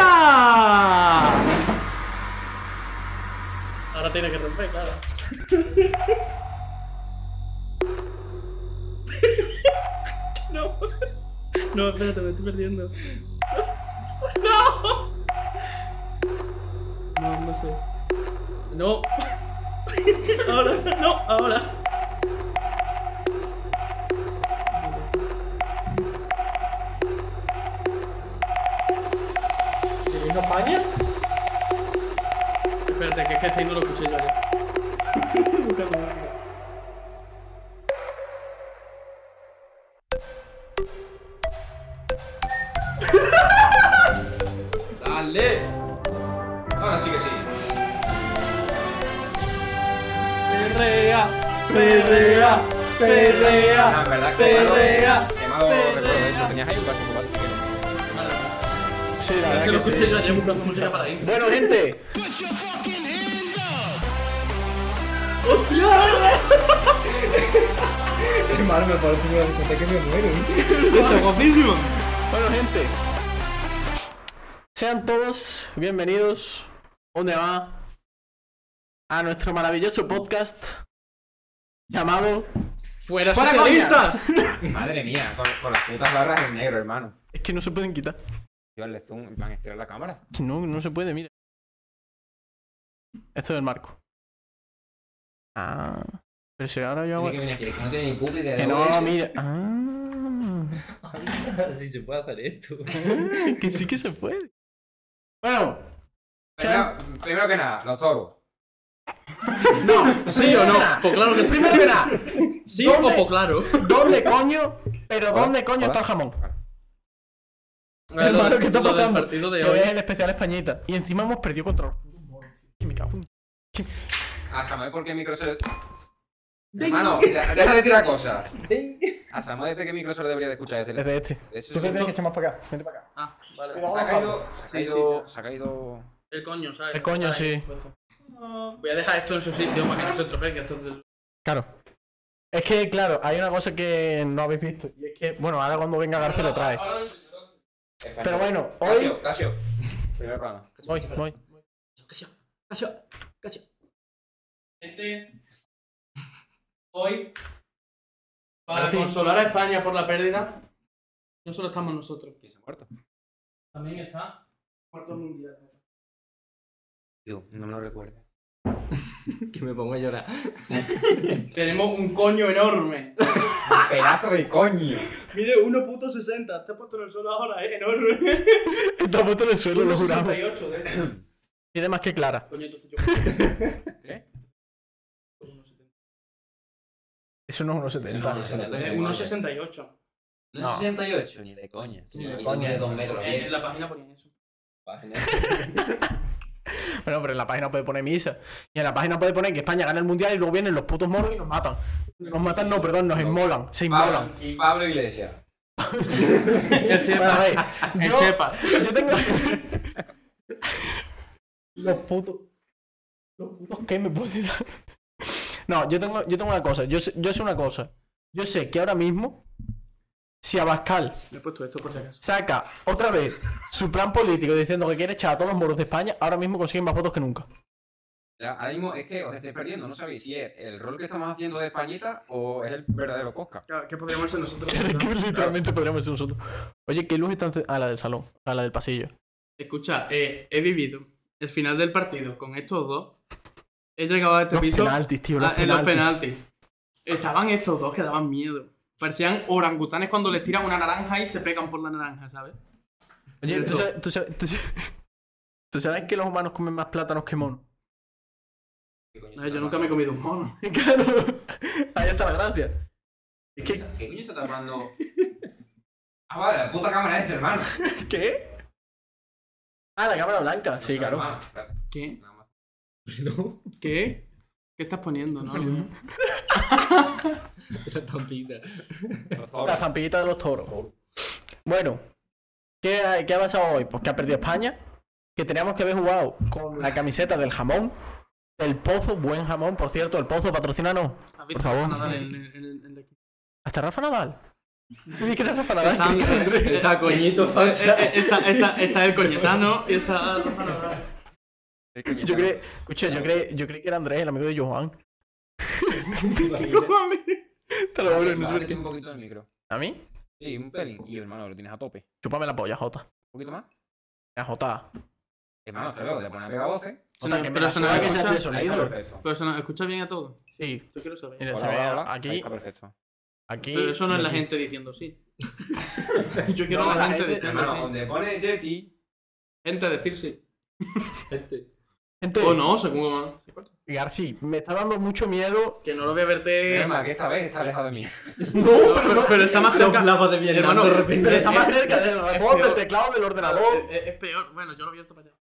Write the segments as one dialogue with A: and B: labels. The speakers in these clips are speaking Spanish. A: nunca.
B: Ahora tiene que romper, claro. no. No, espérate, me estoy perdiendo. No. No, no sé. No. Ahora, no, ahora.
C: ¿Tenéis una paña?
B: Espérate, que es que este no lo escuché yo ayer. Buscando algo.
D: Dale. Ahora sí que sí.
A: Perrea, perrea, perrea,
D: Ah, en verdad, quemado.
A: perrea.
D: Quemado recuerdo de eso. Tenías ahí un caso cobalt si quieres.
E: Sí, la
B: Es que lo
E: verdad que
B: escuché
E: sí.
B: yo ayer buscando música para intro.
E: Bueno, gente,
C: Qué mal me parece me doy cuenta que me muero.
A: Está guapísimo.
E: bueno, gente. Sean todos bienvenidos. ¿Dónde va? A nuestro maravilloso podcast llamado
B: Fuera,
A: ¡Para
B: socialista.
A: coñistas!
D: Madre mía, con, con las putas barras en negro, hermano.
E: Es que no se pueden quitar.
D: Yo le zoom, en plan, estirar la cámara.
E: Que no, no se puede, mira. Esto es el marco. Ah. Pero si ahora yo hago.
D: Tiene que venir aquí, es que no tiene ni puta idea de
E: Que
D: lo que
E: no,
D: es.
E: mira. Ah.
C: Si se puede hacer esto.
E: que sí que se puede. Bueno.
D: Primero, primero que nada, los toros.
E: No, sí o no.
B: Pues claro que sí.
E: Primero que nada,
B: Sí,
E: ¿Dónde?
B: o pues claro.
E: ¿dónde coño? Pero
D: Hola,
E: ¿dónde coño
D: hola.
E: está el jamón?
B: Lo del-
E: Hermano, ¿qué está
B: lo del
E: pasando?
B: partido de
E: Que
B: hoy.
E: hoy es el especial Españita. Y encima hemos perdido contra los putos moros. Que me cago en-
D: A Ah, Samuel, ¿por qué Microsoft? Hermano, ya- deja de tirar cosas. A Ah, Samuel, desde que Microsoft debería de escuchar. Desde
E: Desde este.
D: Ese-
E: Tú te tienes que echar más para acá. Vente para acá.
B: Ah, vale.
D: Se ha caído. Se ha caído. Se ha caído.
B: El coño, ¿sabes?
E: El coño,
B: Ahí,
E: sí.
B: puesto. Voy a dejar esto en su sitio para que no se estropee, que esto es del-
E: Claro. Es que, claro, hay una cosa que no habéis visto. Y es que, bueno, ahora cuando venga García lo trae.
D: Español.
E: Pero bueno, hoy.
D: Casio, Casio. Primer plano.
E: Voy, voy.
B: Casio, Casio, Casio.
A: Gente, hoy,
B: Para
E: En fin.
B: consolar a España por la pérdida, no solo estamos nosotros,
D: ¿Quién se ha muerto?
B: también está Muerto Mundial.
D: Yo, no me lo recuerdo.
B: Que me pongo a llorar. Tenemos un coño enorme.
D: Pedazo de coño.
A: mide 1.60. Te has puesto en el suelo ahora, es enorme.
E: Está puesto en el suelo, lo juramos.
A: 1.68, de hecho.
E: Tiene más que Clara.
B: Coño, entonces yo. ¿Eh? ¿Qué?
E: Eso no es 1,70.
B: Es 1.68.
E: No.
D: 68, ni de coña.
B: Ni de
E: coña.
D: de 2 metros.
B: Eh, En en la página ponía eso.
E: Bueno, pero en la página puede poner misa. Y en la página puede poner que España gana el mundial y luego vienen los putos moros y nos matan. Nos matan, no, perdón, nos inmolan.
D: Ah,
E: Se inmolan.
D: Pablo, Pablo Iglesias.
B: El
E: Bueno, a ver,
B: El
E: yo-
B: chepa.
E: Yo tengo. Los putos. Los putos que me pueden dar. No, yo tengo, yo tengo una cosa. Yo sé, yo sé una cosa. Yo sé que ahora mismo, si Abascal
B: Le he puesto esto por si acaso.
E: saca otra vez su plan político diciendo que quiere echar a todos los moros de España, ahora mismo consiguen más votos que nunca.
D: Ya, ahora mismo es que os estáis perdiendo, no sabéis si es el rol que estamos haciendo de Españita o es el verdadero podcast.
B: ¿Qué podríamos ser nosotros?
E: Que literalmente podríamos ser nosotros. Oye, ¿qué luz están.? ce- Ah, la del salón. A la del pasillo.
B: Escucha, eh, he vivido el final del partido con estos dos. He llegado a este
E: Los
B: piso
E: penaltis, tío. Los
B: ah, en los
E: penaltis.
B: penaltis. Estaban estos dos que daban miedo. Parecían orangutanes cuando les tiran una naranja y se pegan por la naranja, ¿sabes?
E: Oye, ¿tú
B: Eso.
E: sabes, tú sabes- tú sabes- tú sabes que los humanos comen más plátanos que monos?
D: ¿Qué coño
B: Ay, yo nunca me he comido un mono.
E: Claro. Ahí está la gracia.
D: ¿Qué,
E: Es
D: coño
E: que,
D: está- qué coño está tapando? ah, vale, la puta cámara es, hermano.
E: ¿Qué? Ah, la cámara blanca. Sí, claro.
D: Hermano, espérate,
B: ¿Qué?
D: nada más.
B: ¿Qué? ¿Qué estás poniendo? No, no.
D: Los
E: La
D: toros.
E: zampillita de los toros. Bueno, ¿qué ha, qué ha pasado hoy? Pues que ha perdido España. Que teníamos que haber jugado con la camiseta del jamón. El pozo, buen jamón, por cierto. El pozo, patrocínanos.
B: ¿Has visto
E: Por favor.
B: nada en- en- en- en-
E: Hasta Rafa Nadal. Sí, que era Rafa Nadal.
B: Están- eh,
C: Está coñito, facha.
B: eh, está, está- está el coñetano y está Rafa Nadal.
E: Yo creí, escucha, yo creí, yo creí que era Andrés, el amigo de Johan. Te lo juro, no sé por
D: Bájate
E: qué.
D: un poquito el micro.
E: ¿A mí?
D: Sí, un pelín. Y hermano, lo tienes a tope.
E: Chúpame la polla, Jota.
D: ¿Un poquito más?
E: La Jota.
D: Hermano, te luego le pones a pegar voces.
B: Eso no-
E: que me
B: pero
E: la
B: eso no
E: suda
B: es
E: que sea
B: escucha.
E: de
D: Ahí está
E: sonido.
D: perfecto.
B: Pero eso no, escucha bien a todo.
E: Sí.
B: Yo quiero saber.
E: Mira, se
D: Hola,
E: ve
D: hola, hola. Ahí
E: aquí,
D: está perfecto.
E: aquí.
B: Pero eso no es
E: y
B: la
E: aquí.
B: gente diciendo sí. Yo quiero
E: No,
B: la,
E: la
B: gente,
E: gente-
B: diciendo
D: Hermano,
B: sí.
D: donde pone Yeti.
B: Gente a decir sí.
E: Gente,
B: O no, según como- se corta.
E: Garci, me está dando mucho miedo.
B: Que no lo voy a
E: Eh.
B: verte.
D: Emma, que esta vez está alejado de mí.
E: No,
B: No, pero, pero está más cerca.
C: Hablamos de Vietnam
B: Hermano,
C: de repente.
E: Pero está más
B: eh,
E: cerca del ratón,
B: peor.
E: del teclado, del
B: Claro,
E: ordenador.
B: Es, es peor. Bueno, yo lo abierto para allá.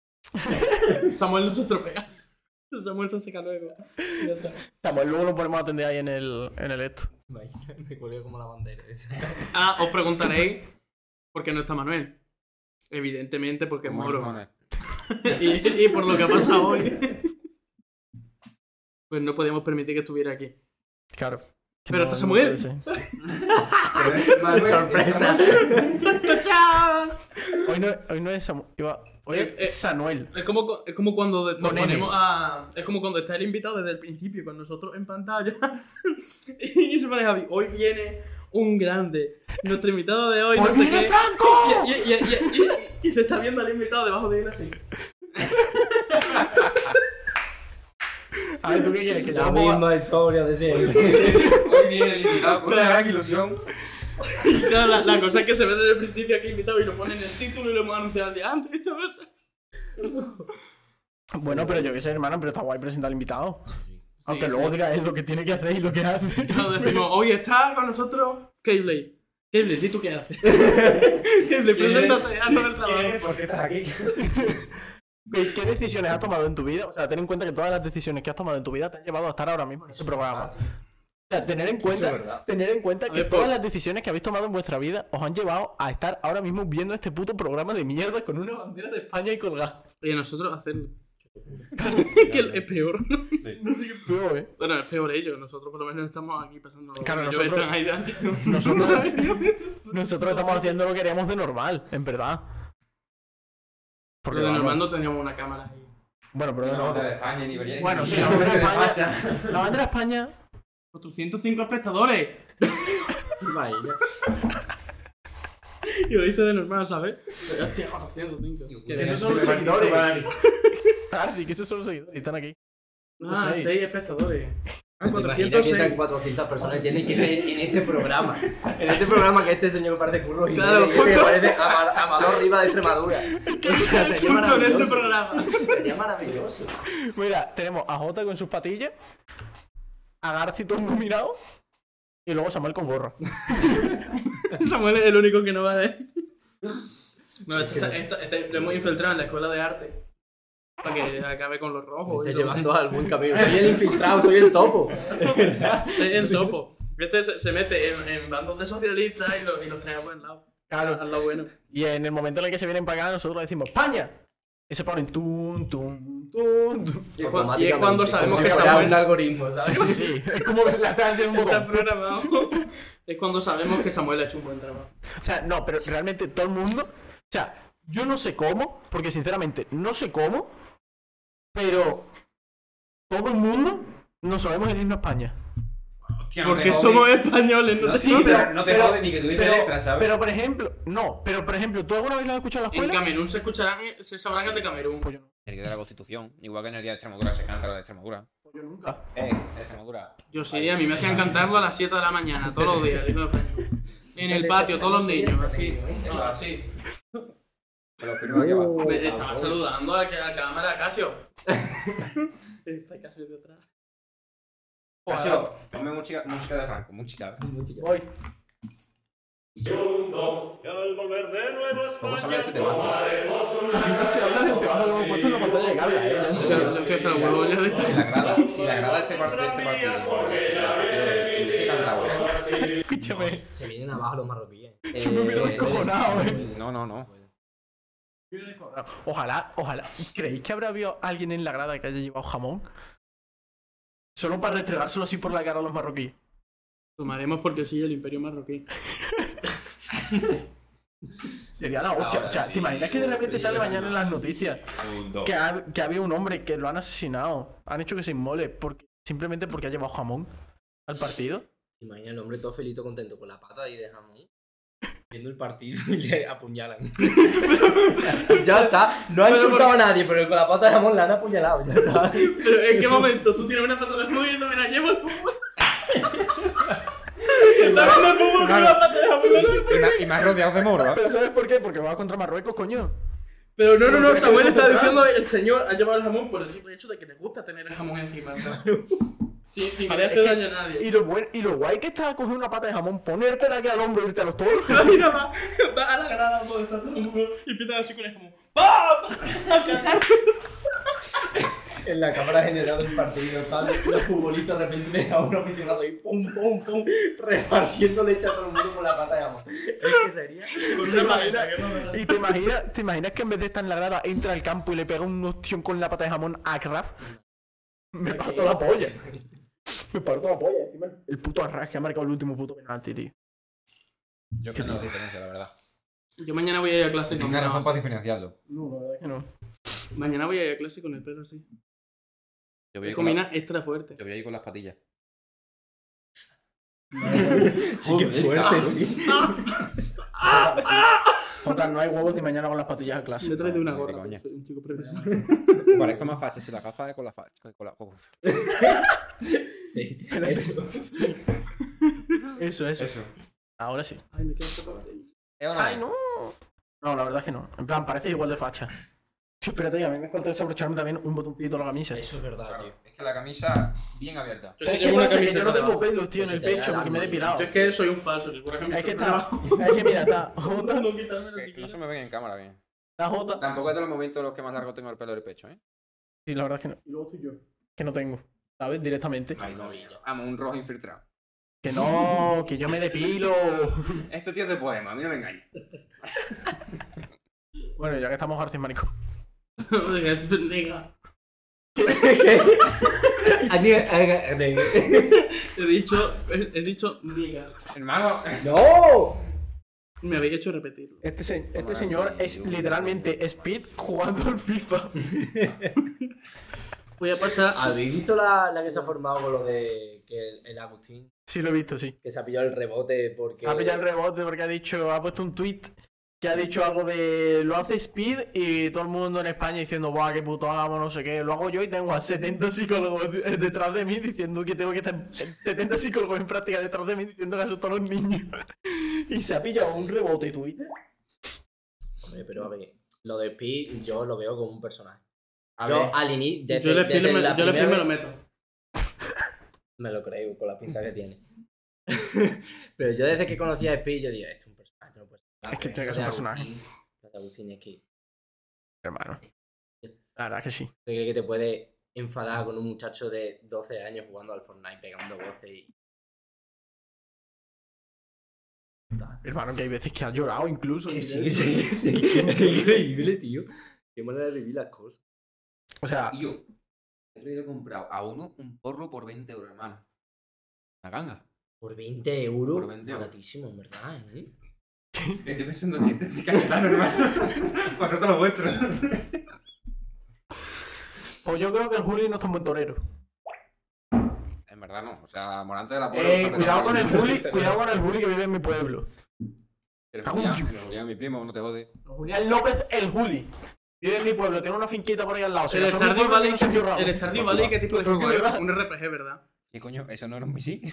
B: Samuel nos estropea. Samuel se seca luego. Ya está.
E: Samuel, luego lo ponemos a atender ahí en el, en el esto.
C: Me colgué como la bandera esa.
B: Ah, os preguntaréis por qué no está Manuel. Evidentemente porque es
D: Como
B: moro.
D: Manuel.
B: Y, y por lo que ha pasado hoy. Pues no podíamos permitir que estuviera aquí.
E: Claro.
B: Pero
E: No-
B: está
E: no
B: Samuel.
E: puede ser.
D: Pero es Manuel,
C: Sorpresa.
D: es
B: ¡Tachán!
E: Hoy no, hoy no es Samuel. Iba, hoy
B: Eh, eh.
E: es Samuel.
B: Es como, cu- es como cuando de- nos
E: Con N.
B: ponemos a. Es como cuando está el invitado desde el principio con nosotros en pantalla. y se pone Javi. Hoy viene un grande. Nuestro invitado de hoy. no sé qué. Y, y- y- y- y- y se está viendo al invitado debajo de él así.
E: A ver, ¿tú qué quieres? Que yo
C: La
E: lo ponga-
C: misma historia de siempre.
D: Manuel. Hoy viene el invitado con una gran ilusión.
B: Y claro, la, la cosa es que se ve desde el principio aquí invitado y lo ponen en el título y lo hemos anunciado al día antes. ¿sabes?
E: Bueno, pero yo qué sé, hermano, pero está guay presentar al invitado. Aunque
B: Sí,
E: luego
B: sí.
E: diga él lo que tiene que hacer y lo que hace.
B: Nos decimos, hoy está con nosotros Keyblade. Keyblade, di tú qué haces. Keyblade, preséntate, haznos el trabajo.
D: ¿Quién es? ¿Por qué estás aquí?
E: ¿Qué, qué decisiones has tomado en tu vida? O sea, ten en cuenta que todas las decisiones que has tomado en tu vida te han llevado a estar ahora mismo en este programa. O sea, tener en
C: Eso es
E: cuenta,
C: verdad.
E: tener en cuenta
B: A
E: que
B: ver,
E: todas
B: por-
E: las decisiones que habéis tomado en vuestra vida os han llevado a estar ahora mismo viendo este puto programa de mierda con una bandera de España y colgada.
B: Y a nosotros hacerlo. que es peor.
E: Luego, eh,
B: Bueno, es peor ellos. Nosotros por lo menos estamos aquí pasando.
E: Claro,
B: ellos
E: nosotros-
B: están ahí delante.
E: Nosotros estamos haciendo lo que queríamos de normal, en verdad.
B: Porque
E: Porque
B: de
E: vamos-
B: normal no teníamos una cámara ahí.
E: Bueno, pero
D: No,
E: no.
D: de España ni Berlín.
E: Bueno, sí,
D: Ni
E: la bandera de
D: Berlín.
E: España. La bandera de España
B: 405 espectadores.
C: Imagina.
B: Y lo hice de normal, ¿sabes? Hostia, 405. Que
E: Esos
B: esos
E: son
B: son
E: los seguidores.
B: seguidores.
E: Ardi, que esos son los seguidores. Están aquí.
B: Ah,
E: Seis.
B: 6 espectadores. Ah,
C: Imagina que estas
B: 406.
C: 400 personas tienen que ser en este programa. En este programa que este señor me parece curro y
B: Claro,
C: que
B: justo.
C: parece Ama- Amador Riva de Extremadura. O sea, sería
B: Justo en este
C: maravilloso.
B: programa.
C: Sería maravilloso.
E: Mira, tenemos a Jota con sus patillas, a Garci todo iluminado y luego Samuel con gorro.
B: Samuel es el único que no va de. No, esto, está- esto- este- lo hemos infiltrado en la escuela de arte. Para que acabe con los
C: Me
B: rojos.
C: está
B: y todo.
C: llevando al buen camino. Soy el infiltrado, soy el topo.
B: Es el topo. Este se, se mete en, en bandos de socialistas y, lo- y los trae a buen lado.
E: Claro.
B: Al lado bueno.
E: Y en el momento en el que se vienen para acá, nosotros le decimos ¡España! Y se ponen tum, tum, tum, tum.
B: Y es cuando- y es cuando sabemos que
C: Como si fuera
B: Samuel
C: un algoritmo, ¿sabes?
E: Sí, sí. Es como ver la danza en un
B: está
E: botón.
B: programado. Es cuando sabemos que Samuel ha hecho un buen trabajo.
E: O sea, no, pero realmente todo el mundo. O sea, yo no sé cómo, porque sinceramente no sé cómo, pero todo el mundo nos sabemos el himno a España.
D: Hostia, no te
B: Porque
D: jodes.
B: somos españoles, no
D: No,
B: te
D: sí,
B: jodas.
D: pero no te jodes ni que tuviese
E: pero-
D: extra, ¿sabes?
E: Pero por ejemplo, no, pero por ejemplo, ¿tú alguna vez lo has escuchado en la
B: En
E: escuela?
B: Camerún se escucharán, se sabrán que es de Camerún.
E: Pues yo no.
D: El día de la Constitución, igual que en el día de Extremadura se canta la de Extremadura.
E: Pues yo nunca.
D: Eh, Extremadura.
B: Yo sí, a mí me hacían cantarlo a las 7 de la mañana, todos los días, el himno de español. En el patio, todos los niños, así. No, así.
D: Pero primero que va.
B: Me estaba saludando a la, a la cámara, Casio. Está Casio detrás.
D: Casio, ponme música, música de Franco, música.
E: Pues, Voy.
D: ¿Cómo sabía este tema?
E: No pues se habla del tema que hemos puesto en la pantalla de carga, eh.
B: Yo yo estoy hasta el huevo ya de
D: Si le agrada, si le agrada este partido, este partido, este partido, hubiese cantado eso.
E: Escúchame.
C: Se vienen abajo los marroquíes.
D: Eh,
E: me hubiera descojonado, eh.
D: No, no, no.
E: Ojalá, ojalá. ¿Creéis que habrá habido alguien en la grada que haya llevado jamón? Solo para restregárselo así por la cara a los marroquíes.
B: Tomaremos porque sí el imperio marroquí.
E: Sería la hostia.
F: Ahora
E: o sea,
F: sí,
E: ¿te imaginas que de repente
F: sí,
E: sale
F: sí,
E: mañana en las noticias
F: Segundo.
E: que, ha- que había un hombre que lo han asesinado? Han hecho que se inmole porque, simplemente porque ha llevado jamón al partido.
C: Imagina el hombre todo felito contento con la pata y de jamón. Viendo el partido y le apuñalan. ya está. No ha
B: Pero
C: insultado a nadie, pero con la pata de jamón la han apuñalado. Ya está.
B: Pero en qué momento tú tienes una pata de fútbol y dices, mira, llevo el fútbol. Está viendo el fútbol con la pata de fútbol.
D: Y me- Y me has rodeado de moro.
E: Ah, Pero ¿sabes por qué? Porque va contra Marruecos, coño.
B: Pero no, no, no, Samuel está diciendo el señor ha llevado el jamón por el simple hecho de que le gusta tener el jamón encima. o sea, sin, sin querer hacer daño a nadie.
E: Y lo, buen- y lo guay que está coger una pata de jamón, ponértela aquí al hombro y irte a los toros.
B: Mira, va, va a la grada donde está todo el mundo y empieza así con el jamón. ¡Pam!
C: En la cámara general del partido están los futbolistas de repente ven a un aficionado y pum, pum, pum, repartiendo leche a todo el mundo con la pata de jamón. Es que sería.
B: Con
E: ¿Te
B: una
E: imaginas?
B: maleta, que no me da.
E: Y te imaginas, te imaginas que en vez de estar en la grada entra al campo y le pega un opción con la pata de jamón a Kraft. Me parto la polla. Me parto la polla, encima. El puto Arras que ha marcado el último puto penalti, tío.
D: Yo creo que no lo diferencio, la verdad.
B: Yo mañana voy a ir a clase con
D: Tengo razón para
B: el
D: diferenciarlo.
E: No, la verdad es que no.
B: Mañana voy a ir a clase con el pelo así.
D: Yo voy a ir con, la-
B: Comina extra fuerte.
D: yo voy a ir con las patillas.
C: Sí, que fuerte, sí.
E: Total, no hay huevos ni mañana con las patillas a clase.
B: Me traes de una gorra, pues,
D: Coño.
B: soy un chico previsor.
D: Parezco más facha si la gafa es con la facha. Con la...
C: Sí, eso.
E: Eso, eso. Ahora sí.
B: Ay, me quedo poco de
D: Es una-
E: ¡Ay, no! No, la verdad es que no. En plan, parece igual de facha. Tío, espérate, a mí me falta desabrocharme también un botoncito a la camisa.
C: Eso es verdad,
D: Claro,
C: tío.
D: es que la camisa bien abierta.
E: ¿Sabes qué pasa? Que yo no tengo pelos, tío, en
C: Pues
E: el
C: se te
E: pecho,
C: da la
E: porque me he
C: madre.
E: depilado.
B: Yo es que soy un falso, si fuera camisa
E: Es que
B: de
E: está.
B: trabajo.
E: Es que mira, está Jota,
B: No quitarme la
D: Que- que no se
B: siquiera.
D: me ven en cámara bien.
E: está Jota.
D: Tampoco es de los momentos en los que más largo tengo el pelo del pecho, ¿eh?
E: Sí, la verdad es que no.
B: Y luego tú y yo.
E: Que no tengo. ¿Sabes? Directamente.
D: Vamos, un rojo infiltrado.
E: Que no, que yo me depilo.
D: Este tío es de poema, a mí no me engañes.
E: Bueno, ya que estamos artes, marico.
B: O sea, es pendeja. He dicho, he, he dicho, nega.
D: Hermano,
C: ¡No!
B: Me habéis hecho repetirlo.
E: Este, se- este
D: Ahora
E: señor
D: sí,
E: es
D: un-
E: literalmente Speed jugando al FIFA.
B: Voy a pasar a...
C: ¿Habéis visto la, la que se ha formado con lo de que el, el Agustín
E: Sí, lo he visto, sí.
C: que se ha pillado el rebote porque
E: Ha pillado el rebote porque ha dicho, ha puesto un tweet que ha dicho algo de lo hace Speed y todo el mundo en España diciendo, guau, qué puto amo, no sé qué. Lo hago yo y tengo a 70 psicólogos de- detrás de mí diciendo que tengo que estar 70 psicólogos en práctica detrás de mí diciendo que asustó a los niños. y se ha pillado un rebote Twitter.
C: Hombre, pero a ver, lo de Speed yo lo veo como un personaje.
D: a
C: yo
D: ver,
C: al inicio desde,
B: yo le
C: desde
B: pido, me,
C: la
B: yo le
C: primera
B: pido me lo
C: vez-
B: meto.
C: me lo creo con la pinta que tiene. pero yo desde que conocí a Speed yo dije, esto es un personaje, esto no puede ser.
E: Es que tiene que ser un personaje.
C: Lo de Agustín es que
E: Hermano. La verdad que sí.
C: ¿Te crees que te puede enfadar con un muchacho de 12 años jugando al Fortnite, pegando voces y.
E: Hermano, que hay veces que ha llorado incluso.
C: sí, sí. Es increíble, tío. Qué manera de vivir las cosas.
E: O sea,
D: tío, he traído comprado a uno un porro por 20 euros, hermano. Una ganga.
C: Por 20 euros.
D: Por 20 euros.
C: Baratísimo, en verdad, ¿eh?
D: Estoy pensando chistes de Cayetano, hermano. Vosotros lo vuestro.
E: pues yo creo que el Juli no es tan buen torero.
D: En verdad no, o sea, Morante de la Puebla...
E: Eh, cuidado con el Juli, cuidado con el Juli que vive en mi pueblo.
D: Pero Julián, pero Julián, mi primo, no te jode.
E: Julián López, el Juli. Vive en mi pueblo, tiene una finquita por ahí al lado. Se
B: El
E: casó en mi
B: Stardew
E: pueblo
B: Valley,
E: y no sintió raro.
B: el Stardew Valley, ¿qué tipo de
E: Pero
B: juego
E: que
B: es?
E: verdad.
B: Un RPG, ¿verdad?
D: ¿Qué coño? ¿Eso no era un misil?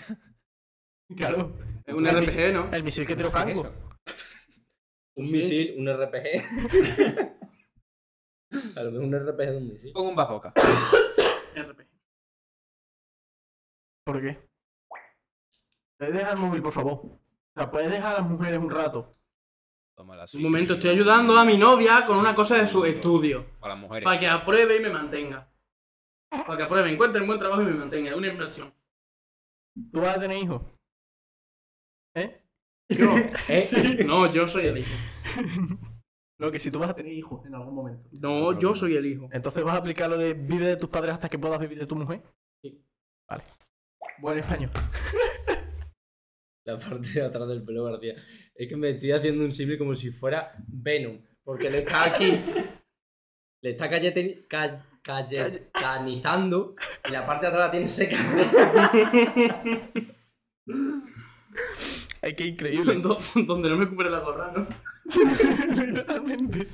E: Claro.
B: Es un RPG, ¿no?
E: El misil que tiró
D: ¿Qué es
E: Franco.
D: eso?
C: Un misil, un RPG. A lo mejor un RPG de un misil.
D: Pongo un bazooka.
B: RPG.
E: ¿Por qué? Puedes dejar el móvil, por favor. O sea, puedes dejar a las mujeres un rato.
D: Tómala, sí.
B: Un momento, estoy ayudando a mi novia con una cosa de su estudio.
D: Para las mujeres.
B: Para que apruebe y me mantenga. Para que apruebe, encuentre un buen trabajo y me mantenga. Es una inversión.
E: ¿Tú vas a tener hijos? ¿Eh?
B: Yo,
C: ¿Eh?
B: no, yo soy el hijo.
E: No, que si tú vas a tener hijos en algún momento.
B: No, yo soy el hijo.
E: Entonces vas a aplicar lo de vive de tus padres hasta que puedas vivir de tu mujer.
B: Sí.
E: Vale. Buen español.
C: La parte de atrás del pelo García. Es que me estoy haciendo un simple como si fuera Venom. Porque le está aquí. le está cayeteni- ca- cayetanizando. Y la parte de atrás la tiene seca.
E: Es que increíble.
B: Do- Donde no me cubre la gorra, ¿no?
E: Literalmente.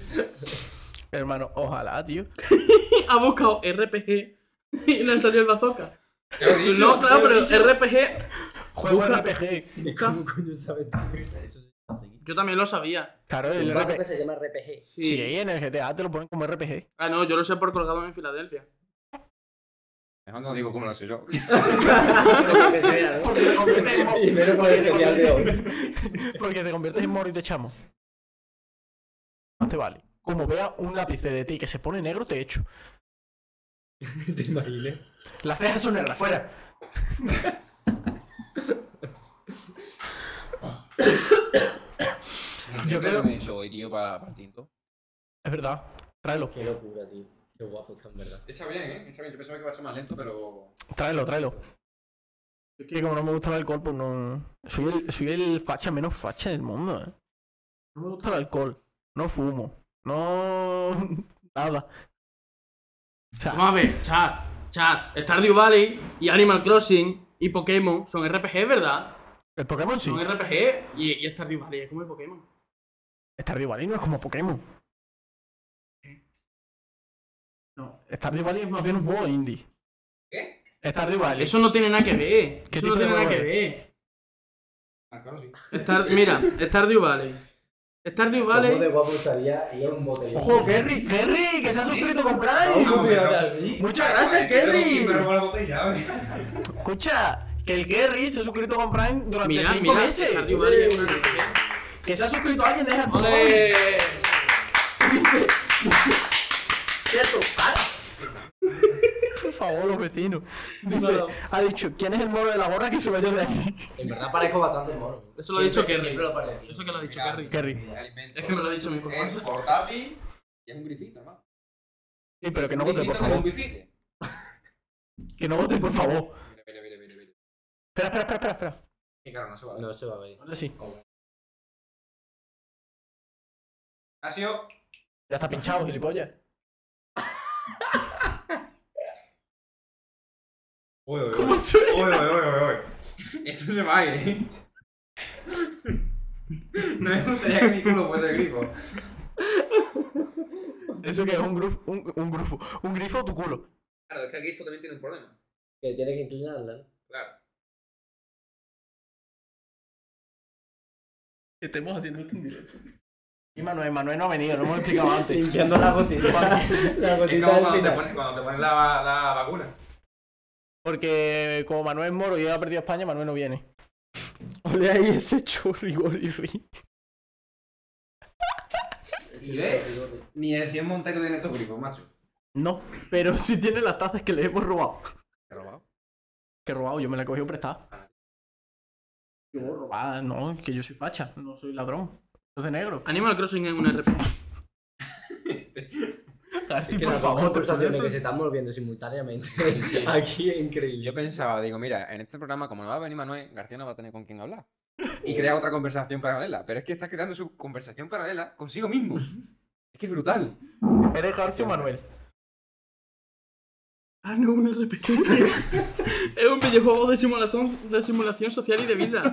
E: Hermano, ojalá, tío.
B: Ha buscado RPG y le salió el bazooka.
D: Te lo he dicho.
B: No, claro, pero RPG.
E: Juego
B: Busca-
E: RPG.
C: ¿Cómo coño sabes tú que eso se llama así?
B: Yo también lo sabía.
E: Claro,
C: El
E: el
C: bajo que
E: RPG.
C: se llama RPG.
B: Sí.
E: Sí, en el GTA te lo ponen como RPG.
B: Ah, no, yo lo sé por colgado en Filadelfia.
D: Mejor no digo cómo lo sé yo.
C: Lo que sea, ¿no?
E: Porque te conviertes en
C: Y menos con el especial de hoy.
E: Porque te conviertes en moro y te echamos. Más te vale. Como vea un lápice de ti que se pone negro, te echo.
C: Te imaginas.
E: Las cejas son negras, fuera.
D: Yo creo
E: creo-
D: que me he hecho hoy, tío, para, para el tinto.
E: Es verdad. Tráelo,
C: Qué locura, tío. Qué guapo está en verdad.
D: Está bien, ¿eh? Está bien. Yo pensaba que iba a ser más lento, pero...
E: tráelo, tráelo. Es que como no me gusta el alcohol, pues no. Soy el, soy el facha menos facha del mundo, eh. No me gusta el alcohol. No fumo. No. Nada. O sea,
B: Vamos a ver, chat, chat. Stardew Valley y Animal Crossing y Pokémon son RPG, ¿verdad?
E: el Pokémon sí.
B: Son RPG y, y Stardew Valley es como el Pokémon.
E: Stardew Valley no es como Pokémon.
B: No.
E: Stardew Valley es más bien un juego indie.
D: ¿Qué?
E: Stardew Valley.
B: Eso no tiene nada que ver.
E: ¿Qué
B: Eso
E: tipo
B: no
E: de
B: tiene nada
E: juego
B: que ver.
D: Ah, claro, sí.
B: Star- mira, Stardew Valley. Stardew
C: Cómo de
B: Valley.
C: guapo estaría ir a un motel.
E: Ojo, Kerry, Kerry, que se ha suscrito con
C: Vamos,
E: Prime.
C: pero ahora sí.
E: Muchas gracias, Kerry.
D: Me robó la botella, ¿eh?
E: Escucha, que el Kerry se ha suscrito con Prime durante
B: Mira,
E: cinco
B: mira,
E: meses.
B: Stardew Valley es un RPG.
E: Que se ha suscrito alguien, deja el móvil.
B: ¡Ole!
E: Cierto, para. Por favor, los vecinos. Dice,
B: No, no.
E: Ha dicho, ¿quién es el moro de la gorra que se vaya de aquí?
C: En verdad parezco bastante mono.
B: Eso lo ha dicho
C: Siempre-
B: Kerry.
C: Siempre lo parezco.
B: Eso que lo ha dicho
D: Mira,
B: Kerry.
E: Kerry.
D: Alimento.
B: Es que me lo ha dicho mi papá.
D: Es portátil y es un grifito, hermano.
E: Sí, pero que no
D: Un
E: vote, por
D: grifito como un
E: favor.
D: bifite.
E: Que no vote, por favor.
D: Mira, mira, mira, mira, mira.
E: Espera, espera, espera, espera, espera.
D: Qué cara, no se va.
C: No se va a ver.
E: Ahora sí.
D: Ha sido...
E: Ya está pinchado, gilipollas.
D: Uy, uy,
E: ¿Cómo suena?
D: Uy, uy, uy, uy, uy. Esto se va a ir, ¿eh? No me gustaría que mi culo fuese grifo.
E: Eso que es un grufo, un, un grufo, un grifo tu culo.
D: Claro, es que aquí esto también tiene un problema.
C: Que tiene que inclinarla, ¿no?
D: Claro.
E: Que estemos haciendo esto en directo. Y Manuel, Manuel no ha venido, lo hemos explicado antes.
C: Limpiando la gotita. la gotita
D: Es como
C: del
D: cuando te
C: final.
D: pones, cuando te pones la, la vacuna.
E: Porque como Manuel es moro y él ha perdido a España, Manuel no viene. Ole ahí ese churri, gorifri.
D: ¿Y ves? Ni el 100 Montero tiene estos grifos, macho.
E: No, pero sí tiene las tazas que le hemos robado.
D: ¿Te he robado?
E: Que robado, yo me la he cogido prestada. Yo robada, no, que yo soy facha, no soy ladrón. Soy de negro.
B: Animal Crossing es un RPG.
E: Garci,
C: Que
E: por
C: las dos
E: favor, te
C: conversaciones
E: prometo.
C: que se están volviendo simultáneamente.
D: sí.
C: Aquí es increíble.
D: Yo pensaba, digo, mira, en este programa, como no va a venir Manuel, García no va a tener con quién hablar. Y crea otra conversación paralela. Pero es que está creando su conversación paralela consigo mismo. Es que es brutal.
E: ¿Eres Garci o Manuel?
B: Ah, no, un RPG. es un videojuego de simulación, de simulación social y de vida.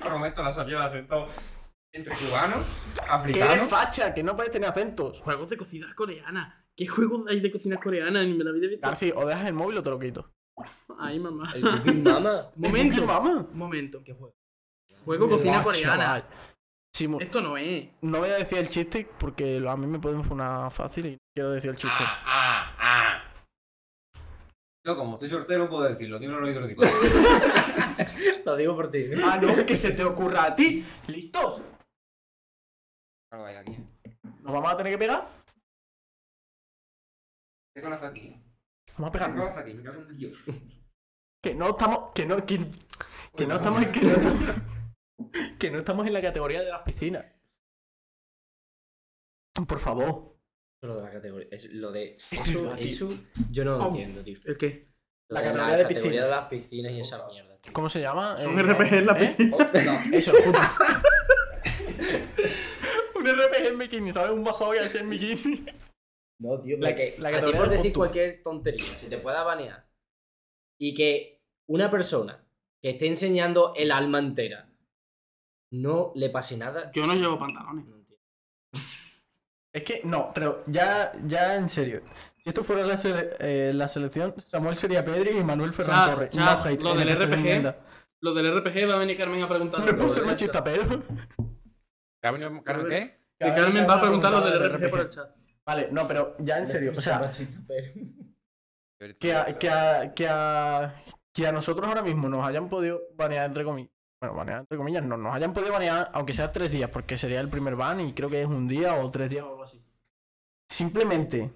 D: Prometo la salida de acento entre cubanos,
E: Que eres
D: africanos.
E: facha, que no puedes tener acentos.
B: Juegos de cocina coreana. ¿Qué juegos hay de cocina coreana? Ni me la vida visto.
E: Garci, o dejas el móvil o te lo quito.
B: Ay, mamá.
C: El Cooking Mama.
B: Momento,
E: vamos.
B: un momento. ¿Qué juego? Juego cocina
E: Buah,
B: coreana.
E: chaval. Sí, mu-
B: Esto no es.
E: no voy a decir el chiste porque lo- a mí me pueden funar fácil y no quiero decir el chiste.
D: Ah, ah, ah. Yo, como estoy soltero, puedo decirlo. Dime lo que lo digo.
C: Lo digo por ti.
E: Ah, no, que se te ocurra a ti. ¿Listos?
D: Claro, vaya aquí.
E: ¿Nos vamos a tener que pegar?
D: ¿Qué conoce aquí?
E: Vamos a
D: ¿Qué
E: pegar.
D: conoce aquí? Me cago en Dios.
E: Que no estamos. Que no. Que, que no estamos en. Que no, que no estamos en la categoría de las piscinas. Por favor.
C: Lo de la categoría. es- Lo de.
E: Estoy
C: Eso,
E: aquí.
C: eso yo no lo
E: Oh.
C: entiendo, tío.
B: ¿El qué?
C: Lo
E: La categoría de
C: categoría
E: piscinas.
C: de las piscinas y esas mierdas.
E: ¿Cómo se llama?
B: Es un
E: Eh,
B: RPG en la
E: ¿eh?
B: piscina.
C: Oh,
D: No,
E: Eso, justo. un RPG en bikini, ¿sabes? Un bajo así en bikini.
C: No, tío,
E: La-
C: la que,
E: la que
C: a
E: te
C: ti
E: voy a
C: por
E: dar por
C: decir
E: tu-
C: cualquier tontería, se te pueda banear. Y que una persona que esté enseñando el alma entera no le pase nada.
B: Yo no llevo pantalones.
C: No entiendo.
E: Es que, no, pero ya, ya en serio. Si esto fuera la, sele- eh, la selección, Samuel sería Pedri y Manuel Ferran
B: Chat,
E: Torres.
B: chat,
E: no hate.
B: lo del
E: NPC de
B: RPG.
E: mierda.
B: Lo del RPG va a venir Carmen a preguntar.
E: Me puse machista, pero.
D: ¿Te ha venido Carmen qué?
B: Que Carmen va a preguntar lo del
E: Preguntar
B: RPG por el chat.
E: Vale, no, pero ya en serio. O sea, que a, que,
D: ¿Qué?
E: a, que, a, que a nosotros ahora mismo nos hayan podido banear entre comillas. Bueno, banear entre comillas, no, nos hayan podido banear, aunque sea tres días, porque sería el primer ban y creo que es un día o tres días o algo así. Simplemente.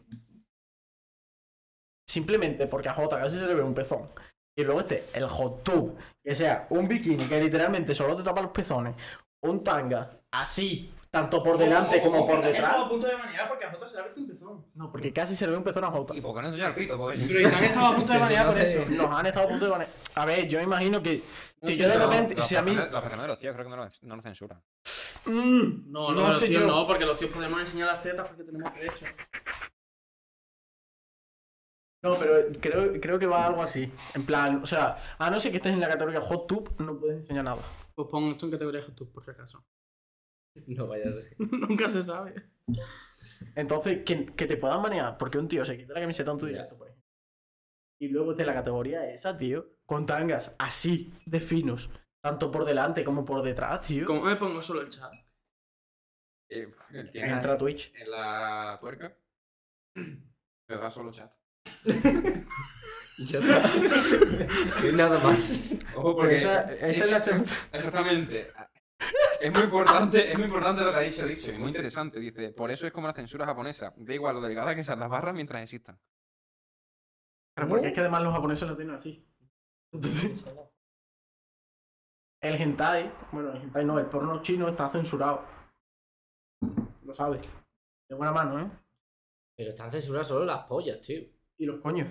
E: Simplemente porque a J casi se le ve un pezón. Y luego este, el hot tub, que sea un bikini que literalmente solo te tapa los pezones, un tanga, así, tanto por delante como por detrás.
B: punto de banear porque a Jota se le ha visto un pezón.
E: No, porque casi se le ve un pezón a J.
D: ¿Y por qué no enseñar el pito? Porque-
B: Pero Ethan estaba a punto de banear por eso.
E: Nos han estado a punto de banear. A ver, yo imagino que. Si yo de
D: No,
E: repente.
D: los
E: Si a mí.
D: personajes- Los personajes de los tíos creo que no lo, no lo censuran.
E: Mm,
B: No, no, los
E: sé
B: tíos
E: yo.
B: no, porque los tíos podemos enseñar las tetas porque tenemos derecho.
E: No, pero creo, creo que va algo así. En plan, o sea, a no ser que estés en la categoría Hot Tub, no puedes enseñar nada.
B: Pues pon esto en categoría de YouTube, por si acaso.
C: No vaya a ser.
B: Nunca se sabe.
E: Entonces, que, que te puedan banear porque un tío se quita la camiseta en tu
C: Ya.
E: directo, por ejemplo. Y luego esté en la categoría esa, tío, con tangas así, de finos. Tanto por delante como por detrás, tío.
B: ¿Cómo me pongo solo el chat?
D: Eh, el tío
E: Entra a Twitch.
D: en la tuerca. Me da solo chat.
C: Ya está. No hay nada más.
D: Ojo,
E: Pero esa- esa es la segunda.
D: Exactamente. Es muy importante, es muy importante lo que ha dicho Dixon, y muy interesante. Dice, por eso es como la censura japonesa. Da igual lo delgada que sean las barras mientras existan.
E: Pero porque es que además los japoneses lo tienen así. Entonces, el hentai, bueno, el hentai no, el porno chino está censurado. Lo sabes. De buena mano, ¿eh?
C: Pero están censuradas solo las pollas, tío.
E: Y los coños.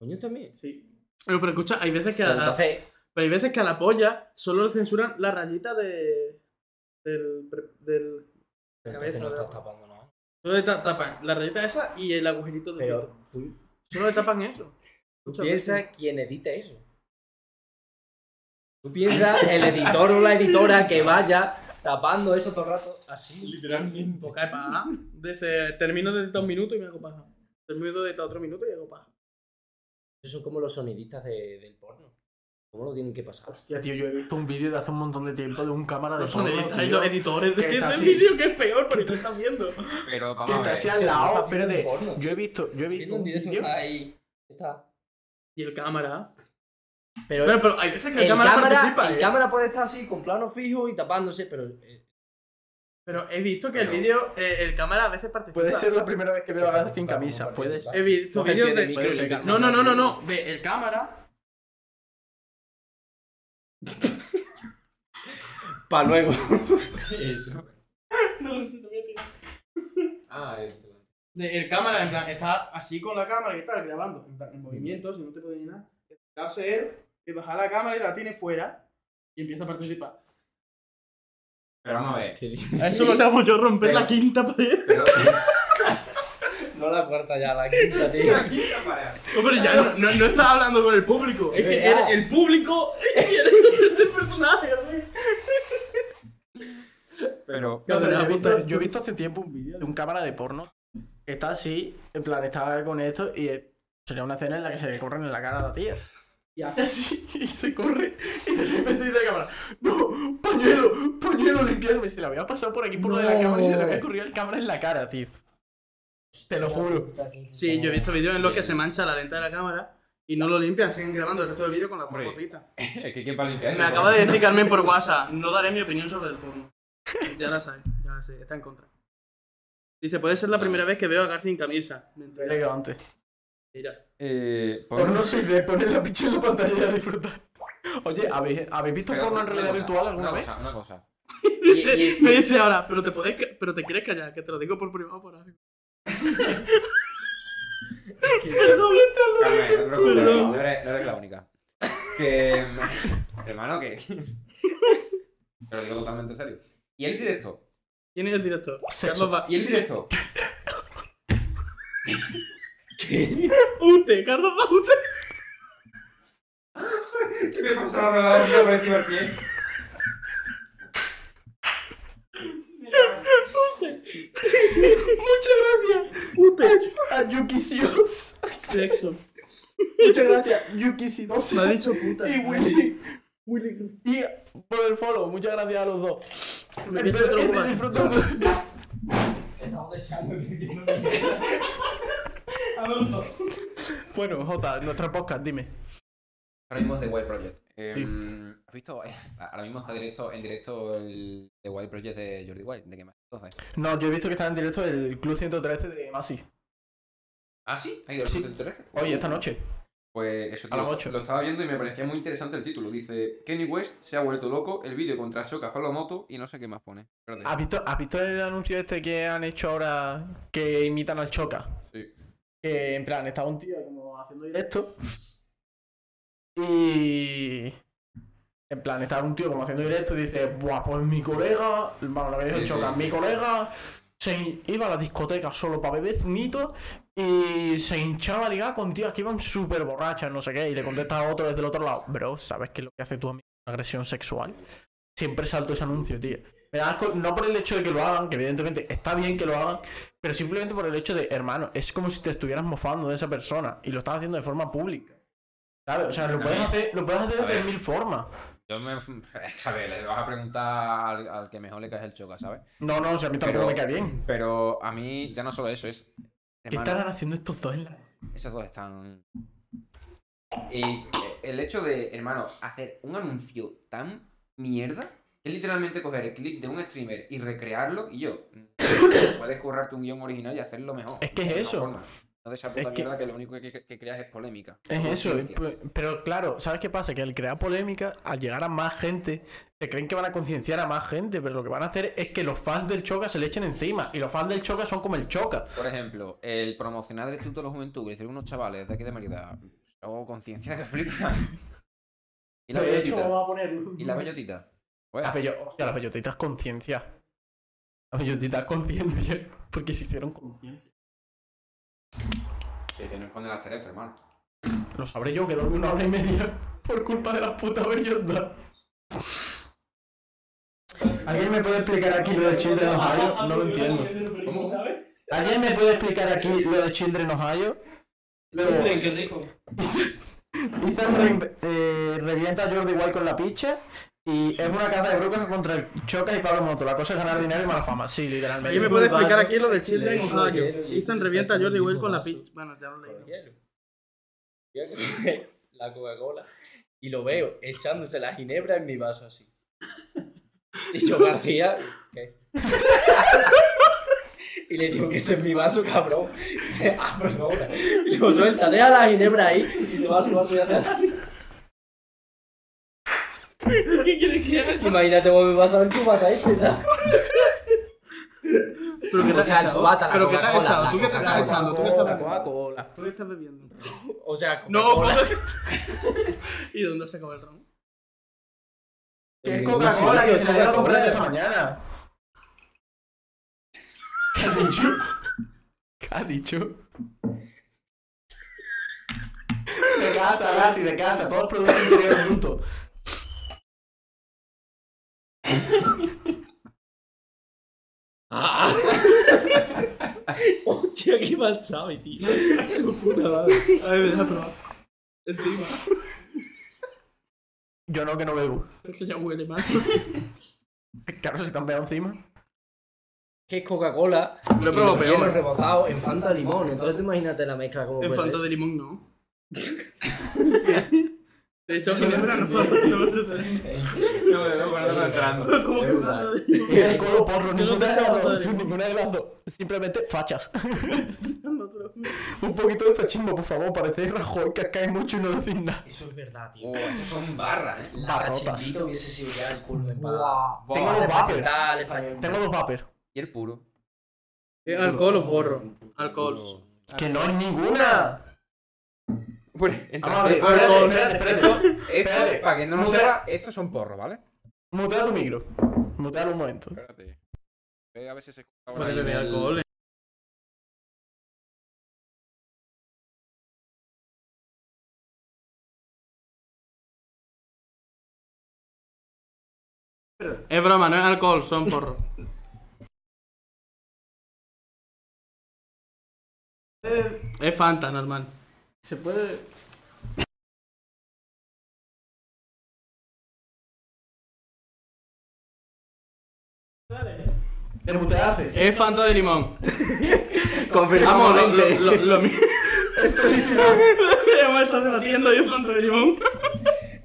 C: Coño también.
E: Sí.
B: No, pero escucha, hay veces que a,
C: Pero entonces,
B: pero hay veces que a la polla solo le censuran la rayita de. del. del.
C: pero
B: cabeza
C: entonces no
B: de
C: estás
B: agua.
C: tapando nada.
B: Solo le ta- tapan la rayita esa y el agujerito del
C: Pero
B: pito.
C: tú,
B: Solo le tapan eso.
C: tú
B: Muchas
C: piensas quién edita eso. Tú piensas el editor o la editora que vaya tapando eso todo el rato así.
B: Literalmente. Pues cae paja. Dice, termino de editar un minuto y me hago paja. Termino de editar otro minuto y hago paja.
C: Esos son como los sonidistas de- del porno. ¿Cómo lo tienen que pasar?
E: Hostia, tío, yo he visto un vídeo de hace un montón de tiempo de un cámara de
B: Los sonidistas y
E: tío,
B: los editores de
E: que está
B: del
E: así.
B: vídeo que es peor porque tú estás viendo.
D: Pero
E: que
D: vamos a
E: está
D: ver.
E: así al
C: Tío,
E: lado.
C: Ah, no está viendo
E: Espérate.
C: porno.
E: Yo he visto, yo he visto.
C: Viendo
E: Un
C: en directo
E: vídeo-
C: está ahí. Está.
B: Y el cámara.
C: Pero
B: Bueno, pero hay veces que el,
C: el, cámara,
B: participa.
C: el
B: ¿eh?
C: cámara puede estar así, con plano fijo y tapándose, pero eh,
B: Pero he visto que el
D: Pero-
B: vídeo, eh, el cámara a veces participa.
E: Puede ser la primera vez que veo a Gaza sin camisa.
C: Porque-
E: Puedes.
B: He visto
C: Coge el
B: vídeos
C: pie de
B: de.
C: micro y
E: Puede ser.
C: se tapa.
B: No, no, no, no, no. Ve el cámara.
C: Pa' luego.
D: Eso.
B: No lo sé, no voy a tirar.
D: Ah, esto.
B: De- El cámara, en plan, está así con la cámara y tal, grabando. En, plan, en movimiento, si no te puede ni nada. Darse él, que baja la cámara y la tiene fuera. Y empieza a participar.
D: Pero vamos a ver.
B: A eso lo llamo yo romper
D: Pero-
B: la quinta pared.
D: Pero,
C: No la cuarta ya, la quinta, tío.
B: No, pero ya no, no, no estás hablando con el público. Es
C: Es
B: que
C: verdad.
B: eres el público y eres el personaje. ¿verdad?
D: pero
E: No, pero yo, he visto, yo he visto hace tiempo un vídeo de un cámara de porno. que Está así, en plan, estaba con esto y eh, sería una escena en la que se le corren en la cara a la tía. Y hace así y se corre y de repente dice la cámara, no, pañuelo, pañuelo, limpiarme. Se la había pasado por aquí por lo de la
C: No.
E: cámara y se le había corrido el cámara en la cara, tío. Te lo juro.
B: Sí, yo he visto vídeos en los que se mancha la lente de la cámara y no lo limpian, siguen grabando el resto del vídeo con la
D: Hombre.
B: gotita.
D: es que quién va a limpiar
B: Me
D: eso,
B: acaba
D: por-
B: de decir Carmen por WhatsApp, no daré mi opinión sobre el porno. Ya la sabes, ya la sé, está en contra. Dice, puede ser la primera vez que veo a García sin camisa.
E: Lo he leído antes.
B: Mira.
D: Eh, por-
E: Porno soy de poner la pinche en la pantalla y a disfrutar. Oye, ¿habéis, ¿habéis visto
D: pero
E: porno en
D: una
E: realidad
D: cosa,
E: virtual alguna
D: una
E: vez?
D: cosa, una cosa.
B: Me dice ahora, pero te, podés, ca- pero te quieres callar, que te lo digo por privado por algo. Perdón.
D: Carmen, no te preocupes,
B: Perdón.
D: no eres, no eres la única. Que. Hermano, que. Te lo digo totalmente en serio. Y el directo.
B: ¿Quién es el director?
E: Sexo.
B: Carlos
D: Y el directo.
B: Baute, Carlos Baute.
D: ¿Qué me pasa ahora? Me voy a encima del pie.
B: Baute.
E: A Yuki Sios.
B: Sexo.
E: Muchas gracias, Yuki Sios.
B: Me ha dicho puta.
E: Y Willy. Willy García por el follow. Muchas gracias a los dos.
B: Me he hecho otro
E: Espero que
B: más.
E: disfrutando. Bueno, Jota, nuestra podcast, dime.
D: Ahora mismo es The Wild Project. Eh,
E: Sí.
D: ¿Has visto? Eh, Ahora mismo está directo, en directo el The Wild Project de Jordi Wild. ¿De qué más? Entonces.
E: No, yo he visto que está en directo el Club 113 de Masi.
D: ¿Ah, sí? ¿Ha ido el
E: Sí.
D: sí. interés?
E: Oye, esta noche.
D: Pues eso,
E: A las
D: tío,
E: ocho.
D: lo estaba viendo y me parecía muy interesante el título. Dice, Kenny West se ha vuelto loco, el vídeo contra Choca Moto y no sé qué más pone. Espérate.
E: ¿Has visto, has visto el anuncio este que han hecho ahora que imitan al Choca?
D: Sí.
E: Que en plan, estaba un tío como haciendo directo. Y. En plan, estaba un tío como haciendo directo y dice: Buah, pues mi colega. Bueno, lo que dijo el
D: Sí,
E: Choca,
D: sí.
E: mi colega. Se iba a la discoteca solo para beber zumito y se hinchaba a ligar con tías que iban súper borrachas, no sé qué. Y le contesta a otro desde el otro lado: Bro, ¿sabes qué es lo que hace tu amigo? Agresión sexual. Siempre salto ese anuncio, tío. Me da asco, no por el hecho de que lo hagan, que evidentemente está bien que lo hagan, pero simplemente por el hecho de, hermano, es como si te estuvieras mofando de esa persona y lo estás haciendo de forma pública. ¿Sabes? O sea, lo
D: A
E: puedes
D: ver.
E: hacer, lo puedes hacer
D: A
E: de
D: ver.
E: mil formas.
D: Yo me... A ver, le vas a preguntar al, al que mejor le cae el Choca, ¿sabes?
E: No, no, o sea, a mí tampoco
D: Pero-
E: me cae bien.
D: Pero a mí ya no solo eso, es...
E: ¿Qué
D: hermano,
E: estarán haciendo estos dos en la...
D: Esos dos están. Y eh, el hecho de, hermano, hacer un anuncio tan mierda que es literalmente coger el clip de un streamer y recrearlo y yo. mm, Puedes currarte un guión original y hacerlo mejor.
E: Es que es
D: de alguna
E: eso.
D: forma. No de esa puta
E: Es que-
D: mierda que... lo único que, que- que creas es polémica.
E: Es eso,
D: Conciencia.
E: eh, pe- pero claro, ¿sabes qué pasa? Que al crear polémica, al llegar a más gente, se creen que van a concienciar a más gente, pero lo que van a hacer es que los fans del Choca se le echen encima, y los fans del Choca son como el Choca.
D: Por ejemplo, el promocionar el Instituto de la Juventud que hicieron unos chavales de aquí de Mérida. Hago conciencia que flipa. Y la
E: De hecho, Ah,
D: bellotita.
E: vamos a poner-
D: Y la bellotita. Bueno,
E: Las bello- hostia, las bellotitas conciencia. Las bellotitas conciencia. Porque se hicieron conciencia.
D: que se nos esconde las teles, hermano.
E: Lo sabré yo que dormí una hora y media por culpa de las putas bellotas. ¿Alguien me puede explicar aquí lo de Children Ohio? No lo entiendo.
D: ¿Cómo?
A: ¿Sabes?
E: ¿Alguien me puede explicar aquí lo de Children Ohio?
B: Children, qué rico.
E: Ethan re- eh, revienta a Jordi Wild con la picha y es una caza de brujas contra el Choca y Pablo Moto. La cosa es ganar dinero y mala fama. Sí,
B: ¿Alguien
E: literalmente.
B: me puede
A: Disculpa,
B: explicar
A: ¿eh?
B: aquí lo de Children
C: Leí
B: Ohio?
C: hielo y
B: Ethan
C: el
B: revienta a Jordi
C: mismo
B: Well con la
C: vaso.
B: pitch. Bueno, ya lo
C: con
B: leí.
C: hielo. Yo que la Coca-Cola y lo veo echándose la ginebra en mi vaso así. Y yo, García, ¿qué? Y le digo que ese es mi vaso, cabrón. Y dice, ah, por favor. Y digo, suelta, deja la ginebra ahí y se va a su vaso y hace así.
B: ¿Qué quieres que haga?
C: Imagínate cómo me vas a ver tu vaca, ¿eh?
B: ¿Pero qué te
C: O
B: has
C: sea,
B: echado?
C: cobata, la
B: ¿Pero qué te has
C: Coca-Cola,
B: echado?
C: la
B: ¿Tú qué te estás
C: Coca-Cola.
B: echando? Ah, ¿Tú qué estás bebiendo?
E: Coca-Cola.
B: ¿Tú qué estás bebiendo?
C: O sea,
B: No,
C: Coca-Cola.
B: ¿Y dónde se acaba el ron?
E: Que
C: Eh,
E: es
C: no,
E: Coca-Cola
C: sí,
E: que
C: es
E: se la iba a
C: Coca-Cola.
E: comprar esta mañana. ¿Qué ha dicho? ¿Qué ha dicho? De casa, Gati, de casa, todos productos interiores brutos.
C: Ah. Hostia, qué mal sabe, tío. Su puta madre.
B: A ver, me deja probar. Encima.
E: Yo no, que no bebo.
B: Es que ya huele mal.
E: Claro, se te han pegado encima.
C: que es Coca-Cola.
B: Lo he probado
C: y hielo
B: peor.
C: rebozado en Fanta Limón. Entonces tú imagínate la mezcla como
B: En
C: pues
B: Fanta
C: es.
B: de limón no. De hecho, Ginebra no fue no,
D: No, no, no, no, entrando.
B: ¿Cómo que Fanta de limón?
E: Y el colo porro,
B: Yo no
E: ninguna de
B: pensaba
E: las dos,
B: tanto en eso.
E: ninguna de las dos. Simplemente fachas.
B: No, te lo juro.
E: Un poquito de fascismo, por favor, parecéis Rajoy, que os cae mucho y no decís nada.
C: Eso es verdad, tío.
D: Oh, esas son barras, eh.
C: La
E: Barrotas.
C: cachindito hubiese sido ya el culmen para
E: Buah,
D: Buah,
E: Tengo
C: para
E: dos vapers.
C: representar al español.
E: Tengo dos vapers.
D: Y el puro.
B: ¿Es alcohol o porro? Alcohol.
E: Que no es ninguna.
D: Bueno,
E: a ver,
D: entonces,
E: a ver,
D: esto-
E: espérate, espérate, espérate.
D: esto, para que no lo
E: Mutea-
D: sepa, estos son porros, ¿vale?
E: Mutea tu micro. Mutealo un momento.
D: Espérate. Ve a ver si se escucha ahora
B: Puedes
D: ahí
B: beber
D: en el-
B: alcohol. eh. Es broma, no es alcohol, son porros.
E: Eh,
B: Es Fanta, normal.
E: Se puede. Te muteaste.
B: Es Fanta de limón.
C: Confirmamos
B: Vamos, lo, lo,
C: 20.
B: lo, lo mismo. Hemos estado debatiendo y es Fanta de limón.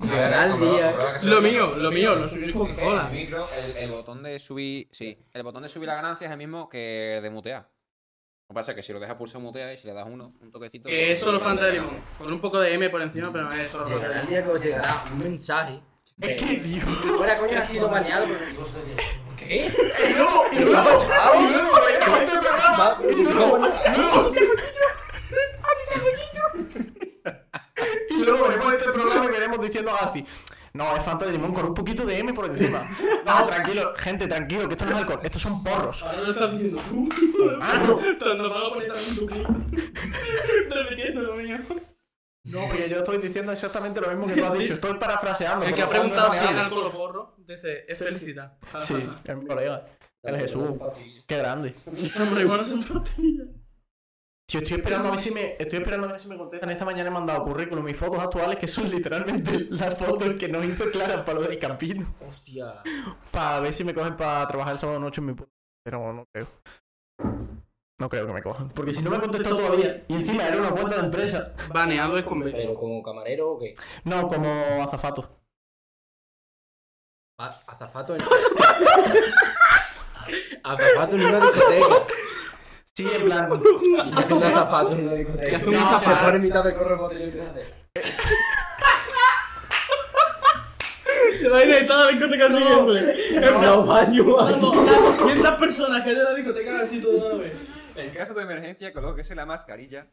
D: Sí,
C: Al
D: ahora, comprueba-
C: día.
D: comprueba que se
B: Lo
D: escucha.
B: mío, lo mío, lo subí con
D: El
B: cola.
E: ¿eh?
D: micro, el, el botón de subir. Sí, el botón de subir la ganancia es el mismo que el de mutear. Lo que pasa es que si lo dejas pulso mutea y si le das uno, un toquecito.
B: Que es solo Fanta de limón.
D: ganancia.
B: Con un poco de M por encima, pero es solo Fanta de
C: Llegará
B: limón.
C: el día que os llegará un mensaje. de-
E: Es que, tío.
C: Fuera coño, ha sido baneado por el ¿Qué?
E: Y luego, y luego, y luego, este programa, y luego, y luego. Y luego venimos de este programa y veremos diciendo a Gazi. No, es Fanta de limón con un poquito de M por encima. No, tranquilo, gente, tranquilo, que esto no es alcohol, estos son porros.
B: Ahora lo estás diciendo tú.
E: Ah, no.
B: Nos vamos a poner también tu clip. Repitiendo lo mío.
E: No, porque yo estoy diciendo exactamente lo mismo que tú has dicho, estoy parafraseando.
B: El que
E: pero no,
B: ha
E: no,
B: preguntado
E: no,
B: si
E: no,
B: era
E: no.
B: alcohol o porro, dice, es felicidad.
E: Sí, es mi colega. El Jesús, qué grande.
B: Hombre, igual no son pastillas.
E: Yo estoy esperando a ver si me, estoy esperando a ver si me contestan. Esta mañana he mandado currículum y fotos actuales que son literalmente las fotos que nos hizo Clara para lo del campino.
C: Hostia.
E: Para ver si me cogen para trabajar el sábado noche en mi pueblo. Pero no creo. No creo que me cojan. Porque si no me han contestado todavía. Y encima era una cuenta de empresa.
B: Baneado es con B.
C: ¿Pero como camarero o qué?
E: No, como azafato.
C: A- Azafato en. azafato en una discoteca.
E: Sí, en plan.
C: ¿Y qué hace un azafato en una discoteca?
B: ¿Qué hace un
C: No,
B: azafato?
C: Se pone en mitad del correo motel y empieza a hacer.
B: Te va a ir a toda la discoteca siguiente.
C: No, baño, baño.
B: Las 500 personas que hay en la discoteca así todo de una vez.
D: En caso de emergencia, colóquese la mascarilla.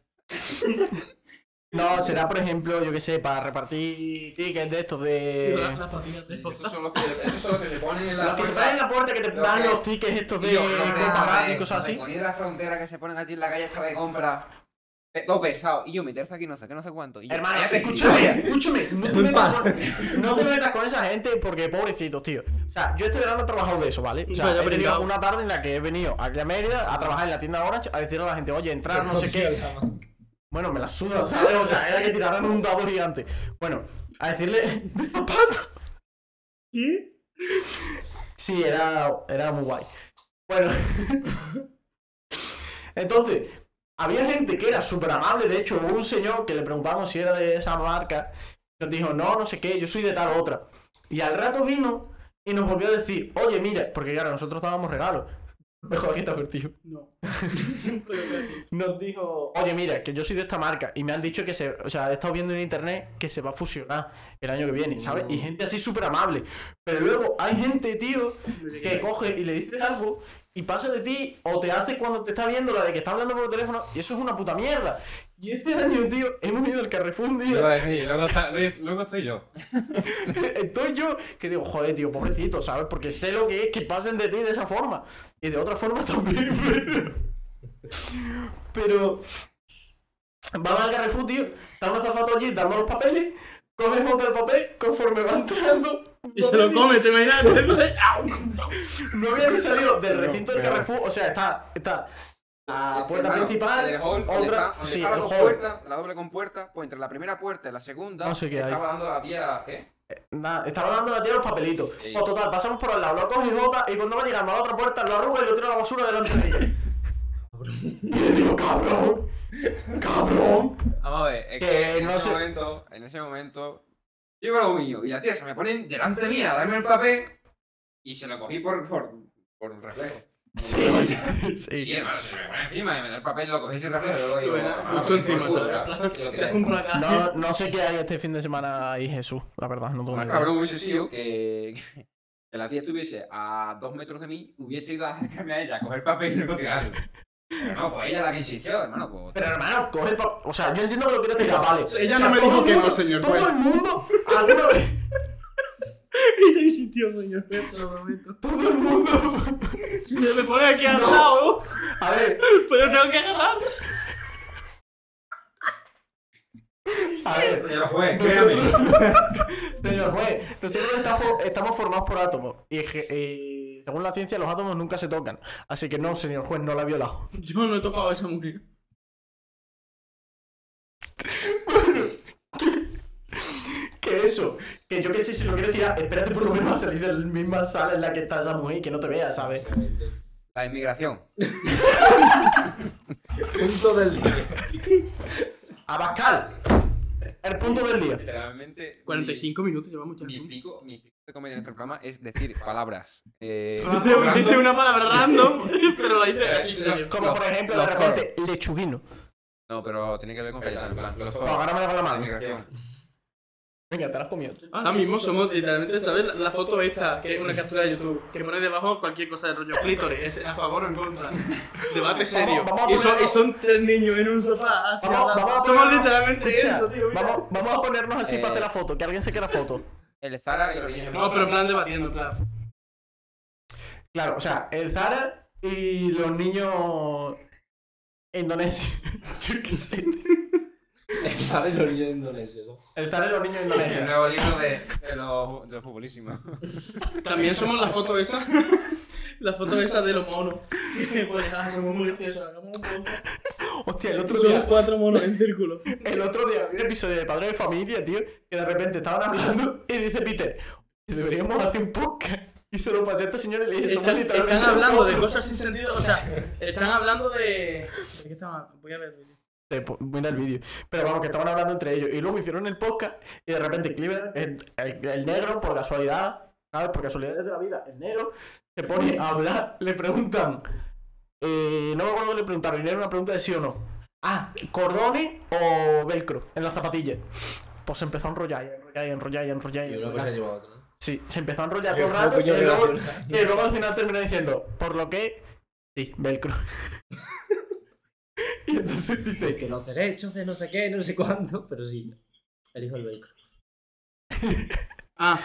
E: No, será por ejemplo, yo qué sé, para repartir tickets de estos
B: Las
E: de.
B: las patillas se
D: Esos son los que, esos son los que se ponen en la.
E: Los que se ponen en la puerta que te
D: Lo
E: dan
D: que-
E: los tickets estos de.
D: Tío, los de-
E: comparar
D: los
E: y
D: de-
E: cosas
D: los de
E: así.
D: Conia de la frontera que se ponen aquí en la calle esta de compra. Eh, Todo pesado. Y yo meterse aquí no sé qué, no sé cuánto. Y yo,
E: Hermano,
D: cállate,
E: escúchame, escúchame. No te,
C: Un
E: metas
C: pan.
E: con, no te metas con esa gente porque pobrecitos, tío. O sea, yo este verano he trabajado de eso, ¿vale? O sea,
B: Vaya
E: he tenido
B: pringao.
E: una tarde en la que he venido aquí a Mérida a trabajar en la tienda Orange a decirle a la gente, oye, entrar, no sé qué. Bueno, me la suda, ¿sabes? O sea, era que tiraran un dado gigante. Bueno, a decirle, de zapato.
B: ¿Qué?
E: Sí, era, era muy guay. Bueno. Entonces, había gente que era súper amable. De hecho, hubo un señor que le preguntamos si era de esa marca. Nos dijo, no, no sé qué, yo soy de tal otra. Y al rato vino y nos volvió a decir, oye, mira, porque claro, nosotros dábamos regalos. Mejor que está tío.
B: No. Pero casi.
E: Nos dijo, oye, mira, que yo soy de esta marca. Y me han dicho que se, o sea, he estado viendo en internet que se va a fusionar el año que viene, ¿sabes? Y gente así súper amable. Pero luego hay gente, tío, que coge y le dices algo y pasa de ti o te hace cuando te está viendo la de que está hablando por teléfono y eso es una puta mierda. Y este año, tío, hemos ido al Carrefour un día.
D: luego, estoy yo.
E: Estoy yo que digo, joder, tío, pobrecito, ¿sabes? Porque sé lo que es que pasen de ti de esa forma. Y de otra forma también, pero... Pero... Vamos al Carrefour, tío, está un azafato allí dando los papeles, coges otro papel conforme va entrando...
B: Y se lo come, te imaginas.
E: No había ni salido del recinto del Carrefour, o sea, está... está la puerta
D: Hermano,
E: principal,
D: en el hall, donde está-
E: otra...
D: donde
E: Sí,
D: está la
E: el hall.
D: compuerta, la doble compuerta, pues entre la primera puerta y la segunda,
E: No sé qué hay.
D: estaba dando la tía, ¿qué?
E: Nada, estaba dando la tía los papelitos.
D: Sí.
E: Pues total, pasamos por al lado, lo coges y bota, y cuando va llegando a la otra puerta, lo arruga y lo tira a la basura delante de ella. y le digo, cabrón, cabrón.
D: Vamos a ver,
E: Que
D: es que, en
E: no
D: ese
E: sé-
D: momento, en ese momento, yo iba a lo mío y la tía se me pone delante mía a darme el papel y se lo cogí por, por, por un reflejo.
E: Sí, sí,
D: Sí, hermano, se me pone encima y me da el papel, lo cogí sin reflejo. Luego digo, "Ah,
B: Tú verás,
D: "Mamá,
B: tú
D: por
B: encima,
D: culo,
B: ¿sabes?
D: ya". Y lo
B: Te
D: tiré.
B: hace un placaje.
E: No, no sé qué hay este fin de semana ahí, Jesús, la verdad, no tengo ni
D: Más
E: idea.
D: cabrón hubiese sido que, que la tía estuviese a dos metros de mí, hubiese ido a acercarme a ella, a coger papel y no tirarlo. Pero no, fue ella la que insistió, hermano. Pues,
E: Pero hermano, coge el papel. O sea, yo entiendo que lo quiero tirar, vale.
B: Ella
E: O sea,
B: no me
E: todo
B: dijo
E: el
B: que no,
E: mundo-
F: señor
E: Todo
F: juez.
E: el mundo, alguna vez.
B: Ella insistió, señor. Eso lo prometo.
E: Todo el mundo.
B: Si se me pone aquí al
E: No.
B: lado,
E: A ver,
B: pero tengo que agarrar.
E: a ver.
D: señor juez,
E: Señor juez, nosotros estamos, estamos formados por átomos y ge- eh, según la ciencia los átomos nunca se tocan. Así que no, señor juez, no la ha violado.
B: Yo no he tocado a esa mujer.
E: Que eso, que yo qué sé si lo quiero tirar, espérate por lo menos a salir de la misma sala en la que está esa mujer y que no te vea, ¿sabes?
D: La inmigración.
C: Punto del día.
E: Abascal, el punto del día.
D: Literalmente. mi-
B: 45 minutos llevamos ya.
D: Mi
B: ¿no?
D: pico, mi pico de comedia en este programa es decir palabras. Eh,
B: Dice, dice una palabra random, pero la dice
D: Eh,
B: así,
D: eh,
B: señor.
E: Como por ejemplo, de repente, lechuguino.
D: No, pero tiene que ver con Cayetano, en plan, los
E: No, ahora me la con la mano.
D: inmigración.
E: Venga, te la has comido.
B: Ahora mismo somos literalmente, ¿sabes? La, la foto esta, que es una captura de YouTube, que pone debajo cualquier cosa de rollo clítoris, es a favor o en contra. Debate serio.
E: Vamos- vamos a
B: y, son,
E: ponerlo-
B: y son tres niños en un sofá, así
E: Vamos-
B: hablando.
E: vamos a
B: Somos
E: ponerlo-
B: literalmente
E: Escucha,
B: esto, tío. mira.
E: vamos, vamos a ponernos así
D: Eh.
E: para hacer la foto, que alguien se quiera foto.
D: El Zara y los niños. en
B: No, pero en plan debatiendo, en plan.
E: Claro, o sea, el Zara y los niños indonesios. Yo qué sé.
C: ¿Sabes los niños indonesios? no?
E: El Zara y los niños
D: El
E: indonesios.
D: nuevo libro de, de los de los futbolísimos.
B: También somos la foto esa. la foto esa de los monos. pues, ah, somos muy graciosos, hagamos un poco.
E: Hostia, el otro
B: Son
E: día,
B: cuatro monos en círculo.
E: el otro día vi un episodio de Padre de Familia, tío, que de repente estaban hablando y dice Peter, deberíamos hacer un podcast. Y se lo pasé a este señor y le dije, somos
B: Están,
E: literalmente
B: están hablando de
E: nosotros.
B: cosas sin sentido, o sea, están hablando de. ¿De qué estaban? Voy a ver.
E: Te po- Mira el vídeo. Pero vamos, que estaban hablando entre ellos. Y luego hicieron el podcast y de repente Cleveland, el, el- el negro, por casualidad, ¿sabes? Por casualidades de la vida, el negro se pone a hablar, le preguntan. eh, no me acuerdo que le preguntaron, y era una pregunta de sí o no. Ah, cordones o velcro en las zapatillas. Pues se empezó a enrollar y a enrollar y a enrollar y a enrollar. y a
C: Y una
E: enrollar.
C: cosa lleva a otra. ¿no?
E: Sí, se empezó a enrollar todo
C: Yo
E: el
C: creo
E: rato
C: que
E: y
C: yo
E: luego,
C: relaciono.
E: y luego al final termina diciendo, por lo que. Sí, velcro. y entonces dice,
C: Que los derechos de no sé qué, no sé cuánto, pero sí. Elijo el velcro.
B: Ah,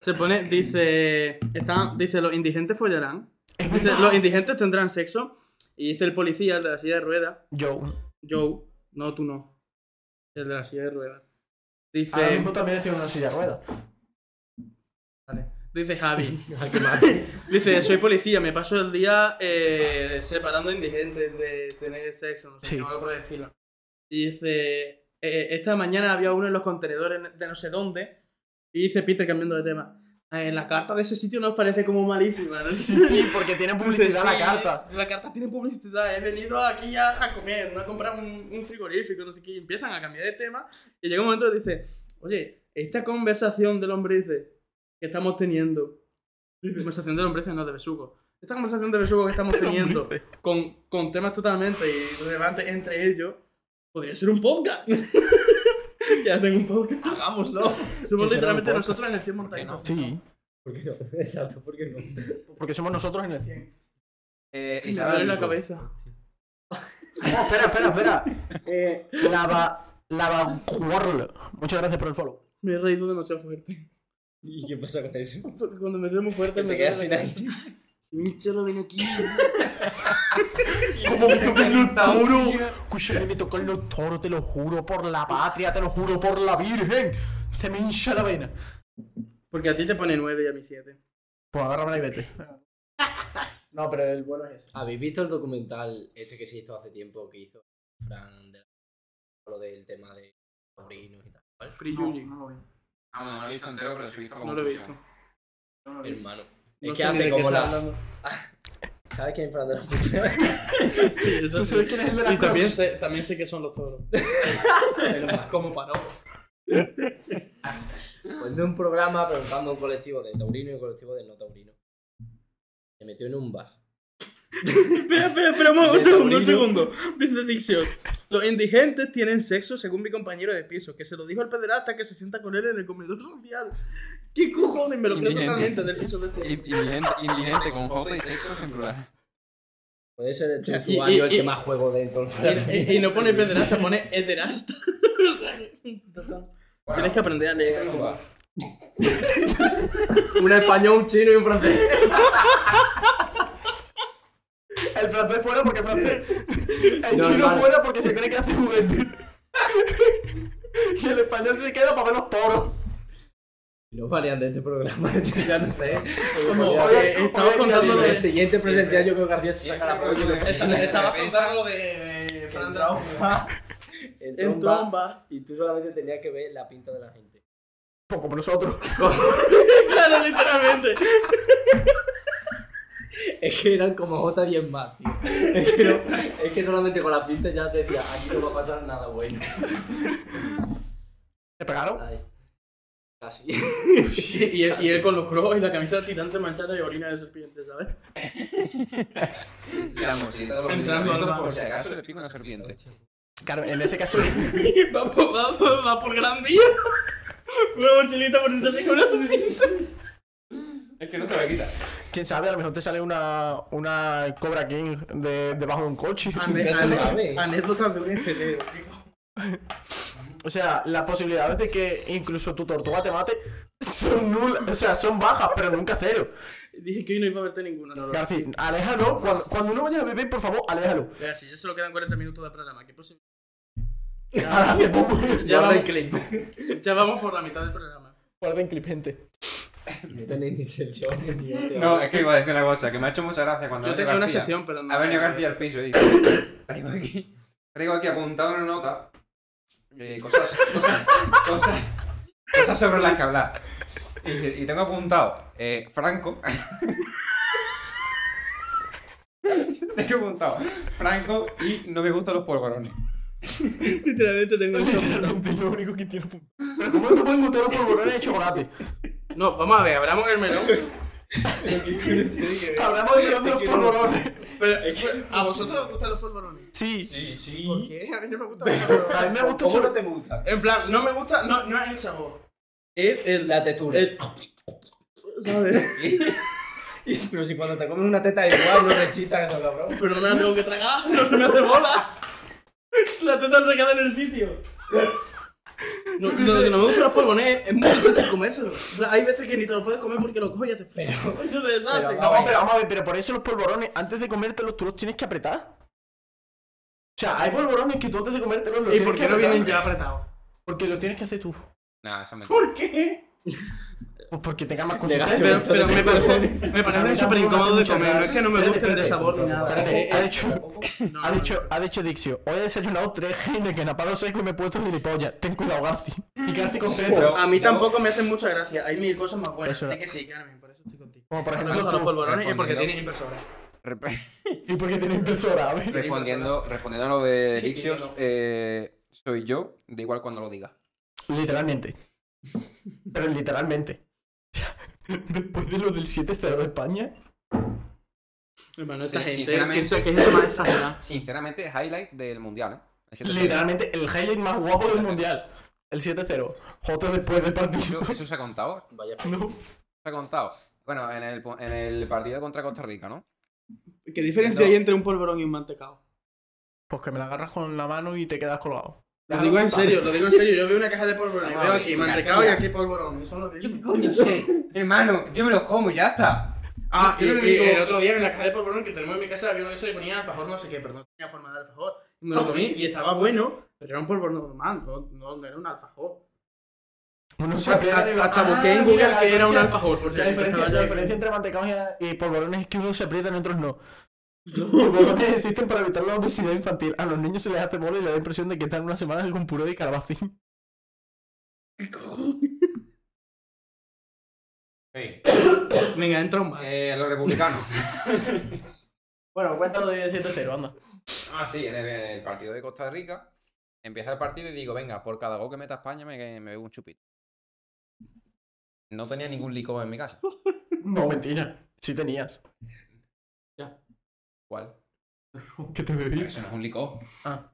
B: se pone, dice. están- dice, los indigentes follarán. Dice, los indigentes tendrán sexo. Y dice el policía, el de la silla de ruedas,
E: Joe.
B: Joe, no tú no. El de la silla de ruedas.
E: Ahora
B: Dice,
E: mismo también estoy en una silla de ruedas.
B: dice Javi.
C: Ah, qué mal.
B: Dice, soy policía, me paso el día eh, separando indigentes de tener sexo, no sé,
E: Sí.
B: qué, algo por el estilo. Y dice, eh, esta mañana había uno en los contenedores de no sé dónde, y dice Peter cambiando de tema. "Eh, la carta de ese sitio nos parece como malísima, ¿no?
E: Sí, sí, porque tiene publicidad
B: Dice,
E: la
B: Pues "Sí,
E: carta.
B: La carta tiene publicidad. He venido aquí a, a comer, no a comprar un, un frigorífico, no sé qué. Y empiezan a cambiar de tema. Y llega un momento que dice, oye, esta conversación del hombrice que estamos teniendo. Conversación del hombrice no de besugo. Esta conversación de besugo que estamos teniendo con, con temas totalmente irrelevantes entre ellos podría ser un podcast. ya tengo un podcast.
C: Hagámoslo.
B: Somos literalmente
C: podcast.
B: nosotros en el 100 montañas.
E: Sí,
C: ¿Por qué no? Exacto, ¿por qué no?
E: porque somos nosotros en el
D: Eh,
B: Me
D: Isabel
B: duele la
D: Russo.
B: cabeza.
E: Oh, espera, espera, espera. Eh, lava. Lava World. Muchas gracias por el follow.
B: Me he reído demasiado fuerte.
C: ¿Y qué pasa con eso?
B: Porque Cuando me río muy fuerte
C: Que
B: me
C: te
B: duele la
C: quedas sin
B: cabeza.
C: aire.
B: Chelo, ven aquí.
E: Como me tocó el toro. Escucha, me tocó el toro, te lo juro por la patria, te lo juro por la virgen. Se me hincha la vena.
B: Porque a ti te pone 9 y a mí 7.
E: Pues agárramela y vete. No, pero el bueno es ese.
C: ¿Habéis visto el documental este que se hizo hace tiempo que hizo Fran de la... lo del tema de sobrinos y tal?
B: Free
E: No,
B: Yuji.
E: no lo vi.
D: Ah, bueno, no lo he visto entero, pero sí he visto
B: No lo he visto.
C: Hermano.
B: No
C: es
B: sé
C: que
B: ni
C: hace
B: de qué
C: como
B: está
C: la...
B: hablando.
C: ¿Sabes quién es Fran de la Puerta?
B: Sí, eso
E: ¿Tú
B: sí.
E: sabes quién es el de las
B: Y también
E: Crocs?
B: sé, también sé que son los toros. Como paró.
C: Pues de un programa preguntando a un colectivo de taurino y un colectivo de no taurino. Se metió en un bar.
B: Espera, espera, espera, un un
C: De
B: segundo, un
C: taurino.
B: segundo. Dice el Dicción. Los indigentes tienen sexo según mi compañero de piso, que se lo dijo el pederasta que se sienta con él en el comedor social. ¿Qué cojones? Me lo creo
D: Indigente.
B: totalmente del piso de este.
D: Indigente, indigente con J y sexo en plural.
C: Puede ser el
B: Ya, y-
C: usuario
B: y-
C: el que
B: y-
C: más juego dentro.
B: Y, y- y no pone pederasta, pone ederasta. O sea, total. Tienes que aprender a leer.
C: un español, un chino y un francés.
E: El francés fuera porque es francés. El
C: Normal.
E: chino fuera porque se cree que hace juventud. y el español se queda para ver los toros.
C: No varían de este programa, yo ya no sé.
B: Como,
C: Como
E: oye,
B: eh, estamos
E: oye,
B: contando lo
C: el
B: de.
C: siguiente presencial yo creo que García se
D: Siempre
C: sacará pollo de
D: con-
B: esta-
C: piscina.
B: Estabas contando lo de. eh, Fran Traufa. En tromba.
C: Y tú solamente tenías que ver la pinta de la gente.
E: Pues como nosotros.
B: Claro, literalmente.
C: Es que eran como J10 más, tío. Es que, no- es que solamente con la pinta ya te decía, aquí no va a pasar nada bueno.
E: ¿Te pegaron?
C: Ay, Casi.
B: Y, y él, y él con los crocs y la camisa tirándose manchada de orina de serpiente, ¿sabes? Entrando al bar.
D: por si acaso le pico una serpiente.
E: Claro, en ese caso.
B: Va por, va por- va por Gran Vía. Una mochilita por si te hace con una serpiente.
D: Es que no se la quita.
E: Quién sabe, a lo mejor te sale una, una Cobra King de, debajo de un coche.
C: sabe.
B: Anécdotas de un espeteo.
E: O sea, las posibilidades de que incluso tu tortuga te mate son nulas. O sea, son bajas, pero nunca cero.
B: Dije que hoy no iba a verte ninguna, no lo
E: García, aléjalo. Cuando, cuando uno vaya a beber, por favor, aléjalo.
B: Vea, si ya solo quedan 40 minutos de programa, ¿qué posible?
E: Ahora hace pum.
B: Ya
C: Guarda
B: vamos,
C: el clip.
B: ya vamos por la mitad del programa.
E: Guarden clip, gente.
C: No tenéis ni secciones ni hostia.
D: No, es que iba a decir una cosa, que me ha hecho mucha gracia cuando...
B: Yo
D: ha venido
B: tenía una
D: García.
B: sección, pero no.
D: Ha venido García al piso y dice... Traigo aquí... Traigo aquí apuntado una nota... eh, cosas, cosas, cosas... Cosas sobre las que hablar. Y, dice- y tengo apuntado... eh, Franco... tengo apuntado... Franco y no me gustan los polvorones.
B: Literalmente tengo esto apuntado.
E: Literalmente es lo único que tiene. Pero ¿cómo no pueden gustar los polvorones de chocolate?
B: No, vamos a ver, abramos el melón.
E: Hablamos de los polvorones.
B: Pero, ¿a vosotros os gustan los polvorones?
E: Sí.
C: Sí, sí.
B: ¿Por qué? A mí no me gustan los polvorones.
E: A mí me gusta
C: ¿Cómo no
E: solo...
C: te gusta?
B: En plan, no me gusta, no, no es el sabor. Es el.
C: La textura.
B: el- Eh, ¿Sabes?
C: Pero si cuando te comes una teta igual no rechitas eso, cabrón.
B: Pero no me la tengo que tragar, no se me hace bola. La teta se queda en el sitio. No, lo que no me gusta los polvorones es muy difícil comérselo. Hay veces que ni te lo puedes comer porque lo coges y haces. Pero. Eso te deshace.
C: pero
E: Vamos, pero vamos a ver, pero por eso los polvorones, antes de comértelos, tú los tienes que apretar. O sea, hay polvorones que tú antes de comértelos los
B: ¿Y
E: tienes
B: por
E: que
B: qué no
E: apretar.
B: vienen ya apretados?
E: Porque lo tienes que hacer tú.
D: Nah, eso me...
B: ¿Por qué?
E: Pues porque tenga más
C: Legal,
E: consistencia.
B: Pero, pero me parece, me
E: También
B: parece súper incómodo de
E: tampoco me hace
B: comer, no es que no me
E: mucha
B: gusten de
E: gracia.
B: sabor ni nada.
E: Espérate,
B: Eh,
E: ha
B: eh,
E: dicho,
B: no,
E: ha
B: no,
E: dicho, ha dicho Dixio, hoy he desayunado tres genes que napado seco y me he puesto gilipollas. Ten cuidado, Garci. Y Garci concreto.
D: Pero-
B: no. A mí tampoco me hacen mucha gracia, hay mil cosas más buenas.
E: Eso
B: Es
E: no.
B: que sí, Carmen, por eso estoy contigo.
E: Como por
B: No me
E: ejemplo
B: gustan los
E: tú.
B: polvorones y porque
D: Respondiendo.
B: tienes impresora.
D: Rep-
E: Y porque tiene impresora, a ver.
D: Respondiendo, respondiendo a lo de
B: Sí,
D: Dixios,
B: dímelo.
D: eh, soy yo, da igual cuando lo diga.
E: Literalmente. Pero literalmente. O sea, Después de lo del 7-0 de España,
B: Hermano, esta
D: Sí,
B: gente, que
D: sinceramente.
B: eso- que es gente más exagerada.
D: Sinceramente, highlight del mundial, ¿eh? El 7-0.
E: literalmente el highlight más guapo del mundial. El 7-0. Otro después del
D: Eso,
E: partido.
D: eso se ha contado.
C: Vaya.
E: No.
D: Se ha contado. Bueno, en el, po- en el partido contra Costa Rica, ¿no?
B: ¿Qué diferencia
D: No.
B: hay entre un polvorón y un mantecado?
E: Pues que me la agarras con la mano y te quedas colgado.
B: Lo digo en serio, lo digo en serio. Yo veo una caja de polvorón y
D: Vamos a
B: veo
D: ver,
B: aquí
D: García.
B: mantecado y aquí polvorón. Eso lo digo.
D: coño sé? Hermano, yo me los como y ya está.
B: Ah, y,
D: Yo le
B: y
D: digo-
B: el otro día en la caja de polvorón que tenemos en mi casa había uno de esos y ponía alfajor no sé qué, pero no tenía forma de alfajor. Y me lo comí y estaba bueno, pero era un polvorón normal, no, no, no era un alfajor.
E: Uno se aprende-
B: Hasta hasta busqué
E: Ah,
B: en Google
E: mira,
B: que era un
E: hostia.
B: alfajor, por si
E: La diferencia, la diferencia entre mantecados y y polvorones es que unos se aprietan y otros no. Los polvorones existen para evitar la obesidad infantil. A los niños se les hace mole y les da la impresión de que están una semana con puré de calabacín.
B: Venga, entra un bar.
D: Eh, los republicanos.
E: Bueno, cuéntalo de 7-0, anda.
D: ah, sí, en el, en el partido de Costa Rica. Empieza el partido y digo, venga, por cada gol que meta España me, me bebo un chupito. No tenía ningún licor en mi casa.
E: No, mentira. Sí tenías.
D: ¿Cuál?
E: ¿Qué te bebías?
D: Eso no es un licor.
E: Ah.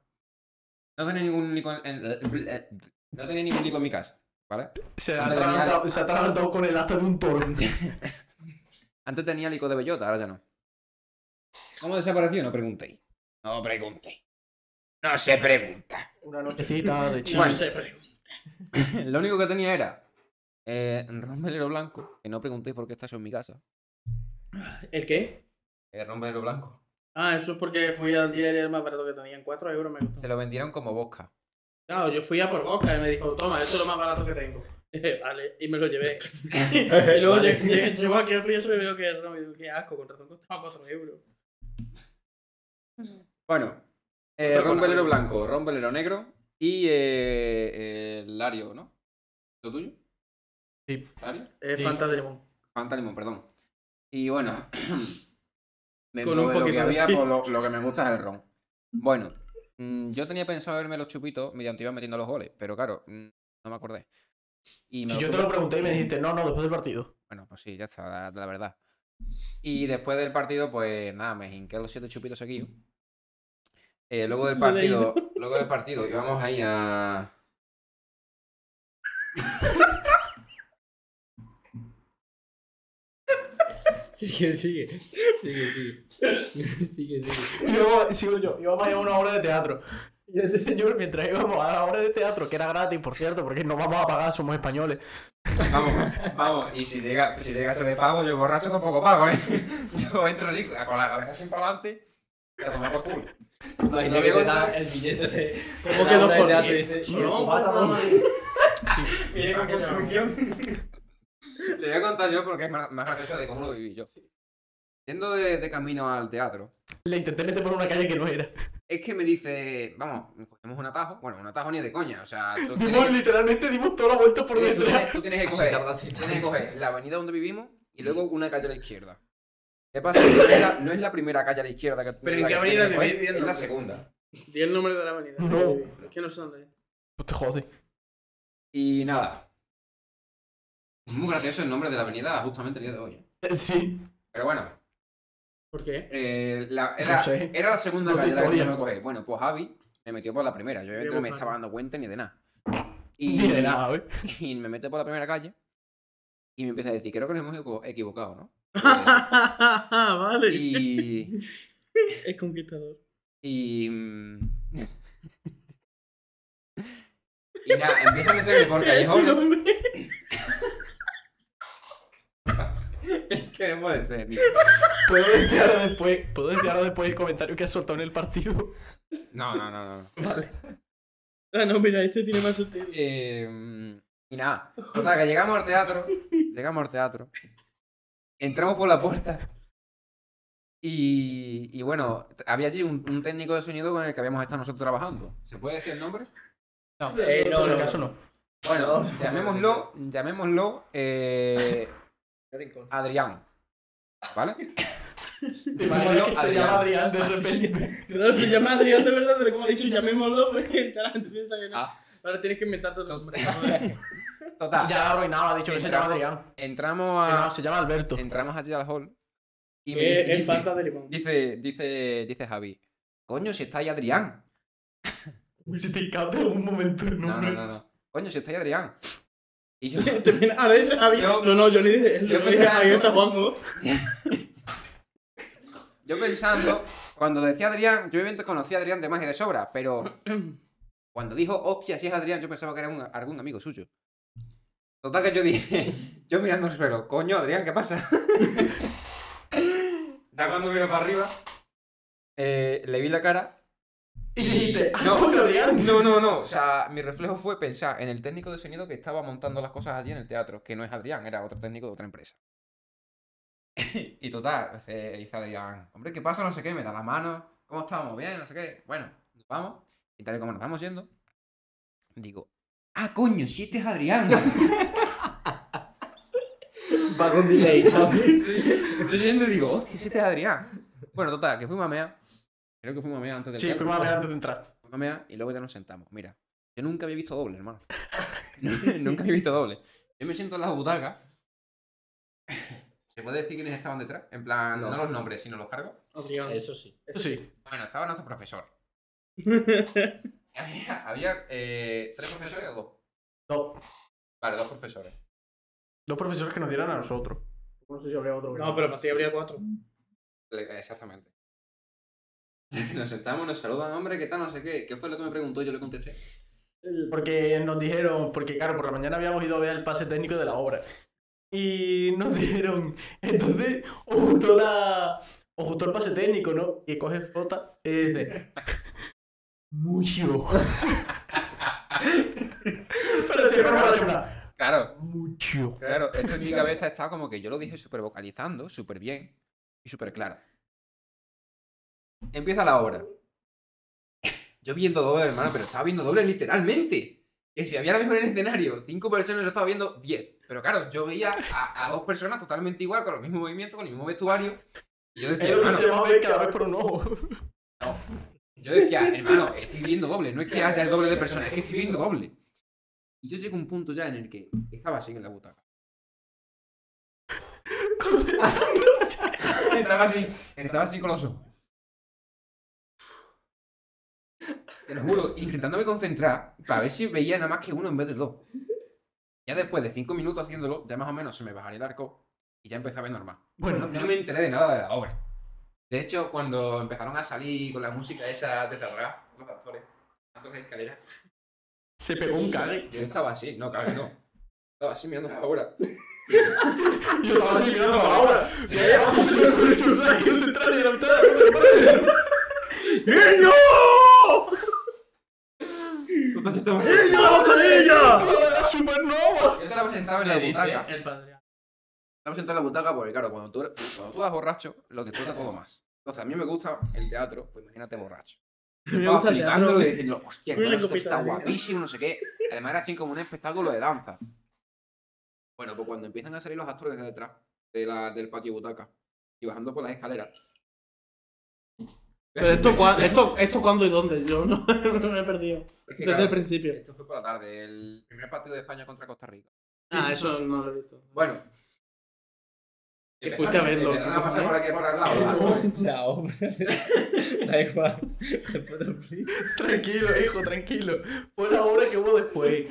D: No tenía ningún licor en, en- no tenía ningún licor en mi casa, ¿vale?
E: Se ha
D: Hombre,
E: atragantado
D: genial.
E: se ha atragantado con el asta de un toro.
D: Antes tenía licor de bellota, ahora ya no. ¿Cómo desapareció? No preguntéis. No preguntéis. No se pregunta.
E: Una nochecita de chill.
D: Bueno.
B: se pregunta.
D: Lo único que tenía era eh, ron velero blanco. Que no preguntéis por qué está eso en mi casa.
B: ¿El qué?
D: Eh, ron velero blanco.
B: Ah, eso es porque fui al día el más barato que tenían. 4 euros me costó.
D: Se lo vendieron como bosca.
B: Claro, yo fui a por Bosca y me dijo, toma, esto es lo más barato que tengo. vale, y me lo llevé. y luego
C: Vale.
B: lle- lle- llego aquí al riesgo y veo que no, y digo, qué asco, con razón costaba 4 euros.
D: Bueno, eh,
B: Otro
D: ron
B: conajo.
D: velero blanco, ron velero negro y eh, eh, Lario, ¿no? ¿Lo tuyo?
E: Sí.
D: ¿Lario?
B: Eh,
E: Sí.
B: Fanta de limón.
D: Fanta limón, perdón. Y bueno, dentro
B: Con un
D: de lo que
B: poquito de
D: había, pues, lo, lo que me gusta es el ron. Bueno, mm, yo tenía pensado verme los chupitos mediante iba metiendo los goles, pero claro, mm, no me acordé. Y me
E: Si
D: los
E: yo te
D: tuve-
E: lo pregunté y me dijiste, no, no, después del partido.
D: Bueno, pues sí, ya está, la, la verdad. Y después del partido, pues nada, me hinqué los siete chupitos seguidos. Eh, luego del
B: Lo he
D: partido, luego del partido íbamos ahí a...
C: Sigue, sigue. Sigue, sigue. Sigue, sigue.
E: Y luego sigo yo, íbamos a ir a una obra de teatro. Y este señor, mientras íbamos a la obra de teatro, que era gratis, por cierto, porque no vamos a pagar, somos españoles.
D: Vamos, vamos, y si llega, si llega a ser de pago, yo borracho tampoco pago, ¿eh? Yo entro así, con la cabeza sin para adelante, y a tomar por culo.
C: Imagina que te da el billete de.
B: ¿Cómo
C: de
B: que
C: la
B: dos
C: obra de
B: por
C: teatro y
B: diez?
C: dices,
B: No,
C: "Chico,
B: para
C: mátalo".
B: nada.
D: Y esa confusión. Le voy a contar yo porque es más más gracioso de cómo lo viví yo. Yendo de, de camino al teatro,
E: Le intenté meter por una calle que no era.
D: es que me dice, vamos, cogemos un atajo. Bueno, un atajo ni de coña, o sea, tú tienes,
E: Dimos,
D: que-
E: literalmente dimos toda la vuelta por
D: tú tienes- tú
E: detrás.
D: tienes- tú
B: Ah,
D: tienes que
C: Así te
D: coger,
C: hablaste.
D: tienes que coger la avenida donde vivimos y luego una calle a la izquierda. ¿Qué pasa? Que No es la, no es la primera calle a la izquierda que
B: Pero ¿en
D: la
B: qué
D: que
B: avenida
D: tienes que
B: vivís?
D: coger,
B: Di el
D: Es la
B: nombre.
D: segunda.
B: Di el nombre de la avenida.
E: No.
B: Es que no sé dónde es.
E: Pues te jode.
D: Y nada. Es Muy gracioso el nombre de la avenida, justamente el día de hoy.
E: Eh, Sí.
D: Pero bueno,
B: ¿Por qué?
D: eh, la- era,
E: No sé.
D: era la segunda
E: No sé
D: calle la que
E: historia.
D: teníamos que coger. Bueno, pues Javi me metió por la primera. Yo obviamente
B: Bien,
D: no me
B: Javi.
D: estaba dando cuenta ni de nada. Y,
E: Ni de nada, ¿eh?
D: y me mete por la primera calle y me empieza a decir, creo que nos hemos equivo- equivocado, ¿no?
B: vale.
D: Y...
B: Es conquistador.
D: Y. mm, y nada, empiezo a meterme por callejones.
B: Dígame.
D: Es que no puede ser, tío.
E: Puedo decir ahora después, puedo decir ahora después el comentario que has soltado en el partido.
D: No, no, no, no.
B: Ah, no, mira, este tiene más sentido.
D: Eh, y nada, total, que llegamos al teatro. Llegamos al teatro. Entramos por la puerta. Y, y bueno, había allí un, un técnico de sonido con el que habíamos estado nosotros trabajando. ¿Se puede decir el nombre?
E: No,
C: Eh, no,
E: en
C: no,
E: el caso no.
D: Bueno, llamémoslo, llamémoslo eh, Adrián. ¿Vale?
E: Te imaginas que se
D: Adrián.
E: llama Adrián de repente.
B: Claro, se llama Adrián de verdad, pero como he dicho, llamémoslo, pues, tal, tú piensas que no.
D: Ah.
B: Ahora tienes que inventarte el nombre.
D: Total.
E: Ya la arruinaba, ha dicho que se llama Adrián.
D: Entramos
E: Que no,
D: a.
E: se llama Alberto.
D: Entramos allí al hall. Y me
B: Eh, el
D: dice-
B: Fanta de limón.
D: dice, dice, dice Javi. Coño, si está ahí Adrián.
E: Si te encanta en algún momento el
D: No, no,
E: nombre.
D: no, no. Coño, si está ahí Adrián. Y yo,
B: Termina- Ahora dice Javi.
D: Yo-
B: no, no, yo ni dije. Yo
D: Yo
B: le dije a Javi,
D: pensaba-
B: está Juanjo.
D: yo pensando, cuando decía Adrián, yo obviamente conocía a Adrián de más y de sobra, pero cuando dijo, hostia, si es Adrián, yo pensaba que era un- algún amigo suyo. Total que yo dije, yo mirando el suelo, coño, Adrián, ¿qué pasa? ya cuando miro para arriba, eh, le vi la cara.
E: Y dijiste, ah,
D: No.
E: coño, Adrián.
D: No, no, no. O sea, mi reflejo fue pensar en el técnico de sonido que estaba montando las cosas allí en el teatro, que no es Adrián, era otro técnico de otra empresa. y total, dice, dice Adrián, hombre, ¿qué pasa? No sé qué, me da la mano, ¿cómo estamos? Bien, no sé qué. Bueno, nos vamos. Y tal y como nos vamos yendo, digo, ah, coño, si este es Adrián.
C: Va con delay, ¿sabes?
D: Yo yendo y digo, hostia, si este es Adrián. Bueno, total, que fuimos a mea. Creo que fuimos a mea antes del
E: Sí,
D: teatro.
E: fuimos a ver antes de entrar.
D: Vamos a mear y luego ya nos sentamos. Mira, yo nunca había visto doble, hermano. Nu- nunca había visto doble. Yo me siento en las butacas. ¿Se puede decir quiénes estaban detrás? En plan, no,
C: No.
D: los nombres, sino los cargos.
B: Adrián.
C: Eso sí.
E: Eso sí.
D: Bueno, estaba nuestro profesor. Había, había, eh, tres profesores o dos.
E: Dos.
D: Vale, dos profesores.
E: Dos profesores que nos dieron a nosotros. No sé si habría otro.
B: no, pero Matías habría cuatro.
D: Le- Exactamente. Nos sentamos, nos saludan, hombre, ¿qué tal? No sé qué. ¿Qué fue lo que me preguntó? Yo le contesté.
E: Porque nos dijeron, porque claro, por la mañana habíamos ido a ver el pase técnico de la obra. Y nos dijeron, entonces, os gustó la. Os gustó el pase técnico, ¿no? Y coge Jota y dice. Mucho. Pero siempre me lo chula.
D: Claro,
E: Mucho.
D: claro. Esto en mi cabeza estaba como que yo lo dije súper vocalizando, súper bien y súper claro. Empieza la obra. Yo viendo doble, hermano, pero estaba viendo doble literalmente. Que si había ahora mismo en el escenario cinco personas, lo estaba viendo diez. Pero claro, yo veía a, a dos personas totalmente igual, con los mismos movimientos, con el mismo vestuario. Y yo decía,
E: Es lo que
D: hermano,
E: se llama ver cada vez por un ojo.
D: Yo decía, hermano, estoy viendo doble, no es que haya el doble de personas, es que estoy viendo doble. Y yo llego a un punto ya en el que estaba así en la butaca. Ah, Estaba así, estaba así con los ojos. Te lo juro, intentándome concentrar para ver si veía nada más que uno en vez de dos. Ya después de cinco minutos haciéndolo, ya más o menos se me bajaría el arco y ya empecé a ver normal.
E: Bueno,
D: No, no me enteré de nada de la obra. De hecho, cuando empezaron a salir con la música esa desde atrás, los actores, tantos de escalera,
E: se pegó un cague.
D: yo estaba así, no, cabrón, no. Estaba así mirando la obra.
E: Yo estaba así mirando la obra. Y ahí abajo se me ocurrió, tú sabes que no se entra ni la mitad de la obra.
B: ¡Niño! ¡Niño, la mascarilla!
E: ¡Lo de la supernova!
D: Yo estaba sentado en la butaca.
B: el padre.
D: Estaba sentado en la butaca porque, claro, cuando tú, eres- cuando tú vas borracho, lo disfrutas todo más. Entonces, a mí me gusta el teatro, pues imagínate borracho.
B: Me
D: Estaba
B: gusta el
D: flipándolo
B: teatro.
D: y diciendo, hostia,
B: Tú
D: hermano,
B: eres la
D: esto está
B: copita de vino.
D: guapísimo, no sé qué. Además era así como un espectáculo de danza. Bueno, pues cuando empiezan a salir los actores desde detrás de la- del patio butaca y bajando por las escaleras.
B: Pero esto, cua- esto, esto cuándo y dónde, yo no, no me he perdido.
D: Es que,
B: Desde el
D: claro,
B: principio.
D: esto fue por la tarde, el primer partido de España contra Costa Rica.
B: Ah, eso no lo he visto.
D: Bueno.
B: Que fuiste a verlo,
D: Empezaron a pasar
B: ¿no?
D: por aquí por al lado. ¿verdad?
C: La obra. Da igual. Te puedo explicar.
E: Tranquilo, hijo, tranquilo. Fue la obra que hubo después.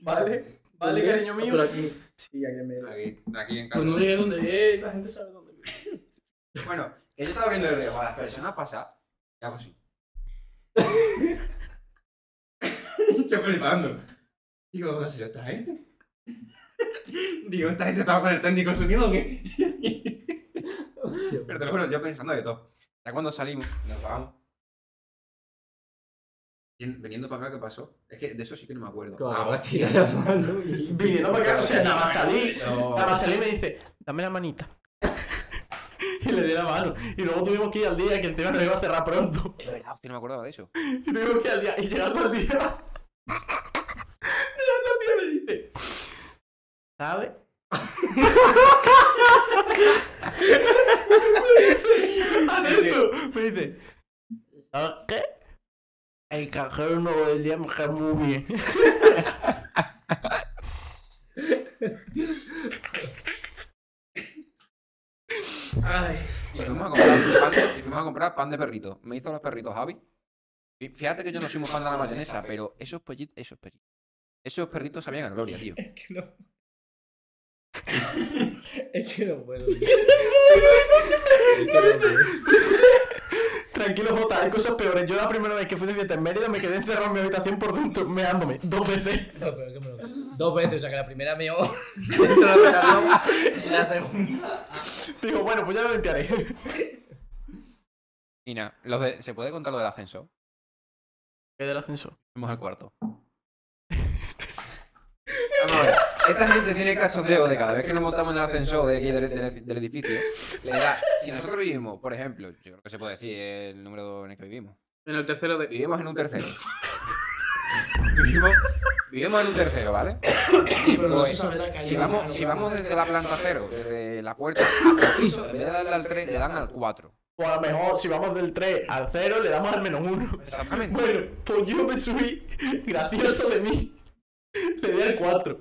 E: ¿Vale? ¿Vale, cariño mío?
B: Pero aquí,
E: Sí, aquí me
D: Aquí, aquí en
B: pues no
D: casa.
B: llegué donde llegué, la gente sabe dónde.
D: Bueno, que yo estaba viendo el video a las personas pasar y hago así. Estoy flipando. Digo, ¿dónde ha sido esta gente? Digo, ¿esta gente estaba con el técnico sonido o qué? Pero te lo juro, yo pensando de todo. Ya cuando salimos, nos vamos. Ven- Veniendo para acá, ¿qué pasó? Es que de eso sí que no me acuerdo. Ah,
C: Como que va a tirar la mano y.
E: Viniendo para acá, o sea, nada más salir.
D: Eso-
E: Nada más salir me dice, dame la manita. y le di la mano. Y luego tuvimos que ir al día, que el tema no iba a cerrar pronto.
D: Es verdad, que no me acordaba de eso.
E: Y tuvimos que ir al día. Y llegando al día. llegando al día me dice, ¿sabes? Atento, me dice, ¿sabes qué? El cajero nuevo del día me cae muy bien.
D: Y fuimos a comprar pan, y fuimos a comprar pan de perrito. Me hizo los perritos Javi. Fí- Fíjate que yo no soy muy fan de la mayonesa, pero esos pollitos, esos perritos. Esos perritos sabían a gloria, tío.
C: Es que no. Es que no puedo.
E: Tranquilo, Jota, hay cosas peores. Yo la primera vez que fui de fiesta en Mérida me quedé encerrado en mi habitación por dentro, meándome dos veces.
C: No, pero que me lo Dos veces, o sea que la primera me dentro de la pantalón y la segunda.
E: Digo, bueno, pues ya lo limpiaré.
D: Y nada, los de- ¿se puede contar lo del ascenso?
E: Quedé el ascensor.
D: Fuimos al cuarto. Vamos a ver. Esta gente tiene cachondeo de cada vez que nos montamos en el ascensor de aquí del, del- del edificio. Le da- si nosotros vivimos, por ejemplo, yo creo que se puede decir el número en el que vivimos.
B: En el tercero de.
D: Vivimos en un tercero. vivimos, vivimos en un tercero, ¿vale? Sí,
B: Pero no se
D: pues,
B: sabe la calle.
D: si, vamos, si vamos desde la planta cero, desde la puerta al piso, en vez de darle al 3, le dan al 4.
E: O a lo mejor, si vamos del 3 al 0, le damos al menos 1.
D: Exactamente.
E: Bueno, pues yo me subí, gracioso de mí, le di al 4.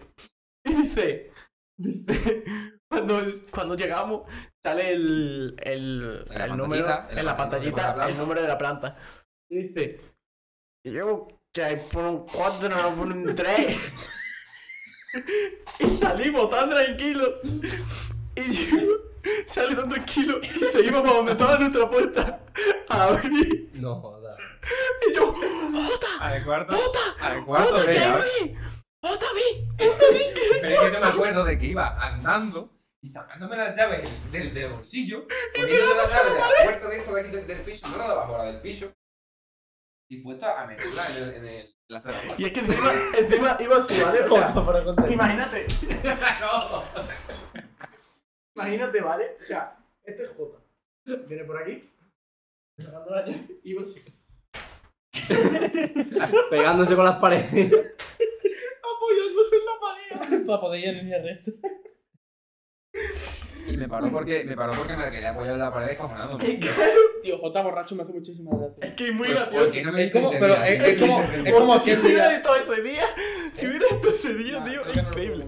E: Y dice, dice, cuando, cuando llegamos, sale el, el,
D: En la
E: el número
D: pantallita,
E: en la
D: de la
E: pantallita,
D: planta.
E: el número de la planta. Y dice, y yo que hay por un 4, no por un 3. y salimos tan tranquilos. Y yo, sale tan tranquilo y seguimos para donde estaba nuestra puerta. a abrir.
C: No jodas.
E: Y yo, ¡Jota!
F: Al cuarto.
E: ¡Jota!
F: Al cuarto
E: ¡Jota,
F: de
E: que
F: la-
E: abrí! ¡Jota, vi!
F: Pero es que yo me acuerdo de que iba andando y sacándome las llaves del, del bolsillo.
D: Poniendo la llave de la puerta de esto de aquí del, del piso, no la de abajo, la del piso. Dispuesto a meterla en, el, en el, la zona.
E: Y es que encima, encima iba así, ¿vale? O sea,
C: para contar.
E: imagínate,
F: no.
E: imagínate, ¿vale? O sea, este es Jota. Viene por aquí, sacando la llave, iba así.
C: Pegándose con las paredes.
E: Apoyándose en la pared.
B: Para poder ir en línea recta.
D: Y me paró porque me paró porque me quería apoyar en la pared descojonando.
E: Es que-
B: Tío, J borracho me hace muchísima gracia.
E: Es que es muy
D: Pues,
E: gracioso.
D: ¿por qué no me
B: Es como,
D: dices
B: pero
D: el día?
B: es,
D: ¿Por qué
B: es
D: no me dices el
B: como, es
D: día?
B: como
E: si
B: haciendo
E: hubiera
B: ya.
E: editado ese día, si hubiera editado ese día, tío, increíble.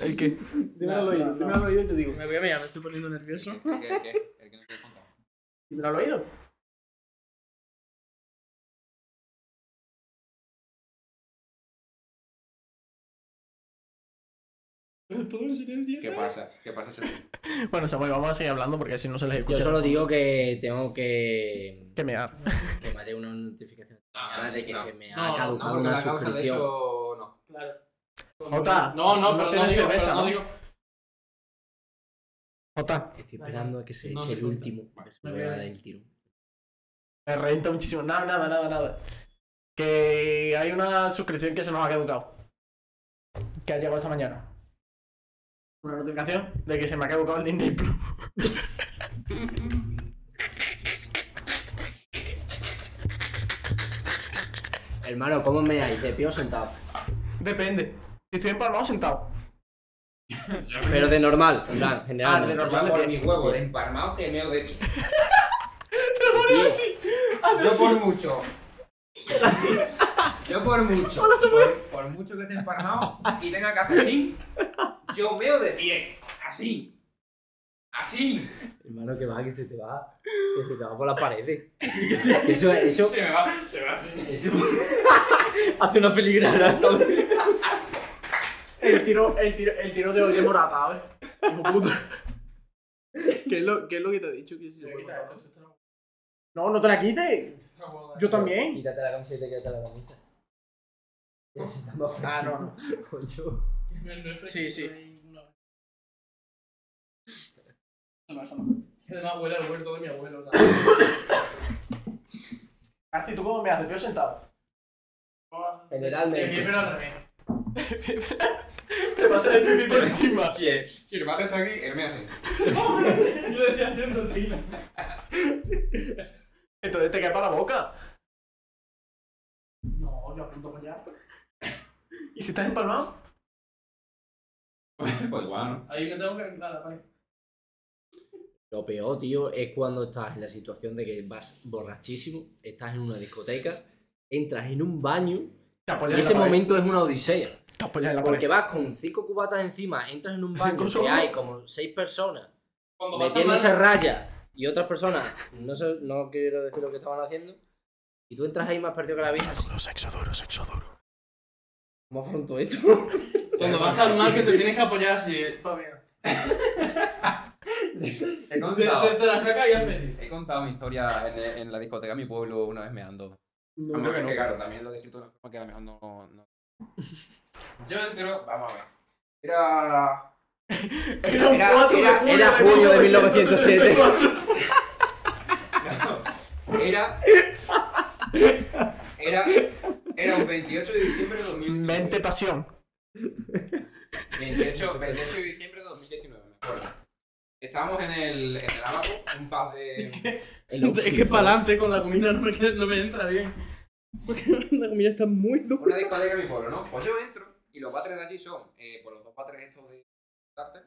E: ¿El qué?
B: Dímelo al oído, dímelo al oído y te digo. Me voy a mirar, me estoy poniendo nervioso.
D: ¿El qué? ¿El qué? ¿El qué no puedes contar?
E: ¿Dímelo al oído?
B: Todo en silencio.
D: ¿Qué pasa? ¿Qué pasa? Sergio?
E: Bueno, Samuel, vamos a seguir hablando porque así no se les escucha.
C: Yo solo digo que tengo que.
E: que mear.
C: Que me haré una notificación
D: No,
C: de que
D: no.
C: se me ha
B: No,
D: No,
C: caducado
D: porque
C: una
D: la causa de
C: suscripción.
D: eso no.
B: Claro.
E: Jota,
B: No, no, pero no
E: tienes
B: digo,
E: cerveza,
B: pero no digo.
E: Jota,
C: Estoy esperando a que se
B: No
C: eche
B: se
C: el
B: cuenta.
C: último. para que se
B: Me
C: me
B: voy a
C: vea
B: ver.
C: el tiro.
E: me revienta muchísimo. Nada, nada, nada, nada. Que hay una suscripción que se nos ha caducado. Que ha llegado esta mañana. Una notificación de que se me ha caducado el Disney Plus.
C: Hermano, ¿cómo me dais? De pie o sentado.
E: Depende. Si estoy empalmado o sentado.
C: Pero de normal, en plan, general.
E: Ah, de
C: ¿no?
E: normal.
D: Yo
E: de
D: por mi
E: pie.
D: huevo de emparmado que meo de pie.
C: De pie.
D: Yo por mucho. Yo por mucho.
F: Por, por mucho que esté emparmado y tenga que hacer así, yo veo de pie. Así. Así.
C: Hermano, que va, que se te va. Que se te va por las paredes. Que Eso, eso,
F: Se me va, se me va así.
C: eso. Hace una filigrana. ¿no?
E: El tiro, el tiro, el tiro de hoy de Morata, ¿sabes? Hijo puta.
B: ¿Qué es lo, qué es lo que te ha dicho? Que si se puede contar?
E: No, no te la quites.
C: ¿eh?
E: Yo también.
C: Quítate la camiseta, quítate la camisa.
B: Oh.
C: Ya se está más
E: Ah, no, no.
C: fresquito, coño.
B: Sí, sí. Además huele al huerto de mi abuelo.
E: Garci, ¿tú cómo me haces? Yo sentado.
C: Generalmente.
E: Te vas a el pipí por encima.
D: Si el, si el mate está aquí, él me hace.
B: Yo decía haciendo fila.
E: Entonces te quepa la boca.
B: No, yo apunto para allá.
E: ¿Y si estás empalmado?
D: Pues igual, ¿no?
B: Ahí no tengo que arreglar la pared.
C: Lo peor, tío, es cuando estás en la situación de que vas borrachísimo, estás en una discoteca, entras en un baño
E: Te
C: y
E: apoyas en
C: ese
E: la pared.
C: momento es una odisea.
E: Te apoyas en la pared.
C: Porque vas con cinco cubatas encima, entras en un baño
E: Incluso
C: que
E: uno.
C: hay como seis personas
B: Cuando vas
C: metiéndose
B: tan mal-
C: raya y otras personas, no sé, no quiero decir lo que estaban haciendo, y tú entras ahí más perdido que la vida.
E: Sexo duro, sexo duro, sexo duro.
C: ¿Cómo afronto esto?
B: Cuando vas tan mal que te tienes que apoyar así. eh, pa' mira.
D: He
B: Te, te,
D: contado,
B: te la sacas y has feliz.
D: he contado mi historia en, en la discoteca de mi pueblo una vez me ando. No,
E: creo que
D: que
E: no.
D: claro, también lo he descrito de una forma que a lo mejor no. no. Yo entro, vamos a ver. Era.
E: Era un
D: Era-
E: 4 de
D: era-
E: julio,
C: era junio de
E: 1964.
D: Era. Era. Era un 28 de diciembre de 2019.
E: Mente pasión.
D: 28, 28 de diciembre de 2019, me acuerdo. Estábamos en el, en el Abaco, un pub de.
B: Es que para adelante con la comida no me, queda- no me entra bien. Porque la comida está muy dura.
D: Una discoteca de mi pueblo, ¿no? Pues yo entro y los batres de allí son, eh, pues los dos batres estos de Carter,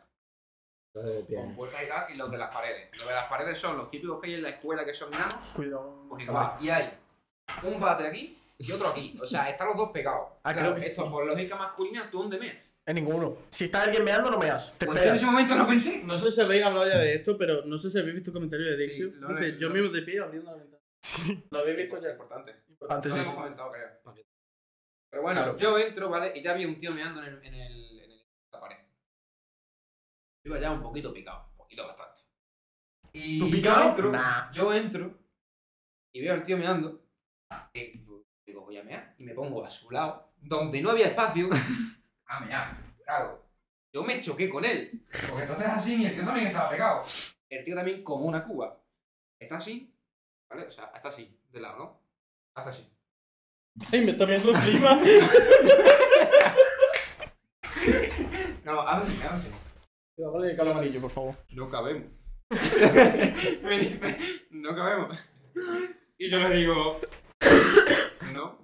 D: con puertas y tal, y los de las paredes. Los de las paredes son los típicos que hay en la escuela que son nanos,
E: Cuidado.
D: pues igual. Y hay un bate aquí y otro aquí. O sea, están los dos pegados.
E: Ah,
D: claro,
E: creo que-
D: esto por lógica masculina, ¿tú dónde meas?
E: En ninguno. Si está alguien meando, no meas. Te
D: Pues yo en
E: esperas.
D: ese momento no pensé.
B: No sé si habéis hablado ya de esto, pero no sé si habéis visto el comentario de
D: Sí,
B: Dixie.
D: lo he-
B: Dice, yo
D: lo-
B: mismo de pie abriendo la ventana. Lo habéis visto
D: Importante,
B: ya.
D: importante.
E: Antes
D: No lo
E: sí.
D: hemos comentado, creo. Pero bueno,
E: Claro.
D: yo entro, ¿vale? Y ya vi un tío meando en el, en el, en el- en la pared. Iba ya un poquito picado, un poquito bastante. Y
E: ¿Tú
D: yo
E: picado?
D: entro,
E: Nah.
D: yo entro y veo al tío meando. Y Eh, digo, voy a mear. Y me pongo a su lado, donde no había espacio, a mear. Claro, yo me choqué con él. Porque entonces así, y el tío también estaba pegado. El tío también como una cuba. Está así, ¿vale? O sea, está así, de lado, ¿no? Hace así.
B: Ay, me está viendo encima.
D: No, hace así, hace así.
E: Dale el cable amarillo, por favor.
D: no cabemos. me dice, no cabemos. Y yo le digo, no.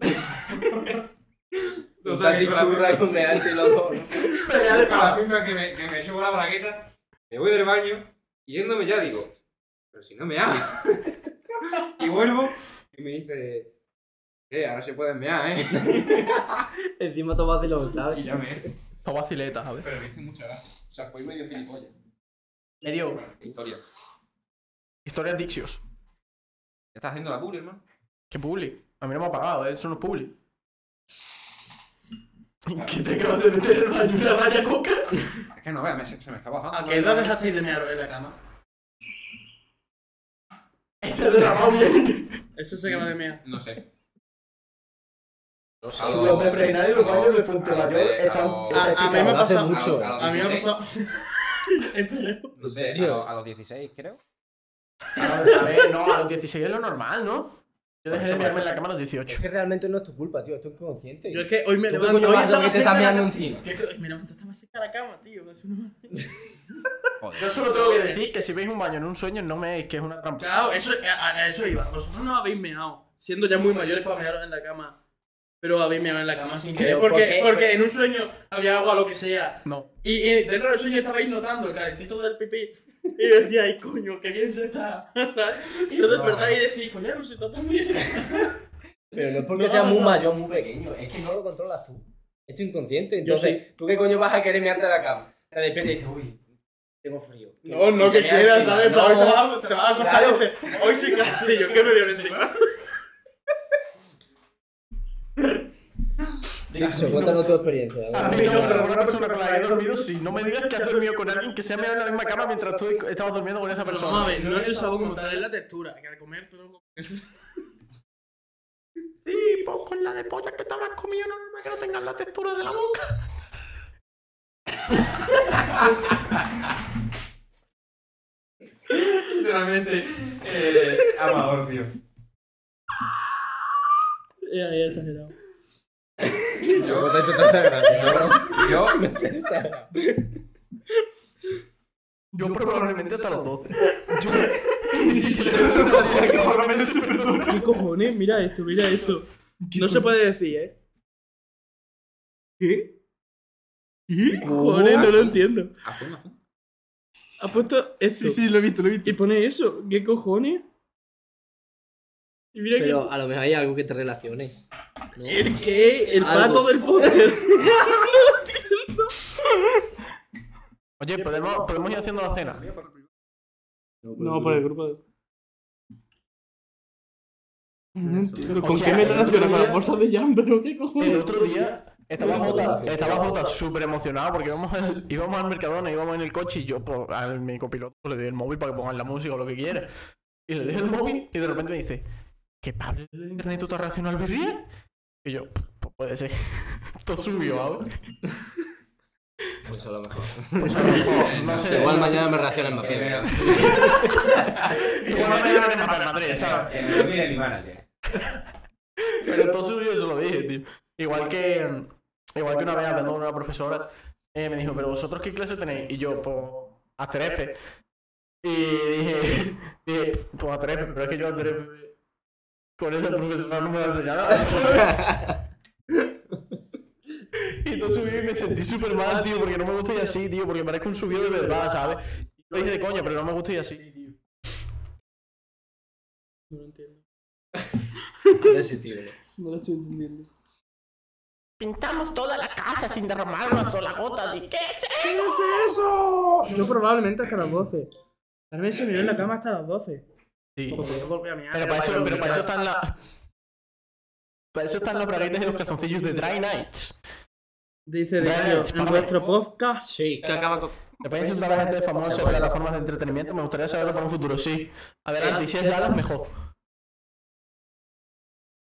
C: Total,
D: que con la
C: churra
D: misma-
C: con de antes y los dos. ¿no?
D: con la misma que me, que me llevo la bragueta, me voy del baño y yéndome ya digo, pero si no me hago. y vuelvo y me dice, eh, ahora se puede mear, ¿eh?
C: Encima todo va lo ¿sabes?
D: Y ya me...
E: Está vaciletas, a ver.
D: Pero me hice mucha gracia. O sea, fue medio gilipollas.
E: Medio.
D: Victoria.
E: Historias Dixios.
D: ¿Estás haciendo la publi, hermano?
E: Que publi. A mí no me ha pagado, ¿eh? eso no es publi. ¿Qué te acabas de meter en el baño? ¿Una raya coca?
D: Es que no veas, me- se, se me está bajando.
B: ¿A qué edad dejasteis de mear en la cama?
E: Ese de la bien.
B: Eso se acaba de mear.
D: Mm, No sé.
C: sé.
D: A
E: Los de Frenar y los
D: a los-
E: baños de Fuente
D: a los
E: Mayor
D: de-
E: están-
D: los-
B: A, a mí me ha
C: Hace
B: pasado.
C: mucho.
D: a los
B: A mí me ha
D: 16,
B: pasado. Espera.
D: No sé, a
C: serio?
D: los- a los 16 creo.
E: A ver, no, a los 16 es lo normal, ¿no? Yo dejé de mirarme en la cama a los
C: Es
E: 18.
C: que realmente no es tu culpa, tío, esto es inconsciente.
B: Yo es que hoy me
C: Tú
B: levanto.
C: te
B: hoy
C: vas a
B: estaba
C: que te
B: cerca
C: está
B: de la
C: meando
B: cama.
C: encima.
B: ¿Qué co- Me levanto, estaba cerca de la cama, tío. pues, que es una-
E: Yo solo tengo que decir que si veis un baño en un sueño, no meéis, que es una trampa.
B: Claro, eso, a, a eso iba. Vosotros no habéis meado, siendo ya muy mayores para mearos en la cama. Pero habéis meado en la cama sin querer.
C: Pero, ¿por
B: Porque, eh,
C: qué?
B: porque en un sueño había agua o lo que sea.
E: No.
B: Y, y dentro del sueño estabais notando el calentito del pipí. Y decía, ay, coño, qué bien se está. ¿sabes? Y lo despertáis y decís, coño, no se está tan bien.
C: Pero no es porque
B: No,
C: seas
B: o
C: muy
B: sea-
C: mayor, muy pequeño, es que no lo controlas tú. Esto es inconsciente.
B: Yo
C: Entonces, ¿tú qué coño vas a querer mearte a la cama? Te despiertas y dices, uy, tengo frío.
B: No, no, que
C: te meas
B: quieras,
C: encima.
B: ¿sabes?
C: No,
B: Porque te vas a- te vas a acostar
C: claro.
B: y dices, hoy sí que hace yo, que me voy a meter".
C: Dixo, cuéntanos tu experiencia.
E: A mí no, pero una persona con la que he dormido, sí. No me digas que has dormido con alguien que se ha meado en la misma cama mientras tú estabas durmiendo con esa
B: Pero
E: persona.
B: vamos a ver, no es el sabor como tal, es la textura. Que al comer tú no
E: Sí, pues con la de polla que te habrás comido, no me que no tengas la textura de la boca.
D: Literalmente, eh, amador, tío.
B: Ya, ya, exagerado.
D: Yo,
C: te he hecho tanta gracia,
D: yo,
E: Yo probablemente hasta los 12. Yo. Ni siquiera me daría que por lo menos se perdona.
B: ¿Qué cojones? Mira esto, mira esto. No se puede decir, ¿eh? ¿Qué? ¿Qué? Cojones, no lo entiendo.
D: azul, azul.
B: Ha puesto esto. Sí, sí, lo he visto, lo he visto. Y pone eso. ¿Qué cojones? Y mira
C: Pero a lo mejor hay algo que te relacione. ¿no?
B: que... ¿El qué? El
C: Algo.
B: pato del póster.
E: Oye, ¿podemos, podemos ir haciendo la cena.
B: no, por el grupo de... No entiendo. ¿Pero ¿Con
E: Hostia,
B: qué me
E: el otro
B: relaciona? ¿Con las
E: día-
B: bolsas de Jan? ¿Pero qué
E: El
B: cojones?
E: otro día estaba
C: Pero
E: Jota,
C: fotografía.
E: estaba Jota súper emocionado porque íbamos al, íbamos al Mercadona, íbamos en el coche y yo pues, al mi copiloto le doy el móvil para que pongan la música o lo que quiera. Y le doy el móvil y de repente me dice, ¿que Pablo del internet tú te has reaccionado al birria? Y yo, pues puede ser. Todo subió, ¿sabes?
C: Pues a lo mejor.
E: Pues, a lo mejor, no sé.
C: Igual
E: no sé.
C: mañana me reacciona en
D: Que
C: Mbappé.
D: me-
E: Igual mañana me mata el Madrid, ¿sabes?
D: que me lo tiene mi manager.
E: Pero todo suyo yo se lo dije, tío. Igual que, igual que una vez hablando con una profesora, eh, me dijo, ¿pero vosotros qué clase tenéis? Y yo, pues, a 13. Y dije, dije, pues a 13, pero es que yo a 13. Con esa profesora no me lo enseñaba. y todo subió y me sentí súper mal, tío, porque no me gusta y así, tío, porque parezco un subido de verdad, ¿sabes? Y Lo dije de coña, pero no me gusta y así, tío.
B: No lo entiendo.
C: De ese tío, ¿no?
B: No lo estoy entendiendo.
E: Pintamos toda la casa sin derramar una sola gota. ¿Y qué es eso?
B: ¿Qué es eso? Yo probablemente hasta las 12. Carmen se miró en la cama hasta las 12. Porque yo volví a mirar.
E: Pero para eso, pero para eso están la... Para eso están los braguetes y los calzoncillos de Dry Nights.
B: Dice
E: Bueno,
B: Dixio,
E: chaval.
B: en vuestro podcast
C: Sí.
B: que acaba con...
E: Después de ser totalmente famoso en plataformas de entretenimiento, me gustaría saberlo para un futuro, sí. Adelante, y si es Dallas, mejor.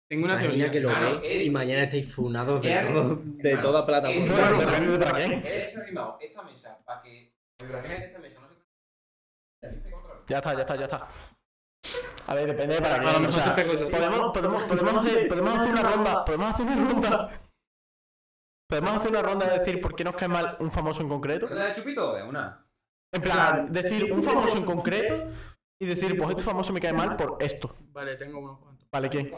B: Tengo una
C: Imagina
B: teoría.
C: que lo
F: Claro,
C: ve
F: eh,
C: y mañana estáis funados de,
F: eh,
C: todo- de
F: hermano,
C: toda plata.
F: eh,
E: No,
F: Claro,
E: no, depende de para quién.
F: He desarrimado esta mesa para que las vibraciones de esta mesa no se.
E: Ya está, ya está, ya está. A ver, depende de para
B: A lo
E: quién. O
B: mejor
E: sea,
B: te pego yo.
E: podemos, podemos, podemos, hacer, podemos hacer una ronda. Podemos hacer una ronda. Podemos hacer una ronda de decir por qué nos cae mal un famoso en concreto.
D: ¿La de Chupito es una?
E: En plan, decir un famoso en concreto y decir, pues este famoso me cae mal por esto.
B: Vale, tengo unos cuantos.
E: ¿Vale quién?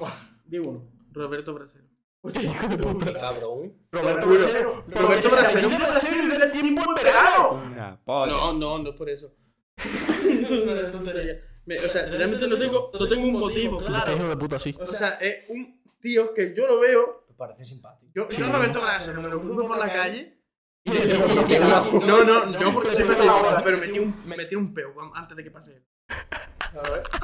B: Digo uno. Roberto Brasero.
E: Pues Hijo de puta.
C: Cabrón.
E: Roberto Brasero.
B: Roberto Brasero.
E: Roberto Brasero desde tiempo en verano.
D: Una polla.
B: No, no, no es por eso. no, no, es tontería. Me- o sea, realmente no tengo, no tengo un motivo,
E: Este
B: claro.
E: hijo de puta, sí.
B: O sea, es un tío que yo lo veo.
C: Parece simpático.
B: Yo, yo a Roberto Brasero me lo cruzo por la calle. y- y- y-
E: Yo
B: y- No, no, yo porque soy pesado, pero metí un, me metí un peo antes de que pase él. A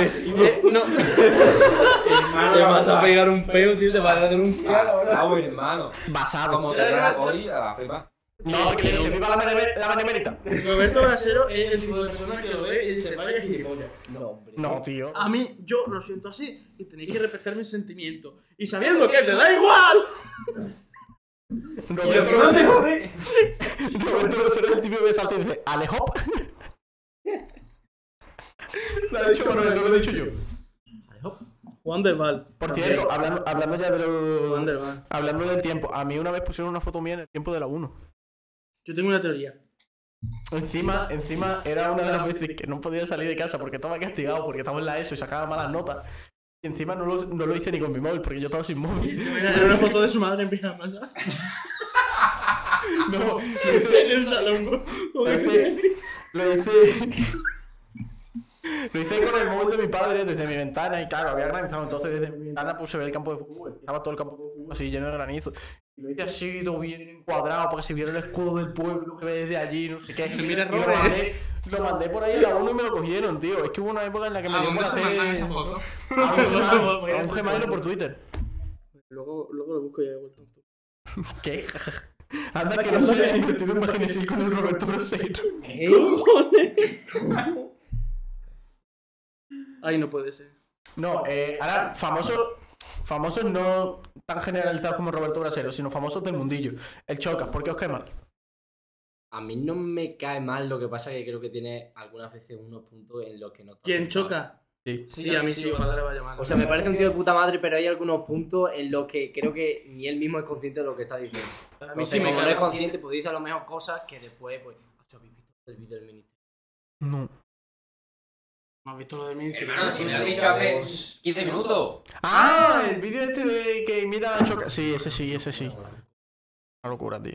B: ver. Eh, no,
C: Te vas a pegar un peo, tío, te vas a dar un
D: Pasado, hermano.
E: Basado.
D: Ah, Como te la oída, flipa.
E: No, que, que viva la benemé- la benemérita.
B: Roberto Brasero es el tipo de persona que lo ve y dice, vaya gilipollas.
C: No, hombre.
E: No, tío.
B: A mí, yo lo siento así y tenéis que respetar mis sentimientos. Y sabiendo que te da igual.
E: Roberto Brasero. Roberto Brasero es el típico que salta y dice, Alejop. Lo ha dicho Manuel, no lo he dicho yo.
B: Juan del Val.
E: Por cierto, hablando, hablando ya de
B: Juan
E: lo,
B: del Val.
E: hablando del tiempo, a mí una vez pusieron una foto mía en el tiempo de la 1.
B: Yo tengo una teoría.
E: Encima, encima era una de las veces que no podía salir de casa porque estaba castigado, porque estaba en la ESO y sacaba malas notas. Y encima no lo, no lo hice ni con mi móvil, porque yo estaba sin móvil.
B: Era, era una foto de su madre en pijama, ¿sabes?
E: No,
B: en el salón. con- con
E: lo
B: el-
E: hice. Lo hice. Lo hice con el móvil de mi padre desde mi ventana y claro, había granizado. Entonces desde mi ventana puse ver el campo de fútbol. Estaba todo el campo de fútbol así lleno de granizo. Y lo hice así, todo bien encuadrado, para que se viera el escudo del pueblo que ve desde allí, no sé qué.
B: Pero mira,
E: Y lo
B: Robert.
E: mandé, lo mandé por ahí a la 1 y me lo cogieron, tío. Es que hubo una época en la que me
B: ¿A
E: dio por
B: dónde Ah, se
E: hacer-
B: mandan esas fotos?
E: A un
B: Luego
E: Gmail,
B: voy a
E: a un
B: buscar.
E: Gmail o por Twitter.
B: Luego, luego lo busco y ya he vuelto.
E: ¿Qué? Anda que no se haya invertido en páginas así con el Roberto Brasero.
B: Ay, no puede ser.
E: No, eh, ahora famosos, famosos no tan generalizados como Roberto Brasero, sino famosos del mundillo. El Chocas, ¿por qué os cae mal?
C: A mí no me cae mal, lo que pasa que creo que tiene algunas veces unos puntos en los que no.
B: ¿Quién choca?
E: Sí.
B: Sí, a mí sí, ojalá le vaya mal.
C: O sea, me parece un tío de puta madre, pero hay algunos puntos en los que creo que ni él mismo es consciente de lo que está diciendo.
B: a mí
C: Entonces,
B: sí me
C: como no
B: cae.
C: es consciente, pues dice a lo mejor cosas que después, pues, "Ocho, ¿habéis visto el vídeo del ministro?
E: No.
B: ¿Me has visto lo de mí? Ah, Sí,
D: Hermano, si me lo has
B: sí.
D: dicho hace 15 minutos.
E: ¡Ah! El vídeo este de que imita a Chocas. Sí, ese sí, ese sí. Una locura, tío.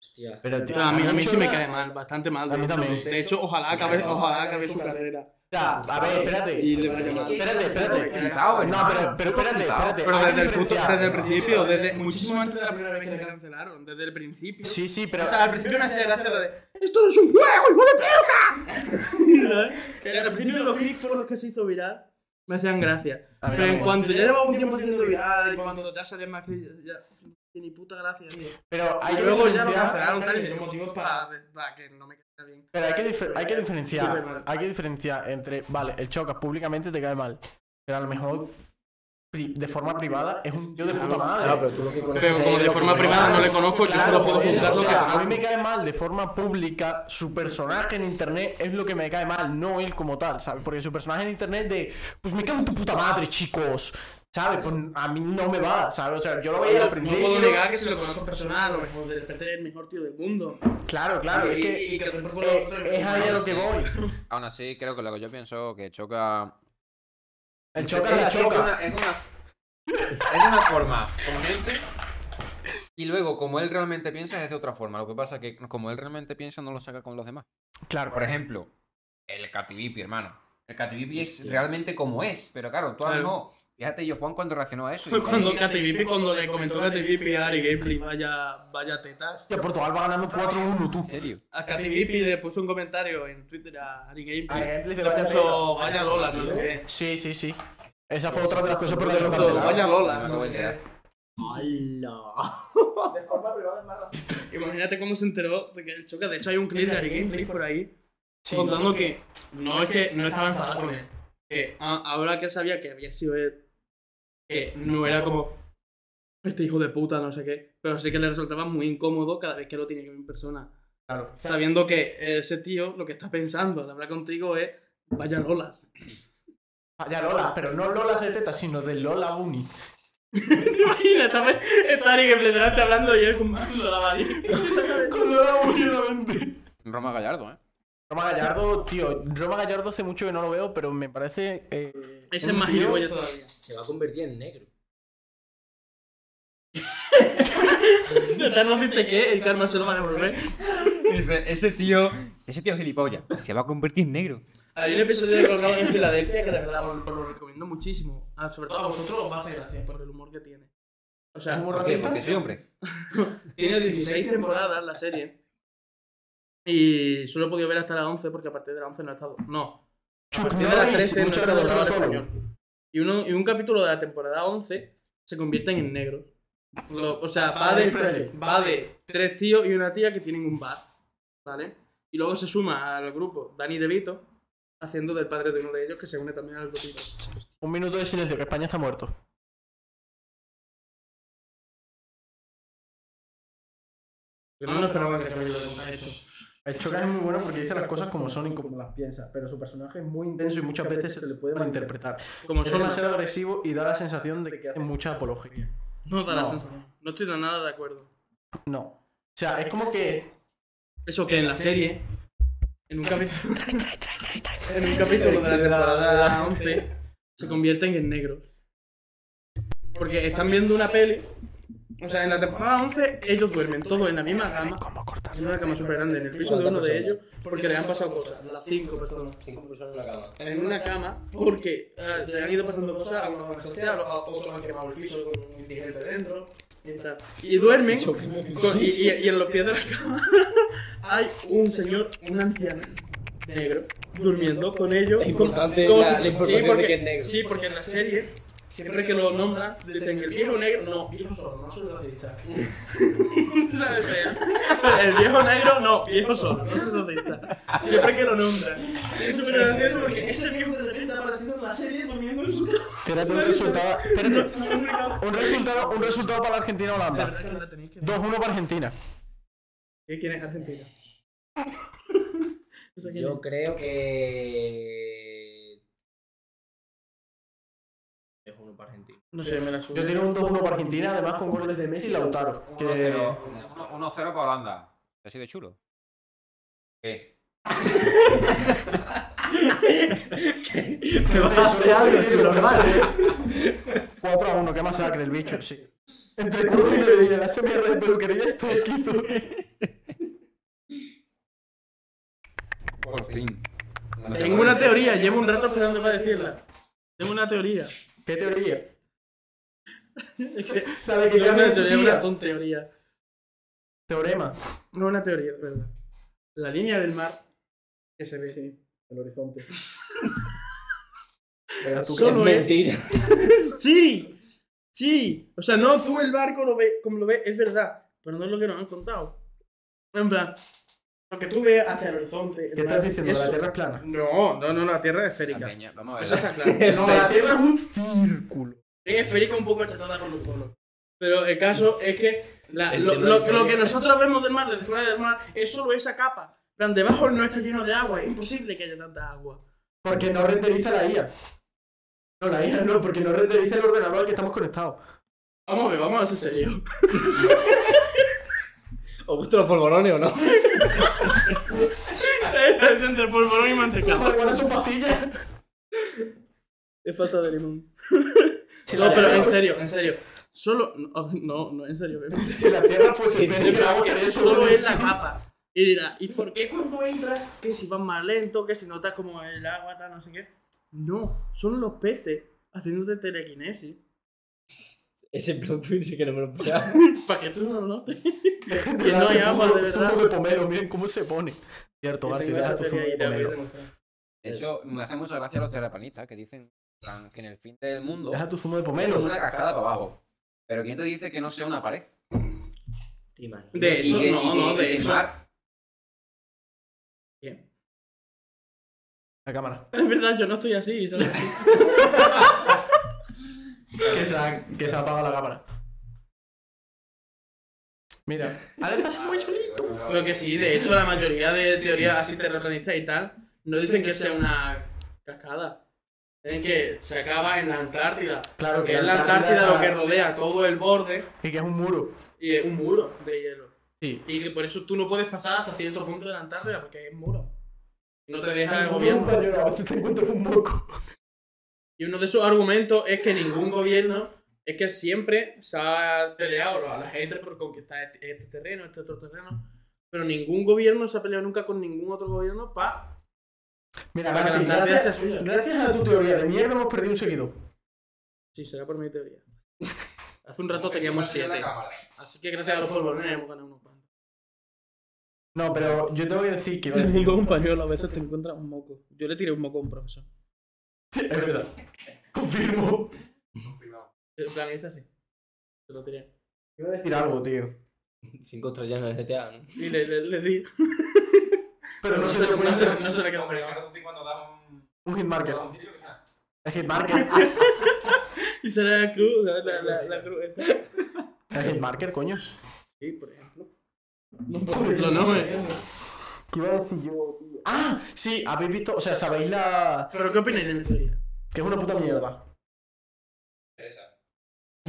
C: Hostia.
E: Pero, tío,
B: A mí, a mí sí me
E: Chocas-
B: cae mal, bastante mal.
E: A mí
B: de hecho.
E: también.
B: De hecho, ojalá acabe, ojalá acabe su carrera.
E: Ya, a ver,
B: Y
E: espérate.
B: le vaya mal.
E: Espérate, espérate.
D: Flipao,
E: No, pero,
D: hermano.
E: pero espérate, espérate.
B: Pero
E: Hay que
B: desde el, puto-
E: diferenciar.
B: desde el principio, desde muchísimo antes de la primera vez que le cancelaron, desde el principio.
E: Sí, sí, pero.
B: O sea, al principio me hacía gracia lo de ¡Esto no es un juego, hijo de puta! al principio los clics por los que se hizo viral me hacían gracia.
E: A ver,
B: Pero en
E: vamos.
B: cuanto ya llevaba un tiempo siendo viral, y cuando ya salía más clics, ya... Ni puta gracia, tío.
E: Pero hay
B: Y
E: que
B: luego ya lo
E: diferenciar-
B: cancelaron tal y me dio motivos para, para que no me caiga bien.
E: Pero hay que, difer- hay que
B: Súper mal.
E: diferenciar. Hay que diferenciar entre, vale, el chocas públicamente te cae mal. Pero a lo mejor pri- de forma privada es un tío de puta madre.
C: Claro, pero tú lo que conoces
B: Pero como
C: es
B: de
C: lo
B: forma
C: que-
B: privada no le
C: Claro.
B: conozco, yo
E: Claro,
B: solo puedo
E: por eso,
B: juzgar lo
E: o
B: que
E: sea, A mí
B: conozco.
E: me cae mal de forma pública su personaje en internet es lo que me cae mal, no él como tal, ¿sabes? Porque su personaje en internet de, pues me cago en tu puta madre, chicos. ¿Sabes? Pues a mí no me va, ¿sabes? O sea, yo lo veía al
B: No
E: principio.
B: puedo negar que si lo conozco en persona, a lo mejor de repente es el mejor tío del mundo.
E: Claro, claro, es
B: Y-
E: que
B: y- y que por culo a
E: eh,
B: vosotros,
E: es ahí a lo que voy.
D: Aún así, creo que lo que yo pienso que choca.
E: El chocas le
D: es, es
E: choca.
D: una, es una. es una forma coherente. Y luego, como él realmente piensa, es de otra forma. Lo que pasa es que, como él realmente piensa, no lo saca con los demás.
E: Claro.
D: Por ejemplo, el Cativipi, hermano. El Cativipi es realmente como es. Pero claro, tú a lo
B: Claro.
D: mejor. Fíjate yo, Juan, cuando reaccionó a eso. y-
B: Cuando Cativipi, cuando le comentó Cativipi a Ari Gameplay, vaya, vaya tetas.
E: Hostia, Portugal va ganando 4-1, tú.
D: ¿En serio?
B: A Cativipi le puso un comentario en Twitter a Ari
E: Ari
B: Gameplay.
E: Gameplay
B: Le
E: de vaya
B: puso
E: Lola.
B: vaya Lola, no sé qué.
E: Sí, sí, sí. Esa fue otra de las cosas por
B: Le
E: las que lo
B: puso
E: cancelaron.
B: vaya Lola,
D: No
B: no
D: voy
B: sé
D: a
B: qué.
C: ¡Hala!
A: De forma privada es más razonable.
B: Imagínate cómo se enteró de que el choque. De hecho, hay un clip de Ari Gameplay por ahí
E: Sí,
B: contando que no es que no estaba enfadado con él. Que a- ahora que sabía que había sido él, que no era como este hijo de puta, no sé qué. Pero sí que le resultaba muy incómodo cada vez que lo tenía que ver en persona.
A: Claro.
B: Sabiendo que ese tío lo que está pensando al hablar contigo es vaya lolas.
E: Ah, Ya Lola, pero no Lola de teta, sino de Lola Uni.
B: ¿Te imaginas? Está, está Ari Gameplay delante hablando y él fumando la varilla.
E: Con Lola Uni en la mente.
D: Roma Gallardo, ¿eh?
E: Roma Gallardo, tío, Roma Gallardo hace mucho que no lo veo, pero me parece. eh,
B: Ese es
E: un
B: más
E: tío-
B: gilipollas todavía.
C: Se va a convertir en negro.
B: ¿Te no hiciste que el karma se lo va a devolver.
D: Dice, ese tío, ese tío gilipollas, se va a convertir en negro.
B: Hay un episodio de Colgado en Filadelfia que de verdad os os lo recomiendo muchísimo. Ah, Sobre todo a vosotros os va a hacer gracia por el humor que tiene. O sea,
E: ¿Humor
D: ¿Por qué? Porque soy hombre.
B: tiene 16 temporadas la serie. Y solo he podido ver hasta la 11 porque a partir de la 11 no he estado. No, a
E: Chuck
B: partir de la
E: Norris,
B: 13 no he
E: mucho
B: estado doblado al
E: respeto solo.
B: español. Y, uno, y un capítulo de la temporada 11 se convierten en negros. Lo- o sea, va de, va de tres tíos y una tía que tienen un bar. ¿Vale? Y luego se suma al grupo Dani DeVito haciendo del padre de uno de ellos que se une también al grupito.
E: Un minuto de silencio, que España está muerto.
B: Yo no me esperaba que el cabello lo contara esto.
E: El Choca es muy bueno porque dice las cosas como son y como
A: como las piensas, pero su personaje es muy intenso
E: intenso y muchas veces se le puede
A: malinterpretar.
E: malinterpretar.
B: Como
E: Es
B: solo
E: demasiado agresivo y da la sensación de que hace mucha apología.
B: No da la
E: No.
B: sensación. No estoy de nada de acuerdo.
E: No. O sea, es como que
B: Eso que en la serie, en un capítulo. en un capítulo de la temporada 11, se convierten en negros. Porque están viendo una peli. O sea, en la temporada 11 ellos duermen todos en la misma cama. En una cama súper grande, en el piso de uno de ellos, porque le han pasado cosas. Las cinco personas.
C: Cinco personas en la cama.
B: en una cama porque eh, le han ido pasando cosas, algunos van a asociar, a- otros han quemado el piso con un indigente dentro. y tal. Y duermen con- y, y- y en los pies de la cama hay un señor, un anciano negro, durmiendo con ellos.
C: Es
B: como-
C: importante
B: como
C: la- la
B: si- sí,
C: información de
B: porque,
C: que es negro.
B: Sí, porque en la serie, siempre que lo nombran, dicen el viejo negro, no, viejo solo, no soy racista. ¿Sabes? El viejo negro, no, viejo solo, no soy racista. Siempre que lo nombran. Es súper gracioso porque ese viejo de repente ha aparecido en la serie durmiendo en su cama.
E: Espérate, un resultado. Espérate.
B: No, no, no, no.
E: Un resultado, un resultado para
B: De
E: Argentina-Holanda.
B: verdad que no la tenéis que ver.
E: 2-1 para Argentina.
B: ¿Qué quieres, Argentina? Eso quiere-
C: Yo creo que. Es uno para Argentina.
B: No sé, me la subo.
E: Yo tiro un 2-1 para Argentina, además con goles de Messi y Lautaro. Que...
D: 1-0 para Holanda. Ha sido chulo. ¿Qué?
E: Te vas a hacer algo, si lo normal. 4 a 1, qué masacre el bicho, sí. Entre Curry y Levilla, la semilla de peluquería esto aquí.
D: Por fin.
B: Tengo una teoría, llevo un rato esperando para decirla. Tengo una teoría.
E: ¿Qué teoría?
B: Es que
E: La de que
B: no es
E: llaman
B: una teoría, es una
E: tía.
B: tonteoría.
E: Teorema.
B: No es una teoría, de verdad. La línea del mar que se ve.
A: El horizonte.
E: Verás tú que-
B: Solo es-
C: mentira.
B: Sí, sí. O sea, no, tú el barco lo ves como lo ves, es verdad. Pero no es lo que nos han contado. En plan, lo que tú ves hacia el horizonte. el
E: ¿Qué
B: mar,
E: estás diciendo? ¿La
B: eso-
E: Tierra es plana?
B: No, no, no, la Tierra es esférica.
D: Vamos a
B: Eso
D: ver.
B: está claro.
E: No, la Tierra es un círculo.
B: Es esférica un poco achatada con los polos. Pero el caso es que la-
C: El
B: lo,
C: tema
B: lo-
C: de que-
B: lo que nosotros vemos del mar, desde fuera del mar, es solo esa capa. En plan, debajo no está lleno de agua, es imposible que haya tanta agua.
E: Porque no renderiza la IA. No, la IA no, porque no renderiza el ordenador al que estamos conectados.
B: Vamos a ver, vamos a ser serios.
C: ¿Os gustan los polvorones o no?
B: Es entre polvorón y
E: La
B: mantecado.
E: marihuana son pastillas.
B: Es falta de limón.
E: Si
B: no,
E: la
B: pero
E: Tierra-
B: en serio, en serio. Solo. No, no, no, en serio, bebé.
E: Si la Tierra fuese esférica, la
B: que
E: botaría
B: solo es la
E: encima.
B: capa. Y dirá, ¿y por qué cuando entras, que si vas más lento, que si notas como el agua, tal, no sé qué? No, son los peces haciéndote telequinesis.
C: Ese plot twist sí que no me lo esperaba.
B: Para que tú no lo notes.
E: Gente,
B: Que no hay
E: date
B: agua,
E: zumo-
B: de verdad.
E: zumo de pomelo, miren cómo se pone. Cierto, García,
B: Tengo esa
E: date zumo
B: teoría
E: de
B: y la voy a
E: pomelo.
B: demostrar.
D: De hecho, me hace mucha gracia los terraplanistas que dicen en plan, que en el fin del mundo
E: Deja tu zumo de
D: es como
E: pomelo.
D: una cascada para abajo. Pero ¿quién te dice que no sea una pared?
C: Te imaginas.
B: De
D: Y
B: hecho,
D: que-
B: no,
D: y
B: no,
D: que-
B: de
D: y que
B: hecho.
D: Mar-
E: La cámara.
B: Es verdad, yo no estoy así, ¿sabes?
E: Que se, ha- que se apaga la cámara. Mira. Ahora estás muy chulito.
B: Pero que sí, de hecho, la mayoría de teorías así terraplanistas y tal no dicen que sea una cascada. Dicen que se acaba en la Antártida.
E: Claro
B: Que es la Antártida lo que
E: está-
B: rodea todo el borde
E: Y que es un muro.
B: y es un muro de hielo.
E: Sí.
B: Y que por eso tú no puedes pasar hasta cierto punto de la Antártida porque es muro. No te deja el
E: Un
B: gobierno.
E: perro, te encuentras un moco.
B: Y uno de sus argumentos es que ningún gobierno es que siempre se ha peleado a la gente por conquistar este, este terreno, este otro terreno. Pero ningún gobierno se ha peleado nunca con ningún otro gobierno para
E: Mira,
B: que la
E: García,
B: Antártida sea
E: gracias,
B: suya.
E: gracias a tu teoría de mierda hemos perdido un seguido.
B: Sí, será por mi teoría. Hace un
F: Como
B: rato
F: que se
B: teníamos
F: parte de la
B: siete.
F: cámara.
B: Así que gracias a los polvorones hemos ganado unos cuantos.
E: No, pero yo te voy a decir que iba a
B: El
E: decir.
B: mundo compañero a veces te encuentra un moco. Yo le tiré un moco a un profesor.
E: Sí, es verdad. Confirmo.
B: En plan, hice así. Se lo tiré.
E: Iba a decir algo, tío.
C: Cinco estrellas en el GTA, ¿no?
B: Y le, le, le di.
E: Pero no,
B: No
E: se
B: sé,
E: te puede
B: no sé.
E: hacer
B: No se le quedó
F: Como
B: pegado.
F: Ricardo Ortiz cuando da un-
E: un hitmarker.
F: da un tiro, que sea,
E: El hitmarker.
B: Y será la cruz, la, la, la, la cruz esa.
E: El hitmarker, coño.
B: Sí, por ejemplo. No, por ejemplo, no me.
E: ¿Qué iba a decir yo, tío? Ah, sí, habéis visto, o sea, sabéis la.
B: Pero ¿qué opináis de mi teoría?
E: que es una puta mierda.
F: Teresa.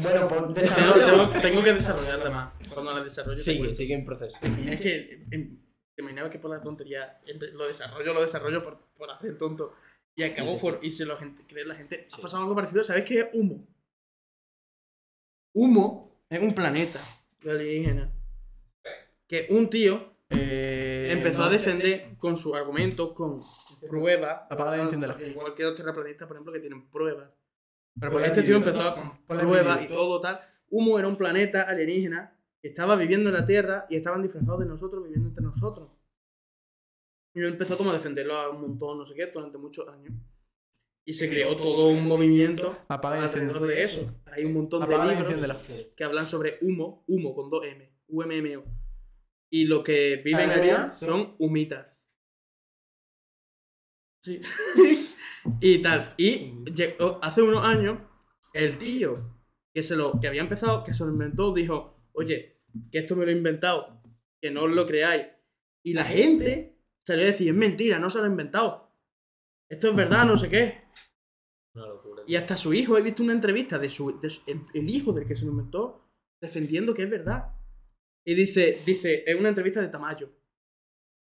E: Bueno, pues
B: Tengo,
E: desarrolla.
B: tengo- tengo que desarrollarla más. Cuando la desarrollo. te
C: Sigue,
B: cuento.
C: sigue en proceso.
B: Es que em, te imaginaba que por la tontería em, lo desarrollo, lo desarrollo por, por hacer el tonto. Y acabó
C: Sí, sí.
B: por. Y se lo gente, cree la gente.
C: Sí.
B: Ha pasado algo parecido, ¿sabes qué es humo? Humo es un planeta de alienígena. Que un tío
E: Eh,
B: empezó
E: no.
B: a defender con sus argumentos, con pruebas.
E: Apaga y enciéndela.
B: Igual que los terraplanistas, por ejemplo, que tienen pruebas.
E: Pero
B: Porque
E: ponle
B: este
E: el
B: tío
E: vídeo.
B: empezó con
E: Ponle el
B: pruebas y
E: vídeo.
B: todo tal. Humo era un planeta alienígena que estaba viviendo en la Tierra y estaban disfrazados de nosotros, viviendo entre nosotros. Y él empezó como a defenderlo a un montón, no sé qué, durante muchos años. Y se creó todo un movimiento
E: Apaga y
B: alrededor
E: enciéndela.
B: de eso. Hay un montón de
E: Apaga y
B: libros
E: enciéndela.
B: que hablan sobre humo, humo con dos M, UMMO. Y los que viven
E: ¿Ah,
B: allí
E: ya?
B: son humitas. Sí. y tal. Y llegó- hace unos años, el tío que, se lo, que había empezado, que se lo inventó, dijo: Oye, que esto me lo he inventado, que no os lo creáis. Y la gente salió a decir: Es mentira, no se lo he inventado. Esto es verdad, no sé qué.
C: Una locura.
B: Y hasta su hijo, he visto una entrevista de su, de su- el, el hijo del que se lo inventó defendiendo que es verdad. Y dice, dice, es una entrevista de Tamayo.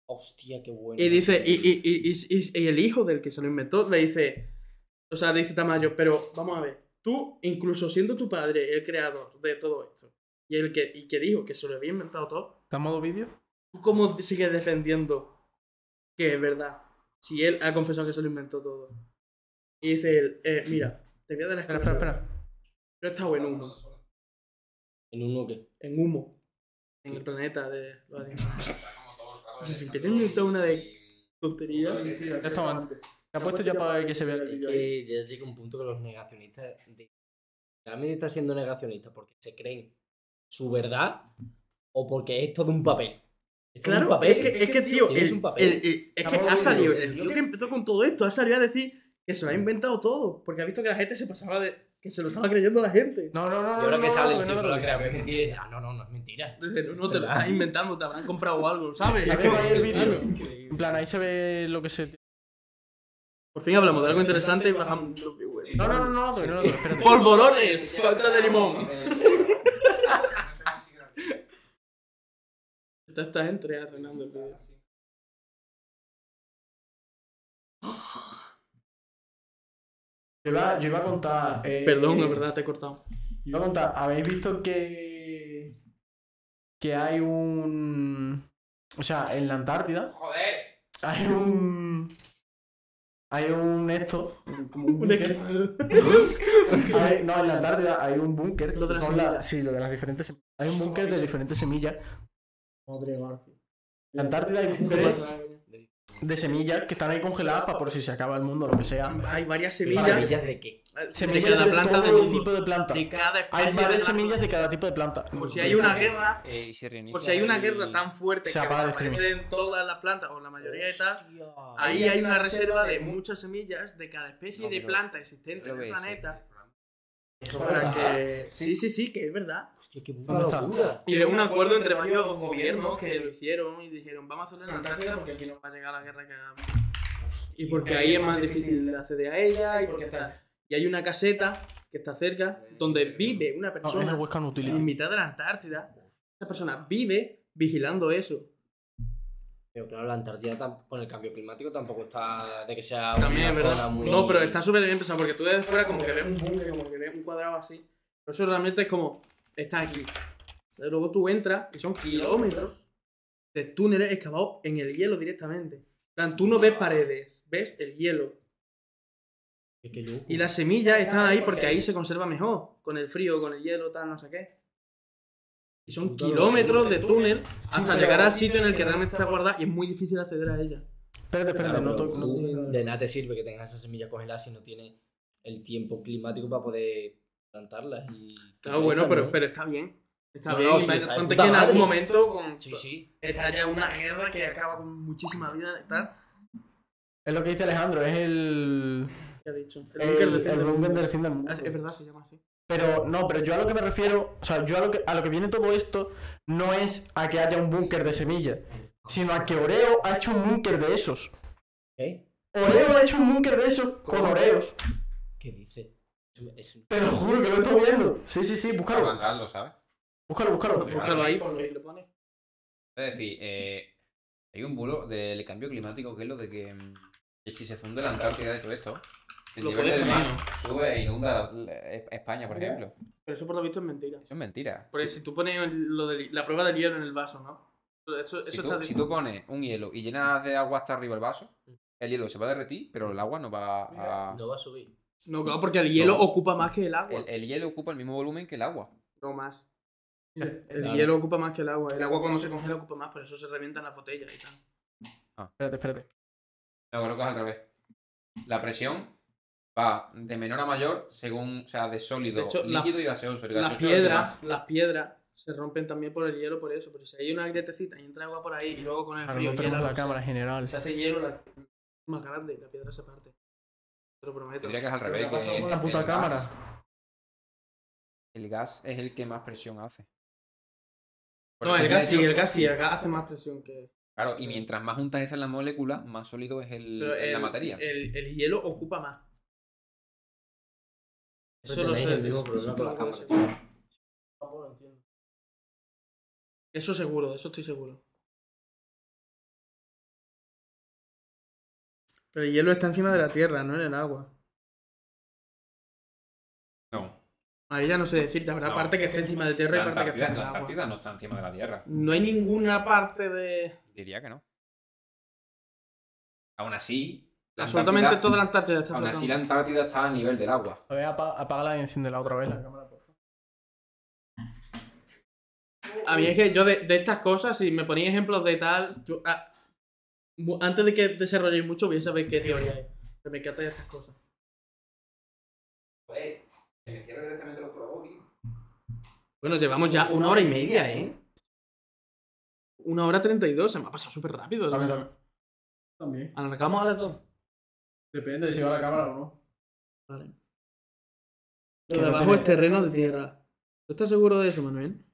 C: Hostia, qué bueno.
B: Y dice, y, y- y- y- y- y el hijo del que se lo inventó le dice, o sea, le dice Tamayo, pero vamos a ver, tú, incluso siendo tu padre el creador de todo esto, y el que, y que dijo que se lo había inventado todo,
E: ¿Está en modo vídeo?
B: ¿tú cómo sigues defendiendo que es verdad? Si él ha confesado que se lo inventó todo. Y dice él, eh, mira, te voy a dar las
E: Espera,
B: claves.
E: espera, espera.
B: Yo he estado en humo.
C: En uno que.
B: en humo en el planeta de los animales.
F: Está como todo el rato
B: Sí, sí,
F: de-
B: que tiene minuto una de-
F: y-
B: Tontería.
E: Ya está antes. ¿Te ha puesto ya para que se vea el
C: Es
E: vídeo? ahí?
C: que ya llega un punto que los negacionistas. de- Realmente están siendo negacionistas porque se creen su verdad o porque es todo un papel. Es todo
B: Claro,
C: un papel.
B: es que, es que tío,
C: tienes
B: el-
C: un papel.
B: el- el- es que
E: Estamos
B: ha salido,
E: viendo.
B: el tío que empezó con todo esto ha salido a decir que se lo ha inventado todo, porque ha visto que la gente se pasaba de. que se lo estaba creyendo la gente.
E: No, no, no.
C: Y
E: no,
C: ahora
E: no,
C: que
E: no,
C: sale el
E: no,
C: tío
E: no,
C: con
E: no,
C: la
E: no.
C: cara que me tiene, ah, no, no, no es mentira.
B: Desde no, no te lo estás inventando, te habrán comprado algo, ¿sabes?
E: Es que va ahí el vídeo. En
C: Increíble.
E: plan, ahí se ve lo que se.
B: Por fin hablamos de algo interesante y bajamos.
E: No, no, no, no, no, no, no, espérate.
B: ¡Polvorones! ¡Falta de limón! Te estás entre arruinando el vídeo.
E: Yo iba, yo iba a contar. eh,
B: Perdón, la verdad, te he cortado.
E: Yo voy a contar, ¿habéis visto que. que hay un. O sea, en la Antártida
D: Eh,
F: Joder.
E: hay un. Hay un esto. Como un
B: Un
E: búnker.
B: escándalo.
E: Hay- no, en la Antártida hay un búnker.
B: Lo de las
E: con la-
B: semillas.
E: sí, lo de las diferentes sem- Hay un búnker de diferentes semillas. En la Antártida hay un búnker.
B: Sí.
E: de semillas que están ahí congeladas para por si se acaba el mundo o lo que sea.
B: Hay varias
C: ¿Para
B: semillas
C: millas de qué?
E: Semillas
B: de cada
E: de
B: planta del
E: todo
B: mundo.
E: tipo de planta.
B: De cada especie
E: Hay varias
B: de planta.
E: semillas de cada tipo de planta.
B: Por si hay una guerra,
D: Eh, y se reinicia
B: por si hay una
D: el-
B: guerra tan fuerte
E: Se
B: que
E: apaga el
B: desaparecen todas las plantas o la mayoría de tal,
D: Hostia.
B: ahí hay una reserva de muchas semillas de cada especie
D: No,
B: de
D: pero-
B: planta existente
D: Lo
B: en
D: ves,
B: el
D: eh.
B: planeta.
C: Eso
B: Para
C: verdad.
B: que... Sí, sí, sí, que es verdad.
C: Hostia, qué puta
E: ¿Dónde está?
C: locura.
B: Y es un acuerdo entre varios gobiernos que lo hicieron y dijeron, vamos a hacerlo en Antártida porque aquí no va a llegar la guerra que hagamos. Y porque ahí es más difícil acceder a ella y porque está... Y hay una caseta que está cerca donde vive
E: No,
B: una
E: es el
B: persona
E: Huescan Utility.
B: en mitad de la Antártida. Esa persona vive vigilando eso.
C: Pero claro, la Antártida tam- con el cambio climático tampoco está de que sea
B: También es
C: una
B: verdad.
C: zona muy...
B: No, pero está súper bien pensado porque tú desde fuera como que ves un búnker, como que ves un cuadrado así. Pero eso realmente es como, está aquí. Pero Luego tú entras y son kilómetros de túneles excavados en el hielo directamente. O sea, tú no ves paredes, ves el hielo.
C: Qué- qué loco.
B: Y las semillas están ahí porque ahí se conserva mejor, con el frío, con el hielo, tal, no sé qué. Y son
C: Puta
B: kilómetros de
C: locura.
B: túnel hasta
E: pero-
B: llegar al sitio en el que realmente está guardada y es muy difícil acceder a ella.
E: Espérate, espérate,
C: Claro,
E: no
C: pero
E: to- no-
C: tú de nada te sirve que tengas esa semilla congelada si no tienes el tiempo climático para poder plantarlas. Y
B: Claro, Ah, bueno,
C: crezcan,
B: pero,
C: ¿no?
B: pero está bien. Está
C: No,
B: bien,
C: no,
B: y
C: sí, está de puta
B: ponte que en
C: madre.
B: algún momento con,
C: Sí, sí.
B: estalla una guerra que acaba con muchísima vida de tal.
E: Es lo que dice Alejandro, es el.
B: ¿Qué ha dicho?
E: El, el, búnker del fin del mundo.
B: Ah, Es verdad, se llama así.
E: Pero no, pero yo a lo que me refiero, o sea, yo a lo que, a lo que viene todo esto no es a que haya un búnker de semillas, sino a que Oreo ha hecho un búnker de esos.
C: ¿Qué?
E: Oreo ha hecho un búnker de esos con Oreos.
C: ¿Qué dice? Es un-
E: Te lo juro que lo estoy viendo. Sí, sí, sí,
D: Para
E: búscalo.
D: mandarlo, ¿sabes?
E: Búscalo, búscalo.
B: Búscalo ahí por lo pone.
D: Es decir, eh, hay un bulo del cambio climático que es lo de que, mm, que si se funde la Antártida de todo esto, el
B: Lo
D: nivel
B: puedes
D: del
B: ver,
D: mar sube e inunda la- eh, España, por ejemplo.
B: Pero eso por lo visto es mentira.
D: Eso es mentira.
B: Porque si tú pones el- lo del- la prueba del hielo en el vaso, ¿no? Eso, eso
D: Si
B: está
D: tú, si tú pones un hielo y llenas de agua hasta arriba el vaso, el hielo se va a derretir, pero el agua Mm. no va a...
C: Ah. No va a subir.
B: No, claro, porque el hielo
D: No.
B: ocupa más que el agua.
D: El, el hielo ocupa el mismo volumen que el agua.
B: No más. El
C: Claro.
B: hielo ocupa más que el agua. El agua cuando se congela ocupa más, por eso se revientan las botellas y tal.
E: Espérate, espérate.
D: No, creo que es al revés. La presión va de menor a mayor según, o sea, de sólido,
B: De hecho, la-
D: líquido y gaseoso. El
B: Las
D: gaseoso es el que más-
B: piedras, las piedras se rompen también por el hielo por eso, pero si hay una grietecita y entra agua por ahí y luego con el
E: Ahora
B: frío
E: no
B: y el
E: tenemos
B: agua
E: la cámara general.
B: se, se hace hielo la- más grande y la piedra se parte. Te lo prometo.
D: Tendría que es al revés.
E: ¿Qué ha pasado
D: que
E: con la puta
D: el
E: cámara?
D: Gas, el gas es el que más presión hace. Por
B: No,
D: eso
B: el
D: que
B: gas
D: de
B: sí,
D: hecho-
B: el gas sí, el gas hace más presión que...
D: Claro, y mientras más juntas esas las moléculas, más sólido es el,
B: pero
D: la
B: el-
D: materia.
B: El, el hielo ocupa más. Eso
C: Pero
B: lo
C: tenéis
B: sé,
C: el mismo
B: eso-
C: problema
B: eso
C: con la
B: tengo
C: cámara,
B: seguro. Eso seguro, de eso estoy seguro. Pero el hielo está encima de la tierra, no en el agua.
D: No,
B: Ahí ya no sé decirte, habrá
D: No.
B: parte que esté encima de tierra
D: la
B: y parte que esté
D: Antártida,
B: en el
D: la
B: agua.
D: Antártida no está encima de la Tierra.
B: No hay ninguna parte de.
D: Diría que no. Aún así, la
B: Absolutamente
D: Antártida-
B: toda la Antártida está
D: aún así la
B: flotando.
D: Antártida está al nivel del agua.
E: A ver, apa- apágala y enciéndela otra vez la cámara, por favor.
B: A mí es que yo de, de estas cosas, si me ponéis ejemplos de tal. yo, ah, mu- antes de que desarrolléis mucho, voy a saber qué teoría hay. Pero me encantan estas cosas.
D: Joder, se me cierran directamente los probólicos.
B: Bueno, llevamos ya una hora y media, ¿eh? Una hora treinta y dos, se me ha pasado súper rápido.
E: A mí también. También.
B: Arrancamos a las dos.
E: Depende de si va la cámara o no.
B: Vale.
E: Que
B: Lo de
E: no
B: abajo
E: tiene-
B: es terreno de tierra. ¿Tú estás seguro de eso, Manuel? ¿Tú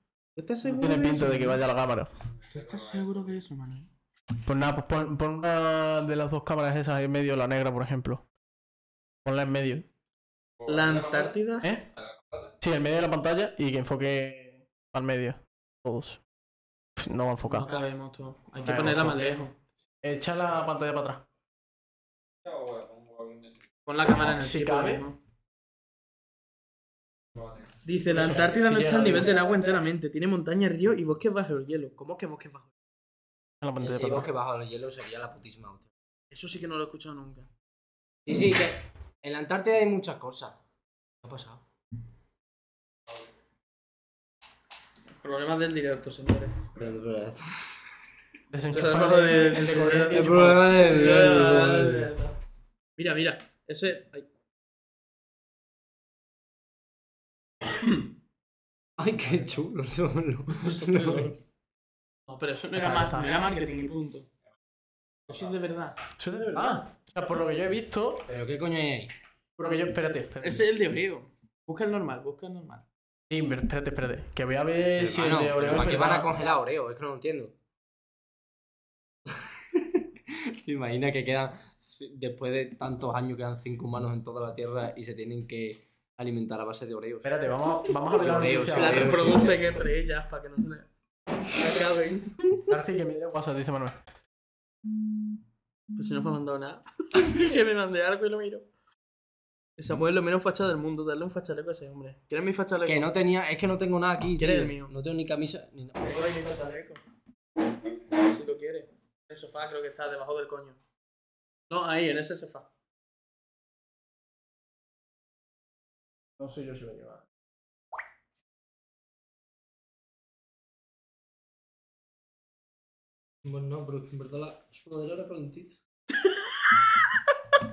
E: No
B: estás seguro
E: tiene
B: de
E: pinta
B: eso?
E: de que vaya la cámara.
B: ¿Tú estás seguro de eso, Manuel?
E: Pues nada, pues pon, pon una de las dos cámaras esas ahí en medio, la negra, por ejemplo. Ponla en medio.
B: La Antártida.
E: ¿Eh? Sí, en medio de la pantalla y que enfoque al medio. Todos. Pff, No va a
B: No
E: enfocar.
B: cabemos todos. Hay que
E: Claro,
B: ponerla
E: todo.
B: más lejos.
E: Echa la pantalla para atrás.
B: Pon la cámara en el
E: Si
B: sitio
E: cabe.
B: mismo. Dice, la
E: Eso,
B: Antártida
E: si
B: no está
E: llega
B: al
E: la
B: nivel
E: luz.
B: del agua enteramente. Tiene montañas, ríos y bosques bajo el hielo. ¿Cómo que bosques bajo el hielo?
E: En la pantalla
C: Si
E: para
C: digo que
E: atrás.
C: bajo el hielo sería la putísima hostia.
B: Eso sí que no lo he escuchado nunca.
C: Sí, sí, que en la Antártida hay muchas cosas. ¿Qué ha pasado?
B: Problemas del directo, señores.
C: Pero- pero-
E: Desenchufable. El de corriente.
C: El problema del-
B: Mira, mira. Ese. ay,
C: Ay, qué chulo son los.
B: los- No, pero eso no era,
E: Está,
B: ma-
E: está.
B: no era marketing, y punto. Eso es de verdad.
E: Eso es de verdad. Ah, O sea, por lo que yo he visto.
C: Pero qué coño hay ahí.
E: Por lo que yo. Espérate, espérate.
B: Ese es el de Oreo. Busca el normal, busca el normal.
E: Sí, pero espérate, espérate. Que voy a ver si el
C: Hermano,
E: de Oreo.
C: Ah, ¿pero
E: es
C: ¿Para qué
E: verdad.
C: van a congelar Oreo? Es que no lo entiendo. ¿Te imaginas que quedan, c- después de tantos años, quedan cinco humanos en toda la Tierra y se tienen que alimentar a base de Oreos?
E: Espérate, vamos, vamos a ver la
C: Oreo,
E: noticia.
B: Se la
C: Oreo,
E: Oreo.
B: reproducen entre ellas para que no se le acaben.
E: Darcy que mire el WhatsApp, dice Manuel.
B: Pues si no me ha mandado nada. que me mandé algo y lo miro. Samuel, lo menos fachado del mundo. Dale un fachaleco a ese hombre. ¿Quieres mi fachaleco?
C: Que no tenía, es que no tengo nada aquí.
B: ¿Quieres
C: tío.
B: el mío?
C: No tengo ni camisa. Ni nada.
B: Oye, mi fachaleco. Si lo quieres. El sofá creo que está debajo del coño. No, ahí, en ese sofá.
E: No sé yo si lo lleva.
C: Bueno, no, pero en verdad la sudadera era calentita.